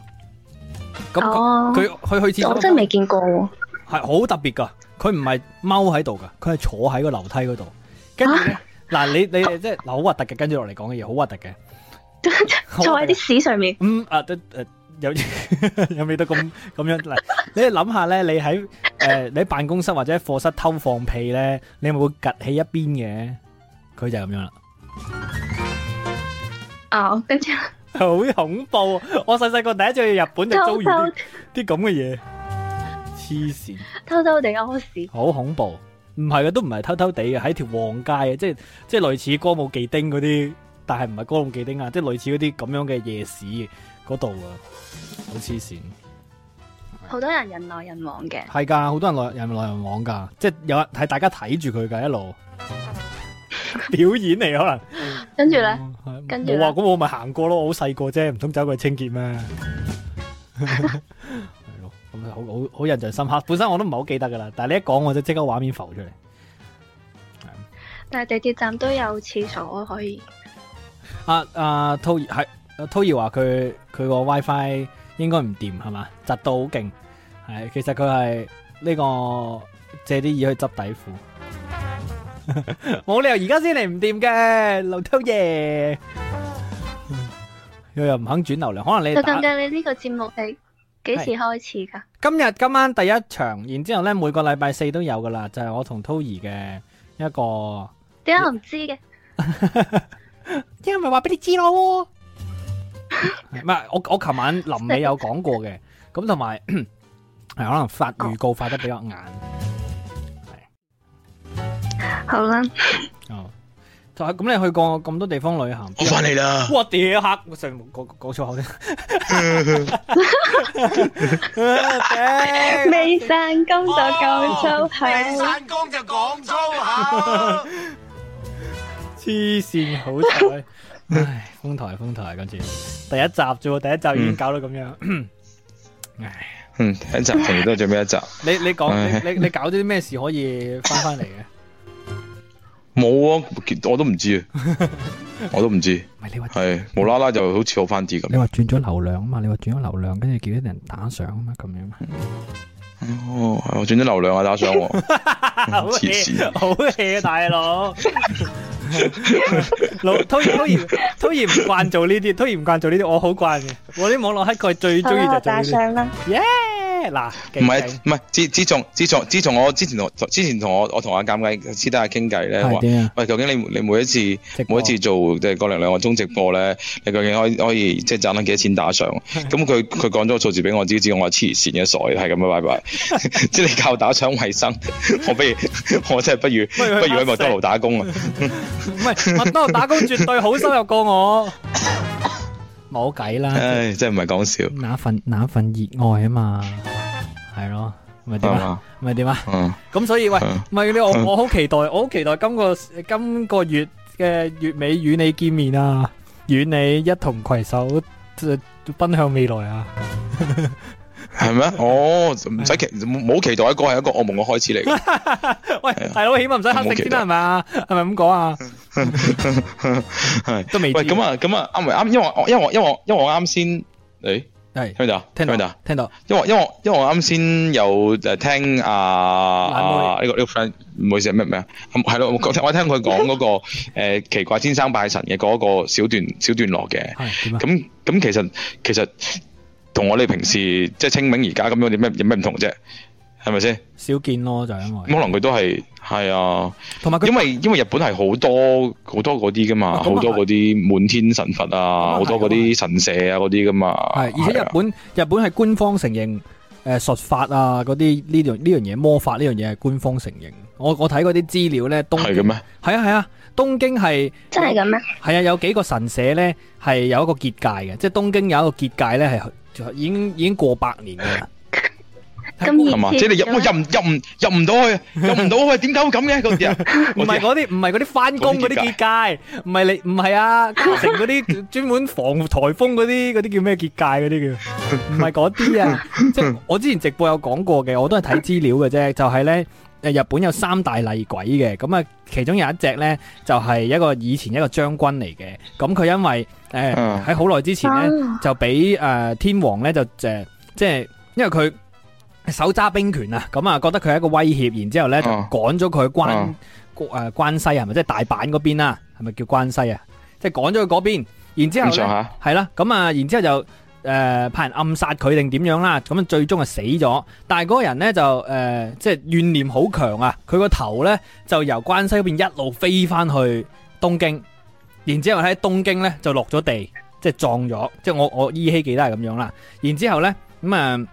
Speaker 2: 咁
Speaker 13: 哦
Speaker 2: 佢佢去廁所
Speaker 13: 我真係未見過喎。
Speaker 2: 係好特別噶，佢唔係踎喺度噶，佢係坐喺個樓梯嗰度。跟住咧，嗱你你你即係嗱好核突嘅，跟住落嚟講嘅嘢好核突嘅。
Speaker 13: 坐喺啲屎上面。
Speaker 2: 嗯啊，都誒、呃有 有未到咁咁樣嗱，你諗下咧，你喺誒、呃你喺辦公室或者喺課室偷放屁咧，你咪會趌起一邊嘅，佢就係咁樣啦。
Speaker 13: 啊，跟住
Speaker 2: 好恐怖啊！我細細個第一次去日本就遭遇啲
Speaker 13: 偷
Speaker 2: 啲咁嘅嘢，黐線，
Speaker 13: 偷偷地屙屎。
Speaker 2: 好恐怖。唔係嘅，都唔係偷偷地嘅，喺條旺街啊嘅，即係即係類似歌舞伎町嗰啲，但係唔係歌舞伎町啊，即係類似嗰啲咁樣嘅夜市嗰度啊，好黐線。
Speaker 13: 好多人人來人往嘅，
Speaker 2: 係㗎，好多人來人來人往㗎，即係有人係大家睇住佢㗎一 路表演嚟可能。
Speaker 13: 跟住咧，啊跟住
Speaker 2: 冇啊，
Speaker 13: 呢
Speaker 2: 咁我咪行過咯，我好細個啫，唔通走過去清潔咩？ 係咯，咁好好好印象深刻。本身我都唔係好記得㗎啦，但係你一講我就即刻畫面浮出嚟。
Speaker 13: 但係地鐵站都有廁所可以。
Speaker 2: 啊啊，濤兒係啊濤兒話佢佢個 WiFi 應該唔掂係嘛，窒到好勁。係，其實佢係呢個借啲耳去執底褲，冇理由而家先嚟唔掂嘅，劉濤爺。佢又唔肯轉流量，可能你
Speaker 13: 就
Speaker 2: 打
Speaker 13: 咁計，你呢個節目係幾時開始㗎？
Speaker 2: 今日今晚第一場，然之後咧每個禮拜四都有噶啦，就係、我同濤兒嘅一個，
Speaker 13: 點解我唔知嘅？
Speaker 2: 因為咪話俾你知咯。 唔係我我琴晚臨尾有講過嘅，咁同埋 係可能發預告發得比較晏。
Speaker 13: 好啦，
Speaker 2: 哦，就係咁，你去過咁多地方旅行，
Speaker 12: 我返嚟啦
Speaker 2: 哇屌嚇！我成日講講粗口添。
Speaker 13: 未哦散工就講粗口，
Speaker 14: 工就講粗口。
Speaker 2: 黐線好彩，唉，封台封台今次第一集啫喎，第一集已經搞到咁樣。
Speaker 12: 嗯，第一集同亦都係最尾一集。
Speaker 2: 你你講你
Speaker 12: 唉
Speaker 2: 你你搞啲咩事可以翻翻嚟嘅？
Speaker 12: 冇啊，我都唔知啊，我都唔知。
Speaker 2: 你話
Speaker 12: 係無啦啦就好似好翻啲咁。
Speaker 2: 你話轉咗流量啊嘛？你話轉咗流量，跟住叫啲人打賞啊嘛？咁樣。
Speaker 12: 哦，我轉咗流量啊，打賞我。
Speaker 2: 好
Speaker 12: 黐
Speaker 2: hea，
Speaker 12: 線
Speaker 2: 好 hea 啊，大佬。 老推推然推然唔慣做呢啲，推然唔慣做呢啲，我好慣嘅。我啲網絡乞丐最中意就係做呢啲。
Speaker 13: 啦，
Speaker 2: 耶！嗱，
Speaker 12: 唔係 唔係，自自從自從自從我之前同之前同我我同阿尷尬私底下傾偈咧，
Speaker 2: 係
Speaker 12: 話
Speaker 2: 點啊
Speaker 12: 喂，究竟你你每一次每一次做即係個零兩個鐘直播咧，你究竟可以可以即係賺到幾多錢打賞？咁佢佢講咗個數字俾我知，知我話黐線嘅傻嘅，係咁啊，拜 拜！即係你靠打賞為生，我不如我真係不如
Speaker 2: 如去
Speaker 12: 不如
Speaker 2: 打
Speaker 12: 喺麥當勞打工啊！
Speaker 2: 唔係麥當勞打工絕對好收入過我。冇計啦，
Speaker 12: 唉，真係唔係講笑，
Speaker 2: 那份那份熱愛啊嘛，係咯，咪點
Speaker 12: 係
Speaker 2: 啊
Speaker 12: 嘛？
Speaker 2: 咪點啊？
Speaker 12: 嗯。
Speaker 2: 咁所以喂，
Speaker 12: 嗯
Speaker 2: 唔係你我我好期待，我好期待今個今個月嘅月尾與你見面啊，與你一同攜手，呃奔向未來啊！
Speaker 12: 係咩？哦，唔使期冇期待一個係一個噩夢嘅開始嚟嘅。
Speaker 2: 喂，大佬起碼唔使黑色先啦，係咪啊？係咪咁講啊？
Speaker 12: 系
Speaker 2: 都未
Speaker 12: 喂，咁啊，咁啊，啱咪啱，因為我因為我因為我因為我啱先，诶，
Speaker 2: 係
Speaker 12: 聽唔聽到？啊聽唔聽到？
Speaker 2: 聽到。
Speaker 12: 因為因為我因為我啱先有诶聽啊啊呢個呢個 friend，唔好意思，咩咩啊？係咯，我我聽佢講嗰個诶奇怪先生拜神嘅嗰個小段小段落嘅。咁咁其實其實同我哋平時即係清明而家咁樣有咩有咩唔同啫？係咪先？
Speaker 2: 少見咯，就係因為。
Speaker 12: 可能佢都係係啊，
Speaker 2: 同埋
Speaker 12: 因為因為日本係好多好多嗰啲噶嘛，
Speaker 2: 咁啊
Speaker 12: 好多嗰啲滿天神佛啊，好多嗰啲神社啊嗰啲噶嘛，
Speaker 2: 係，而且日本日本係官方承認誒術法啊嗰啲呢樣呢樣嘢魔法呢樣嘢係官方承認。我我睇嗰啲資料咧，東
Speaker 12: 係嘅咩？
Speaker 2: 係啊係啊，東京係
Speaker 13: 真係咁咩？
Speaker 2: 係啊，有幾個神社咧係有一個結界嘅，即係東京有一個結界咧係已經已經過百年嘅。
Speaker 12: 係嘛？即係你入我入唔入唔入唔到去，入唔到去，點解會咁嘅嗰啲啊？
Speaker 2: 唔係嗰啲，唔係嗰啲翻工嗰啲結界，唔係你，唔係啊，嘉誠嗰啲專門防颱風嗰啲，嗰啲叫咩結界嗰啲叫，唔係嗰啲啊，即係我之前直播有講過嘅，我都係睇資料嘅啫，就係咧。誒日本有三大厲鬼嘅，咁啊其中有一隻咧就係、一個以前一個將軍嚟嘅，咁佢因為誒
Speaker 5: 嗯
Speaker 2: 喺好耐之前咧
Speaker 13: 哦
Speaker 5: 啊
Speaker 2: 就俾誒、呃天皇咧就誒、呃即係因為佢手揸兵權啊，咁啊覺得佢係一個威脅，然之後咧就趕咗佢關。誒、呃、關西係咪即係大阪嗰邊啦？係咪叫關西啊？即係趕咗去嗰邊，然之後
Speaker 12: 咁上
Speaker 2: 咧
Speaker 12: 下
Speaker 2: 係啦，咁啊，然之後就誒、呃派人暗殺佢定點樣啦？咁啊最終啊死咗，但係嗰個人咧就誒、呃即係怨念好強啊！佢個頭咧就由關西嗰邊一路飛翻去東京，然之後喺東京咧就落咗地，即係撞咗，即係我我依稀記得係咁樣啦。然之後咧咁啊。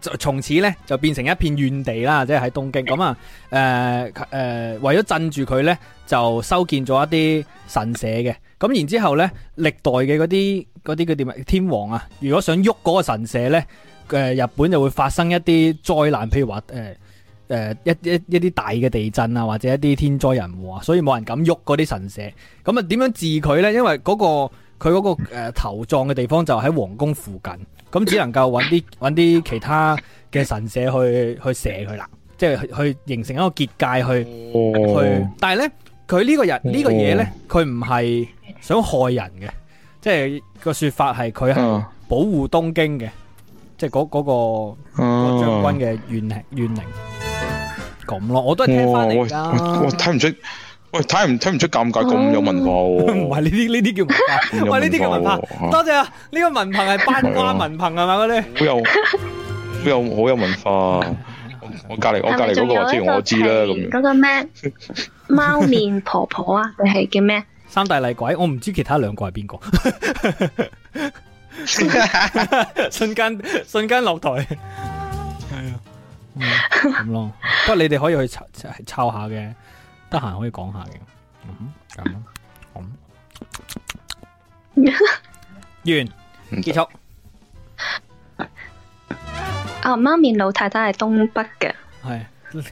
Speaker 2: 就從此咧就變成一片怨地啦，即係喺東京咁啊，誒、誒、為咗鎮住佢咧，就修建咗一啲神社嘅。咁然之後咧，歷代嘅嗰啲嗰啲叫點啊？天皇啊，如果想喐嗰個神社咧，誒、日本就會發生一啲災難，譬如話誒。誒、一一一啲大嘅地震啊，或者一啲天災人禍啊，所以冇人敢喐嗰啲神社。咁啊，點樣治佢呢？因為嗰、個佢嗰、個誒、呃、頭葬嘅地方就喺皇宮附近，咁只能夠揾啲揾啲其他嘅神社去去射佢啦，即係去去形成一個結界去。去
Speaker 12: 哦，，
Speaker 2: 但係咧，佢呢個
Speaker 12: 嗯
Speaker 2: 人呢、個嘢咧，佢唔係想害人嘅，即係個說法係佢係
Speaker 12: 哦
Speaker 2: 保護東京嘅，即係嗰嗰個嗰個
Speaker 12: 啊
Speaker 2: 將軍嘅怨靈怨靈咁咯。我都係聽翻嚟
Speaker 12: 哇喂我我
Speaker 2: 㗎。
Speaker 12: 睇唔出，喂睇唔睇唔出尷尬咁有文化
Speaker 2: 唔
Speaker 12: 喎。
Speaker 2: 係呢啲呢啲叫文
Speaker 12: 咁有
Speaker 2: 化，喂呢啲叫文化
Speaker 12: 文化喎。
Speaker 2: 多謝啊！呢個文憑係班
Speaker 12: 啊
Speaker 2: 瓜文憑係咪嗰啲？
Speaker 12: 好有好有好有文化。我隔離我隔離嗰個，即係我知啦咁樣。
Speaker 13: 嗰個咩貓面婆婆啊，定係叫 咩？
Speaker 2: 三大厲鬼，我唔知其他兩個係邊個。 瞬間瞬間落台，係啊，嗯咁咯。不過你哋可以去抄抄抄下嘅，得閒可以講下嘅。完结束。
Speaker 13: 啊，媽咪老太太係東北嘅，
Speaker 2: 系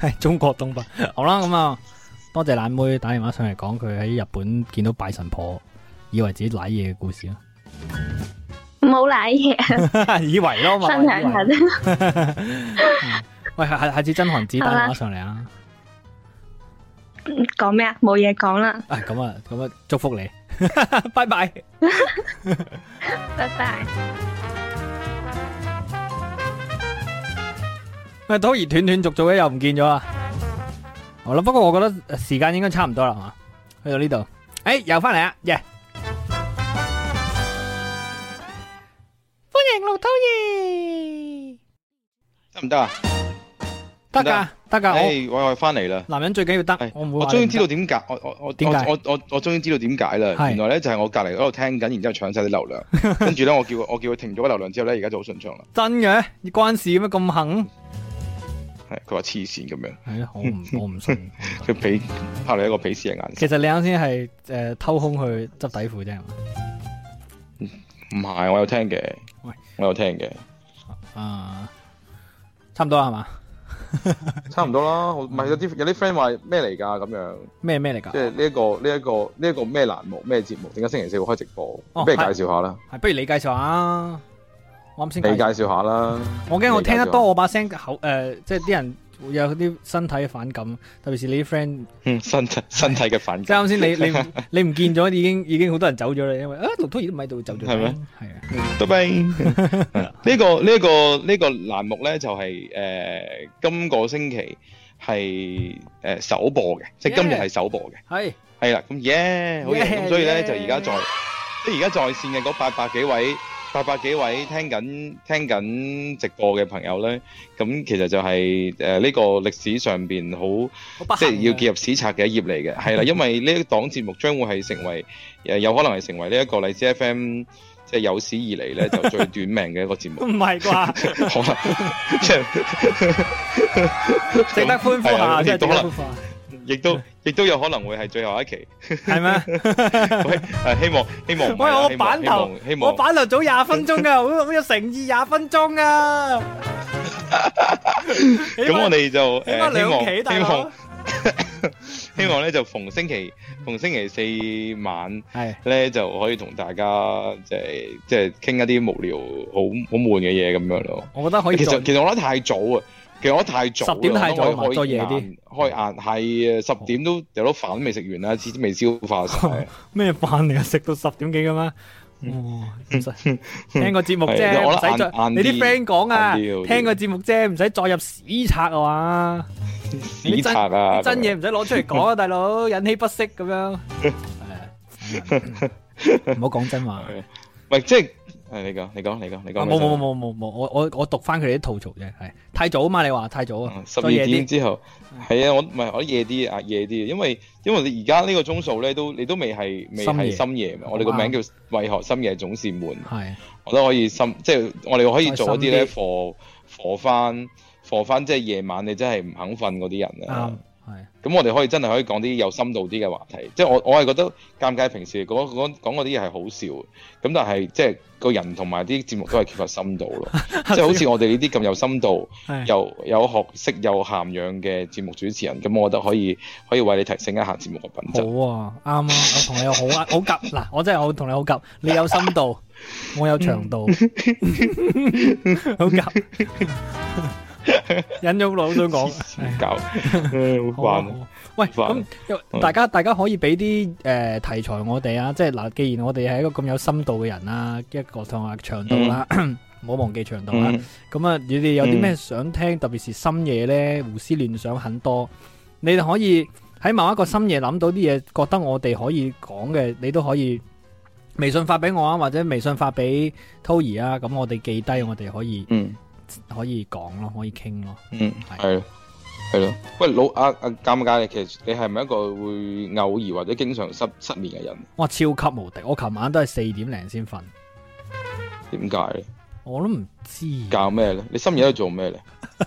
Speaker 2: 系 中國東北。好啦，咁啊，多謝懶妹打電話上嚟講佢喺日本見到拜神婆，以為自己舐嘢嘅故事咯，
Speaker 13: 冇奶嘢，
Speaker 2: 以為咯嘛。
Speaker 13: 分享下啫。
Speaker 2: 喂，下下下次真寒子打電話上嚟啊！
Speaker 13: 嗯講咩啊？冇嘢講啦，
Speaker 2: 啊，咁啊，咁啊，祝福你， 拜拜。
Speaker 13: 拜拜。
Speaker 2: 喂，土兒斷斷續續嘅又唔見咗啊！好啦，不過我覺得時間應該差唔多啦，係嘛？去到呢度，诶、又翻嚟啊，耶、
Speaker 5: 欢迎陆涛儿，
Speaker 12: 得唔得啊？哎
Speaker 2: 得㗎得㗎我
Speaker 12: 唉我我翻嚟啦。
Speaker 2: 男人最緊要得，我唔會
Speaker 12: 我
Speaker 2: 話
Speaker 12: 終於
Speaker 2: 你唔
Speaker 12: 知
Speaker 2: 得
Speaker 12: 道點解，我我我
Speaker 2: 啊點解
Speaker 12: 我我我我終於知道點解啦。
Speaker 2: 係
Speaker 12: 原來咧就係我隔離嗰度聽緊，然之後搶晒啲流量， 跟住咧我叫我叫佢停咗個流量之後咧，而家就好順暢啦。
Speaker 2: 真嘅，你關事咩咁狠？
Speaker 12: 係佢話黐線咁樣。
Speaker 2: 係啊，我唔我唔信。
Speaker 12: 佢俾拍你一個鄙視嘅眼
Speaker 2: 其實你啱先係诶偷空去執底褲啫，係嘛？
Speaker 12: 神。唔係，我有聽嘅，我有聽嘅，
Speaker 2: 啊，差唔多啦係嘛？
Speaker 12: 差唔多啦。我唔係有啲有啲 friend 話咩嚟㗎咁樣。
Speaker 2: 咩咩嚟㗎？
Speaker 12: 即係呢一個呢一個呢一個咩欄目咩節目？點解星期四會開直播？
Speaker 2: 哦
Speaker 12: 不如介
Speaker 2: 係
Speaker 12: 紹下啦，
Speaker 2: 係不如你介紹下啊！我啱
Speaker 12: 你
Speaker 2: 先
Speaker 12: 介
Speaker 2: 介紹
Speaker 12: 紹下啦。
Speaker 2: 我驚我
Speaker 12: 你介紹
Speaker 2: 聽
Speaker 12: 下
Speaker 2: 得多，我把聲口诶，即係啲人會有啲身體反感，特別是你啲 friend。
Speaker 12: 嗯，身體身體嘅反
Speaker 2: 即係
Speaker 12: 感。
Speaker 2: 啱先你你 唔你唔見咗，已經已經好多人走咗啦，因為啊盧滔兒都唔喺度走咗，
Speaker 12: 係咩？
Speaker 2: 係啊，
Speaker 12: 拜 拜。呢個呢個呢個欄目咧就係誒今個星期係誒首播嘅，即係今日係首播嘅。
Speaker 2: 係
Speaker 12: 係啦，咁耶，好嘢！
Speaker 2: Yeah，
Speaker 12: 咁所以咧
Speaker 2: yeah
Speaker 12: 就而家在，即係而家在線嘅嗰八百幾位，八百幾位聽緊聽緊直播嘅朋友咧，咁其實就係誒呢個歷史上邊好，即
Speaker 2: 啊
Speaker 12: 係要結入史冊嘅一頁嚟嘅，係啦，因為呢一檔節目將會係成為誒有可能係成為呢一個荔枝 FM。即係有史以嚟咧，就 最短命嘅一個節目，
Speaker 2: 唔係啩？
Speaker 12: 可能即係
Speaker 2: 值得歡呼
Speaker 12: 係啊
Speaker 2: 下，真係值
Speaker 12: 亦
Speaker 2: 得歡
Speaker 12: 都可
Speaker 2: 呼
Speaker 12: 能
Speaker 2: 下。
Speaker 12: 亦都亦都有可能會係最後一 期，
Speaker 2: 係咩？
Speaker 12: 係希望希望唔係
Speaker 2: 喂，
Speaker 12: 啦
Speaker 2: 我
Speaker 12: 希望
Speaker 2: 板
Speaker 12: 希望
Speaker 2: 頭
Speaker 12: 希，望
Speaker 2: 我板頭早廿分鐘 噶，好好有誠意廿分啊鐘噶。起碼
Speaker 12: 咁我哋就誒希望
Speaker 2: 兩期大
Speaker 12: 希
Speaker 2: 佬
Speaker 12: 望希望咧就逢星期逢星期四晚
Speaker 2: 係
Speaker 12: 咧就可以同大家即係即係傾一啲無聊好好悶嘅嘢咁樣咯。
Speaker 2: 我覺得可以
Speaker 12: 其
Speaker 2: 做
Speaker 12: 實其實我覺得太早啊，其實我覺得太早啦，
Speaker 2: 10點太早
Speaker 12: 我覺得可以
Speaker 2: 再夜
Speaker 12: 開晏
Speaker 2: 啲，
Speaker 12: 開晏係啊，十點都有得飯都未食完啦，至未消化
Speaker 2: 哦
Speaker 12: 晒。
Speaker 2: 咩飯嚟啊？食到十點幾啊嘅咩？哦，唔使聽個節目啫，
Speaker 12: 嗯係
Speaker 2: 唔
Speaker 12: 我覺得
Speaker 2: 使再
Speaker 12: 晏晏
Speaker 2: 你啲
Speaker 12: 啲
Speaker 2: friend 講啊，
Speaker 12: 晏啲好啲
Speaker 2: 聽個節目啫，唔使再入史冊啊嘛。
Speaker 12: 史冊啊
Speaker 2: 啲真啲真嘢唔使攞出嚟講啊，大 佬引起不適咁樣。唔好講真話。
Speaker 12: 喂，即係誒你講，你講，你講，你
Speaker 2: 啊
Speaker 12: 講。
Speaker 2: 冇冇冇冇冇，我我我讀翻佢哋啲吐槽啫，係太早啊嘛？你話太早啊，
Speaker 12: 嗯十
Speaker 2: 再
Speaker 12: 二
Speaker 2: 夜啲嗯
Speaker 12: 點之後，係啊，我唔係我夜啲啊，夜啲，因為因為你而家呢個鐘數咧，都你都未係未
Speaker 2: 深夜
Speaker 12: 係深夜嘛，我哋個名叫為何深夜總是悶，
Speaker 2: 係
Speaker 12: 我都可以深，即係我哋可以做一啲
Speaker 2: 再
Speaker 12: 咧
Speaker 2: 深
Speaker 12: 火火翻火翻，即係夜晚你真係唔肯瞓嗰啲人啊
Speaker 2: 啱。係。
Speaker 12: 咁我哋可以真係可以講啲有深度啲嘅話題，即係我我係覺得尷尬，平時講講講嗰啲嘢係好笑，咁但係即係個人同埋啲節目都係缺乏深度 咯，即係好似我哋呢啲咁有深度
Speaker 2: 係、
Speaker 12: 又有學識、有涵養嘅節目主持人，咁我覺得可以可以為你提升一下節目嘅品質。
Speaker 2: 好啊，啱 啊，我同你又好啊，好夾嗱，我真係好同你好夾，你有深 度，我有長度，好夾。 忍咗好耐， 好想 講。
Speaker 12: 搞，
Speaker 2: 好
Speaker 12: 好
Speaker 2: 啊
Speaker 12: 煩啊。
Speaker 2: 喂，
Speaker 12: 煩嗯
Speaker 2: 咁大家大家可以俾啲誒題材我哋啊，即係嗱，既然我哋係一個咁有深度嘅人啦，一個同埋長度啦， 唔好忘記長度啦
Speaker 12: 嗯。
Speaker 2: 咁啊，你哋有啲咩
Speaker 12: 嗯
Speaker 2: 想聽，特別是深夜咧，胡思亂想很多，你哋可以喺某一個深夜諗到啲嘢，覺得我哋可以講嘅，你都可以微信發俾我啊，或者微信發俾濤兒啊，咁我哋記低，我哋可以
Speaker 12: 嗯
Speaker 2: 可以講咯，可以傾咯。
Speaker 12: 嗯，係咯，係咯。喂，老阿阿尷尬，其實你係咪一個會偶爾或者經常失失眠嘅人？
Speaker 2: 哇，超級無敵！我琴晚都係四點零先瞓，
Speaker 12: 點解咧？
Speaker 2: 我都唔知。啊
Speaker 12: 教咩咧？你深夜喺度做咩咧？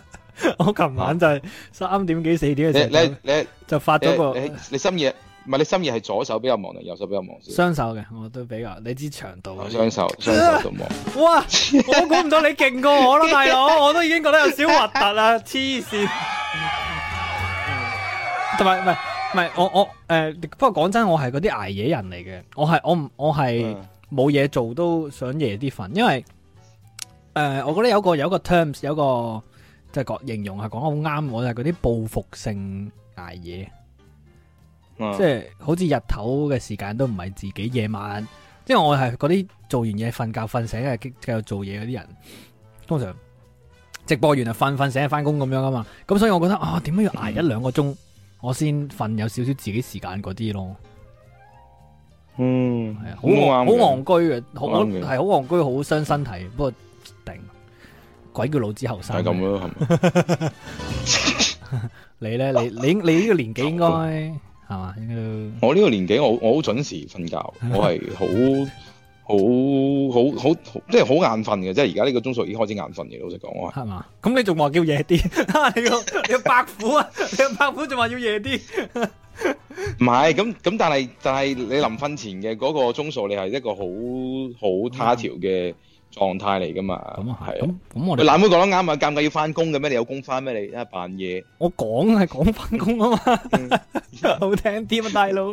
Speaker 2: 我琴晚就係三點幾四點嘅時候
Speaker 12: 你你你
Speaker 2: 就發咗個
Speaker 12: 你你你深夜唔係你深夜係左手比較忙定右手比較忙先？啊
Speaker 2: 雙手嘅，我都比較你知長度啊嗰啲。
Speaker 12: 雙手雙手都忙。
Speaker 2: 哇！我估唔到你勁過我啦，大佬，我都已經覺得有少核突啦，黐線。同埋唔係唔係，我我誒、呃不過講真，我係嗰啲捱夜人嚟嘅，我係我唔我
Speaker 6: 嗯
Speaker 2: 係冇嘢做都想夜啲瞓，因為誒、呃我覺得有個有個 terms 有個即係講形容啊係講得好啱我，就係嗰啲報復性捱夜。即係好似日頭嘅時間都唔係自己，夜晚即係我係嗰啲做完嘢瞓覺瞓醒係繼繼續做嘢嗰啲人，通常直播完就瞓瞓醒翻工咁樣噶嘛，咁所以我覺得啊點解要捱一兩個鐘我先瞓有少少自己時間嗰啲咯，
Speaker 12: 嗯，
Speaker 2: 係啊，好
Speaker 12: 咁我啱
Speaker 2: 戇好
Speaker 12: 嘅
Speaker 2: 戇居嘅，好
Speaker 12: 我啱
Speaker 2: 係
Speaker 12: 嘅
Speaker 2: 好戇居，好傷身體，不過頂鬼叫老子後生
Speaker 12: 係咁咯，係咪？
Speaker 2: 你咧你你你呢個年紀應 該係嘛應該都
Speaker 12: 我呢個年紀，我我好準時瞓覺，我係好好好好好即係好眼瞓嘅，即係而家呢個鐘數已經開始眼瞓嘅。老實講，我係
Speaker 2: 係嘛？咁你仲話叫夜啲？ 啊你個你個白虎啊！ 你個白虎仲話要夜啲？
Speaker 12: 唔係咁咁？但係但係你臨瞓前嘅嗰個鐘數，你係一個好好他條嘅狀態嚟㗎嘛？咁啊係，咁
Speaker 2: 咁我
Speaker 12: 哋懶妹講得啱啊！尷尬要翻工嘅咩？你有工翻咩？你啊扮 夜。
Speaker 2: 我講係講翻工啊嘛，
Speaker 12: 嗯
Speaker 2: 好聽啲啊，大 佬。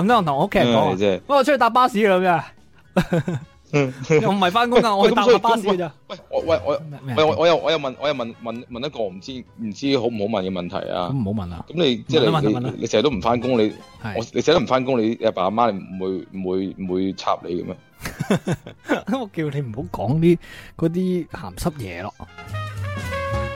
Speaker 2: 唔得，我同我屋企人
Speaker 12: 唉
Speaker 2: 講
Speaker 12: 嗯真
Speaker 2: 啊
Speaker 12: 係，嗯
Speaker 2: 喂我出去搭巴士啦咁樣。 我唔係翻工噶，啊我
Speaker 12: 喂
Speaker 2: 去
Speaker 12: 咁
Speaker 2: 搭
Speaker 12: 所以
Speaker 2: 個巴士
Speaker 12: 咁
Speaker 2: 㗎咋。
Speaker 12: 我喂我
Speaker 2: 咩啊
Speaker 12: 喂我我又我又問我又問問問一個唔知唔知好唔好問嘅問題啊？
Speaker 2: 咁唔好問啦。
Speaker 12: 咁你即
Speaker 2: 問啦
Speaker 12: 係
Speaker 2: 問啦問啦
Speaker 12: 你你成日都唔翻工，你
Speaker 2: 係
Speaker 12: 我你成日都唔翻工，你阿爸阿媽你唔會唔會唔會插你嘅咩？
Speaker 2: 我叫你唔好講啲嗰啲鹹濕嘢咯。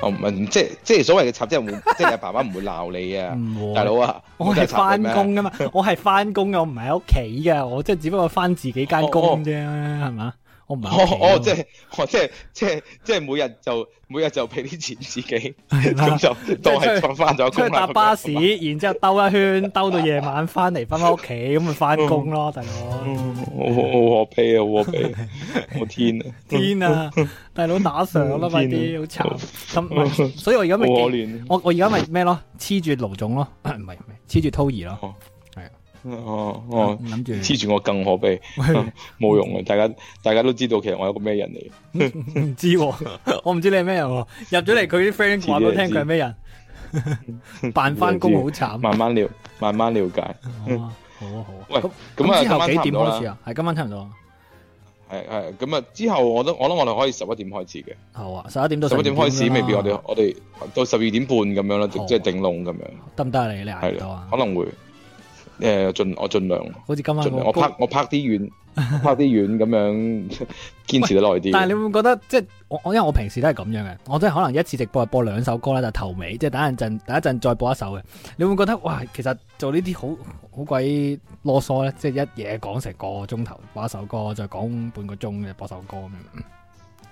Speaker 12: 哦，唔係即係即係所謂嘅插，即係會即係你阿爸媽唔會鬧 你
Speaker 2: 啊，
Speaker 12: 大佬啊，
Speaker 2: 我係
Speaker 12: 真插
Speaker 2: 翻
Speaker 12: 你咩
Speaker 2: 工噶嘛，我係翻工㗎，我唔係喺屋企㗎，我即係只不過翻自己間工啫，係啊嘛？我唔係喺屋企㗎
Speaker 12: 哦
Speaker 2: 嘛
Speaker 12: 哦，即係哦即係即係即係每日就每日就俾啲錢自己，
Speaker 2: 啦
Speaker 12: 咁就當係
Speaker 2: 出去
Speaker 12: 翻翻咗
Speaker 2: 出
Speaker 12: 工
Speaker 2: 去搭。
Speaker 12: 啦
Speaker 2: 巴士， 然之後兜一圈，兜到夜晚翻嚟，翻返屋企，咁咪翻工咯，
Speaker 12: 嗯
Speaker 2: 大佬。
Speaker 12: 好好可悲啊！好 可悲，我天啊！
Speaker 2: 天啊，大佬打上啦，
Speaker 12: 嗯
Speaker 2: 快
Speaker 12: 天
Speaker 2: 啲，
Speaker 12: 啊
Speaker 2: 好慘。咁唔係所以我而家咪
Speaker 12: 好可
Speaker 2: 記
Speaker 12: 憐
Speaker 2: 我我而家咪咩咯？黐住盧總咯，唔係唔係黐住濤兒咯，係啊。
Speaker 12: 哦哦，
Speaker 2: 諗住
Speaker 12: 黐住我更可悲， 冇用啊！大家大家都知道，其實我係一個咩人嚟嘅。
Speaker 2: 唔知 喎，我唔知你係咩人喎。入咗嚟，佢啲 friend 話俾我聽佢係咩 人，扮翻工好慘。
Speaker 12: 慢慢了，慢慢了解。
Speaker 2: 好啊好啊。
Speaker 12: 喂，咁啊，
Speaker 2: 之後幾
Speaker 12: 點
Speaker 2: 點開始啊？？係今晚差唔多啊。
Speaker 12: 係係，咁啊之後我都我諗我哋可以十一點開始嘅。
Speaker 2: 好啊，十一點到
Speaker 12: 十一點
Speaker 2: 點
Speaker 12: 開始，未必我
Speaker 2: 啦
Speaker 12: 哋我哋到十二點半咁樣啦，即即係頂籠咁樣。
Speaker 2: 得唔得啊？你你捱
Speaker 12: 係
Speaker 2: 唔到啊？
Speaker 12: 啦，可能會誒盡我盡量。
Speaker 2: 好似今晚
Speaker 12: 盡量
Speaker 2: 個
Speaker 12: 我
Speaker 2: 高
Speaker 12: 拍我拍啲遠， 拍啲遠咁樣 堅持得耐啲。
Speaker 2: 但係你會唔會覺得即係我我因為我平時都係咁樣嘅，我真係可能一次直播係播兩首歌啦，就頭尾即係等一陣，等一陣再播一首嘅。你會唔會覺得哇，其實做呢啲好好鬼囉嗦咧，即係一嘢講成個鐘頭，播一首歌，再講半個鐘嘅播首歌咁樣，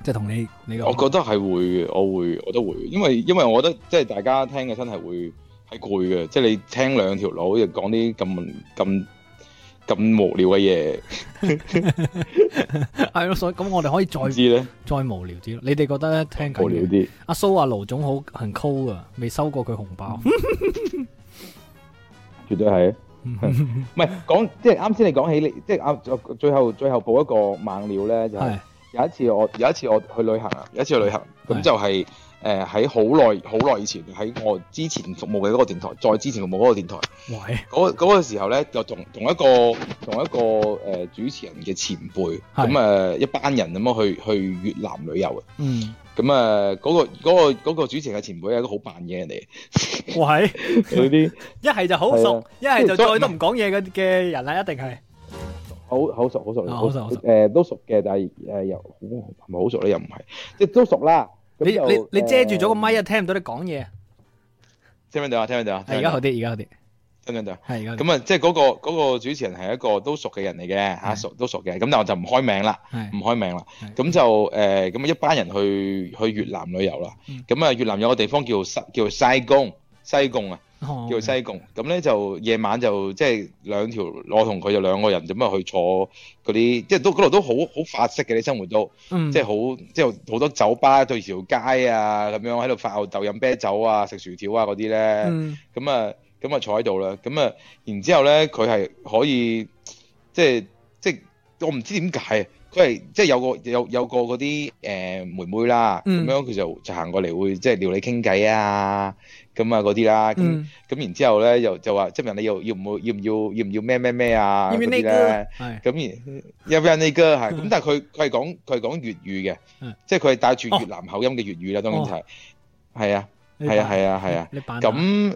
Speaker 2: 即係同你你個
Speaker 12: 我覺得係會嘅，我會，我都會，因為因為我覺得即係大家聽嘅真係會係攰嘅，即係你聽兩條佬又講啲咁咁咁無聊嘅嘢，
Speaker 2: 係咯，所以咁我哋可以再
Speaker 12: 知咧
Speaker 2: 再無聊啲咯。你哋覺得咧聽緊
Speaker 12: 無聊
Speaker 2: 嘅
Speaker 12: 啲。
Speaker 2: 阿蘇阿盧總好很 cool 啊，未收過佢紅 包。
Speaker 12: 絕對係。
Speaker 2: 嗯
Speaker 12: 唔係講，即係啱先你講起你，即係啱最後最後補一個猛料咧，就係、
Speaker 2: 係
Speaker 12: 有一次我有一次我去旅行啊，有一次去旅行，咁就係誒喺好耐好耐以前喺我之前服務嘅嗰個電台，再之前服務嗰個電台，
Speaker 2: 喂，
Speaker 12: 嗰嗰、個時候咧就同同一個同一個誒、呃主持人嘅前輩，咁
Speaker 2: 係
Speaker 12: 誒、呃一班人咁樣去去越南旅遊嘅。
Speaker 2: 嗯，
Speaker 12: 咁啊，嗰、個嗰、個嗰個主持人嘅前輩係一個好扮嘢 人嚟嘅，
Speaker 2: 喂，
Speaker 12: 有啲
Speaker 2: 一係就好熟
Speaker 12: 係啊，
Speaker 2: 一係就
Speaker 12: 即係所
Speaker 2: 再
Speaker 12: 以
Speaker 2: 都唔講嘢嘅嘅人啦，一定係。
Speaker 12: 好好熟好熟，
Speaker 2: 啊好熟好熟
Speaker 12: 誒都熟嘅，但係誒又好係咪好熟咧？又唔係，即係都熟啦。咁
Speaker 2: 你
Speaker 12: 就
Speaker 2: 你你遮住咗個
Speaker 12: 誒
Speaker 2: 咪啊，聽唔到你講嘢。
Speaker 12: 聽唔聽到啊？聽唔聽到啊？
Speaker 2: 係而家好啲，而家好啲，
Speaker 12: 聽唔聽到啊？
Speaker 2: 係而家好啲。
Speaker 12: 咁啊，即係嗰個嗰個主持人係一個都熟嘅人嚟嘅嚇，熟都熟嘅。咁但係我就唔開名啦，
Speaker 2: 係
Speaker 12: 唔開名啦。咁就誒咁啊，一班人
Speaker 2: 嗯
Speaker 12: 去去越南旅遊啦。咁啊，越南有個地方叫西叫西貢，西貢啊。
Speaker 2: 哦
Speaker 12: 叫做西貢。咁咧就夜晚就即係兩條，我同佢就兩個人咁啊去坐嗰啲，即係都嗰度都好好法式嘅，你生活都，
Speaker 2: 嗯
Speaker 12: 即係好即係好多酒吧對條街啊咁樣喺度發吽豆、飲啤酒啊、食薯條啊嗰啲咧。
Speaker 2: 嗯
Speaker 12: 咁啊咁啊坐喺度啦，咁啊然之後咧佢係可以即係即係我唔知點解，啊佢係即係有個有有個嗰啲誒妹妹啦，咁
Speaker 15: 嗯
Speaker 12: 樣佢就就行過嚟會即係撩你傾偈啊，咁啊嗰啲啦，咁
Speaker 15: 嗯
Speaker 12: 咁然之後咧又就話即係問你要要唔要要唔要要唔要咩咩咩啊
Speaker 15: 要
Speaker 12: 嗰
Speaker 15: 唔要
Speaker 12: 啲
Speaker 15: 呢
Speaker 12: 咧
Speaker 15: 個嗯係，
Speaker 12: 咁然要唔要呢個係，咁但係佢佢係講佢係講粵語嘅
Speaker 2: 嗯，
Speaker 12: 即係佢係帶
Speaker 15: 哦
Speaker 12: 住越南口音嘅粵語啦，當然係係啊。
Speaker 2: 你
Speaker 12: 係啊
Speaker 2: 扮
Speaker 12: 係啊係啊，
Speaker 2: 你扮
Speaker 12: 咁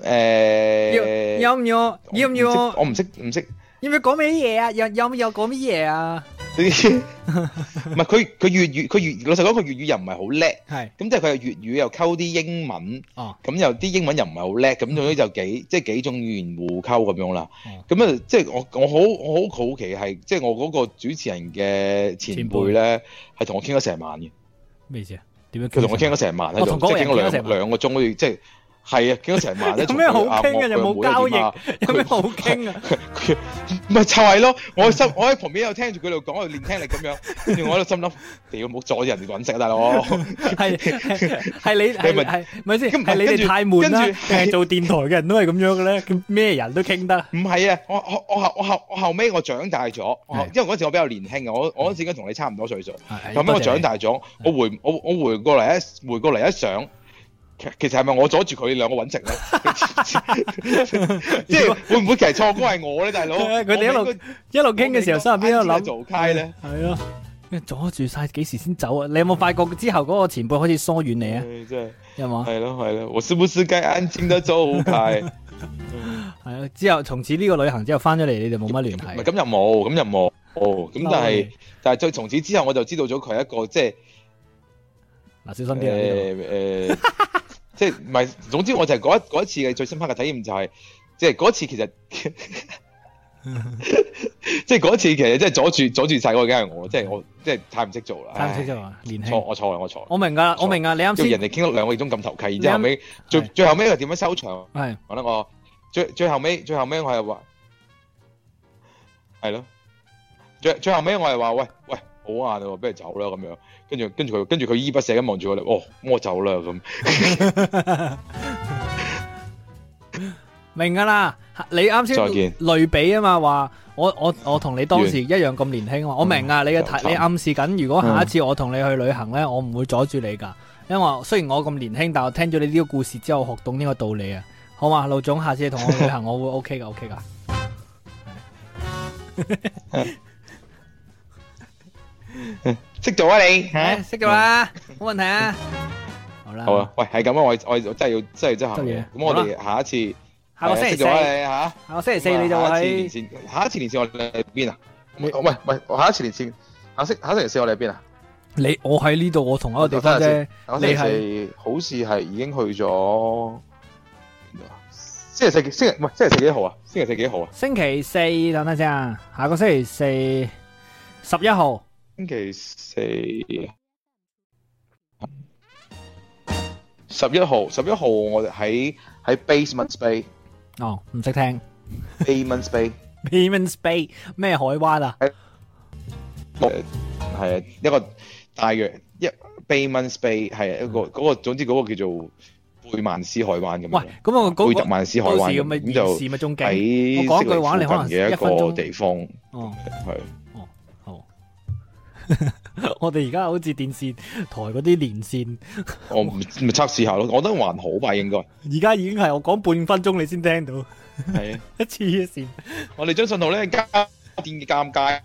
Speaker 2: 要
Speaker 12: 誒，
Speaker 2: 要唔要？要唔要？
Speaker 12: 我唔識唔識，
Speaker 2: 要唔要講咩嘢啊？有有有講乜嘢啊？
Speaker 12: 唔係佢佢粵語佢粵老實講佢粵語又唔係好叻，
Speaker 2: 係
Speaker 12: 咁即係佢係粵語又溝啲英文，
Speaker 2: 哦嗯
Speaker 12: 咁又啲英文又唔係好叻，咁總之就幾即係幾種語言互溝咁樣啦。
Speaker 2: 哦
Speaker 12: 咁啊，即係我我好我好好奇係即係我嗰個主持人嘅前輩咧，係同我傾咗成晚嘅。
Speaker 2: 咩意思啊？點樣？
Speaker 12: 佢同我傾咗成晚喺
Speaker 2: 我
Speaker 12: 度，
Speaker 2: 哦同嗰
Speaker 12: 即
Speaker 2: 個
Speaker 12: 係
Speaker 2: 人傾
Speaker 12: 傾咗
Speaker 2: 咗成
Speaker 12: 兩
Speaker 2: 晚
Speaker 12: 兩個鐘，好似即係係啊，傾咗 成晚咧。
Speaker 2: 有咩好傾嘅
Speaker 12: 仲
Speaker 2: 又冇交易
Speaker 12: 佢阿啊
Speaker 2: 有咩好傾啊？
Speaker 12: 佢咪就係咯，我心我喺旁邊有聽住佢哋講，佢練聽力咁樣，跟住我喺度心諗，屌唔好阻人哋揾食啊，大佬。
Speaker 2: 係係你
Speaker 12: 你咪
Speaker 2: 係係咪先？
Speaker 12: 咁唔係
Speaker 2: 係你
Speaker 12: 跟住
Speaker 2: 哋太悶啦，
Speaker 12: 跟
Speaker 2: 定
Speaker 12: 住
Speaker 2: 係做電台嘅人都係咁樣嘅咧？咁咩人都傾得？
Speaker 12: 唔係啊，我我我後我後我後尾我長大咗，我因為嗰陣時我比較年輕嘅，我我嗰陣時應該同你差唔多歲數。
Speaker 2: 係
Speaker 12: 後
Speaker 2: 多
Speaker 12: 尾
Speaker 2: 謝
Speaker 12: 我
Speaker 2: 你
Speaker 12: 長大咗，我回我我回過嚟一回過嚟一想，其其實係咪我阻住佢兩個揾食 咧？ 即係會唔會其實錯歌係我咧，大佬？
Speaker 2: 佢哋一
Speaker 12: 我
Speaker 2: 路
Speaker 12: 應該
Speaker 2: 一路傾嘅時候，心入邊一路諗
Speaker 12: 做街咧。
Speaker 2: 係啊咯，阻住晒幾時先走啊？你有冇發覺之後嗰個前輩開始疏遠你啊？
Speaker 12: 唉真係
Speaker 2: 有冇？
Speaker 12: 係咯係咯，我是不是該安靜的走開？
Speaker 2: 係啊，之後從此呢個旅行之後翻咗嚟，你哋冇乜聯
Speaker 12: 唔係
Speaker 2: 繫。
Speaker 12: 咁又冇，咁又冇，咁但係
Speaker 2: 嬲
Speaker 12: 但係再從此之後我就知道咗佢係一個即係。
Speaker 2: 嗱，小心啲啊！呢度
Speaker 12: 誒誒，呃即係唔係？總之我就係嗰一嗰一次嘅最深刻嘅體驗就係、即係嗰次其實， 即係嗰次其實即係阻住阻住晒嗰個梗係我，即係我即係太唔識做啦。
Speaker 2: 嗯太唔識做
Speaker 12: 唉
Speaker 2: 啊年輕
Speaker 12: 錯我錯啦，我錯啦。
Speaker 2: 我明噶，我明噶，你啱
Speaker 12: 因為
Speaker 2: 先
Speaker 12: 人哋傾咗兩個鐘咁投契，然之後後
Speaker 2: 你
Speaker 12: 尾最最後尾佢點樣收場？
Speaker 2: 係
Speaker 12: 我覺得我最最後尾最後尾我係話係咯，最最後尾我係話喂喂好晏啦喎，不如走啦咁樣。跟住跟住佢跟住佢依依不捨咁望住我哋，哦咁我走啦咁。
Speaker 2: 明噶啦，你啱
Speaker 12: 再見
Speaker 2: 先類比啊嘛，話我我我同你當時一樣咁年輕啊嘛，我
Speaker 12: 嗯
Speaker 2: 明啊，你嘅提你暗示緊，如果下一次我同你去旅行呢，我唔會阻住你噶，因為雖然我咁年輕，但我聽咗你呢個故事之後，我學懂呢個道理啊，好嘛，老總，下次你同我去旅 行，我會 OK 噶，OK 噶。
Speaker 12: 識做啊你
Speaker 2: 嚇，識咗啦，冇問題啊。好啦，
Speaker 12: 好啊，喂係咁啊，我我我真係要真係真係行
Speaker 2: 執嘢
Speaker 12: 啦。咁我
Speaker 2: 好啦
Speaker 12: 哋下一次
Speaker 2: 下個星期四
Speaker 12: 識做啊你嚇。
Speaker 2: 下個星期四你就
Speaker 12: 啊下一次連
Speaker 2: 喺
Speaker 12: 線，下一次連線我哋喺邊啊？喂喂喂，下一次連線，下星下星期四我哋喺邊啊？
Speaker 2: 你我喺呢度，我同一個地方啫，
Speaker 12: 我
Speaker 2: 你
Speaker 12: 星期
Speaker 2: 係
Speaker 12: 四啊好似係已經去咗啊星期四幾星期唔係星期四幾號啊？星期四幾號啊？
Speaker 2: 星期四等等先啊，下個星期四十一號。
Speaker 12: 星期四十一號，十一號我哋喺喺 Basement Bay
Speaker 2: 哦，唔識聽。
Speaker 12: Basement Bay。
Speaker 2: Payments Bay 咩海灣啊？
Speaker 12: 誒係啊，一個大約一 Bayman Bay 係啊一個嗰個，總之嗰個叫做貝曼斯海灣咁樣。
Speaker 2: 嗯喂，咁我嗰
Speaker 12: 貝特曼斯海
Speaker 2: 到
Speaker 12: 灣
Speaker 2: 時咪
Speaker 12: 咁就
Speaker 2: 現時咪仲勁
Speaker 12: 喺
Speaker 2: 我講一句話
Speaker 12: 悉
Speaker 2: 你可
Speaker 12: 尼附
Speaker 2: 能
Speaker 12: 近嘅
Speaker 2: 一分鐘
Speaker 12: 個地方
Speaker 2: 哦，
Speaker 12: 係。
Speaker 2: 我哋而家好似電視台嗰啲連線，
Speaker 12: 我唔咪測試下咯，我覺得還好吧，應該
Speaker 2: 而家已經係我講半分鐘你先聽到，
Speaker 12: 係啊。
Speaker 2: 黐線。
Speaker 12: 我哋將信號咧加電嘅尷尬，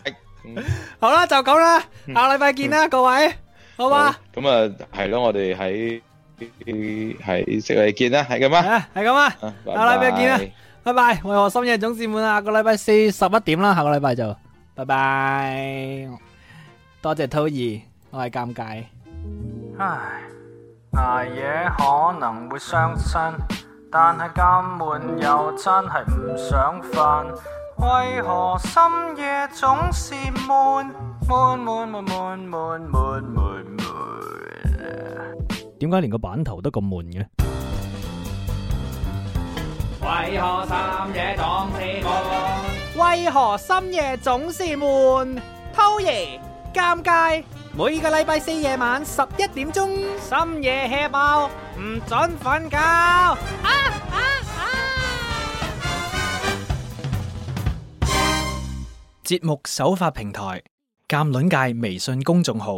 Speaker 2: 好啦，就咁啦，下禮拜見啦，各位，好嘛？
Speaker 12: 咁啊係咯，我哋喺喺悉尼見啦，係咁啊，
Speaker 2: 係咁啊，
Speaker 12: 拜
Speaker 2: 下禮拜見啦
Speaker 12: 拜，
Speaker 2: 拜拜。為何深夜總是滿啊？下個禮拜四十一點啦，下個禮拜就拜拜。多謝濤兒，我係尷尬。
Speaker 3: 唉，捱夜可能會傷身，但係咁悶又真係唔想瞓。為何深夜總是悶悶悶悶悶悶悶悶悶？
Speaker 2: 點解連個版頭都咁悶嘅？
Speaker 4: 喂，
Speaker 16: 何深夜當四個？
Speaker 2: 为何深夜总是闷？偷爷尴尬。每个礼拜四夜晚十一点钟，深夜 hea 爆，唔准瞓觉。啊啊啊！
Speaker 17: 节目首发平台：鉴卵界微信公众号。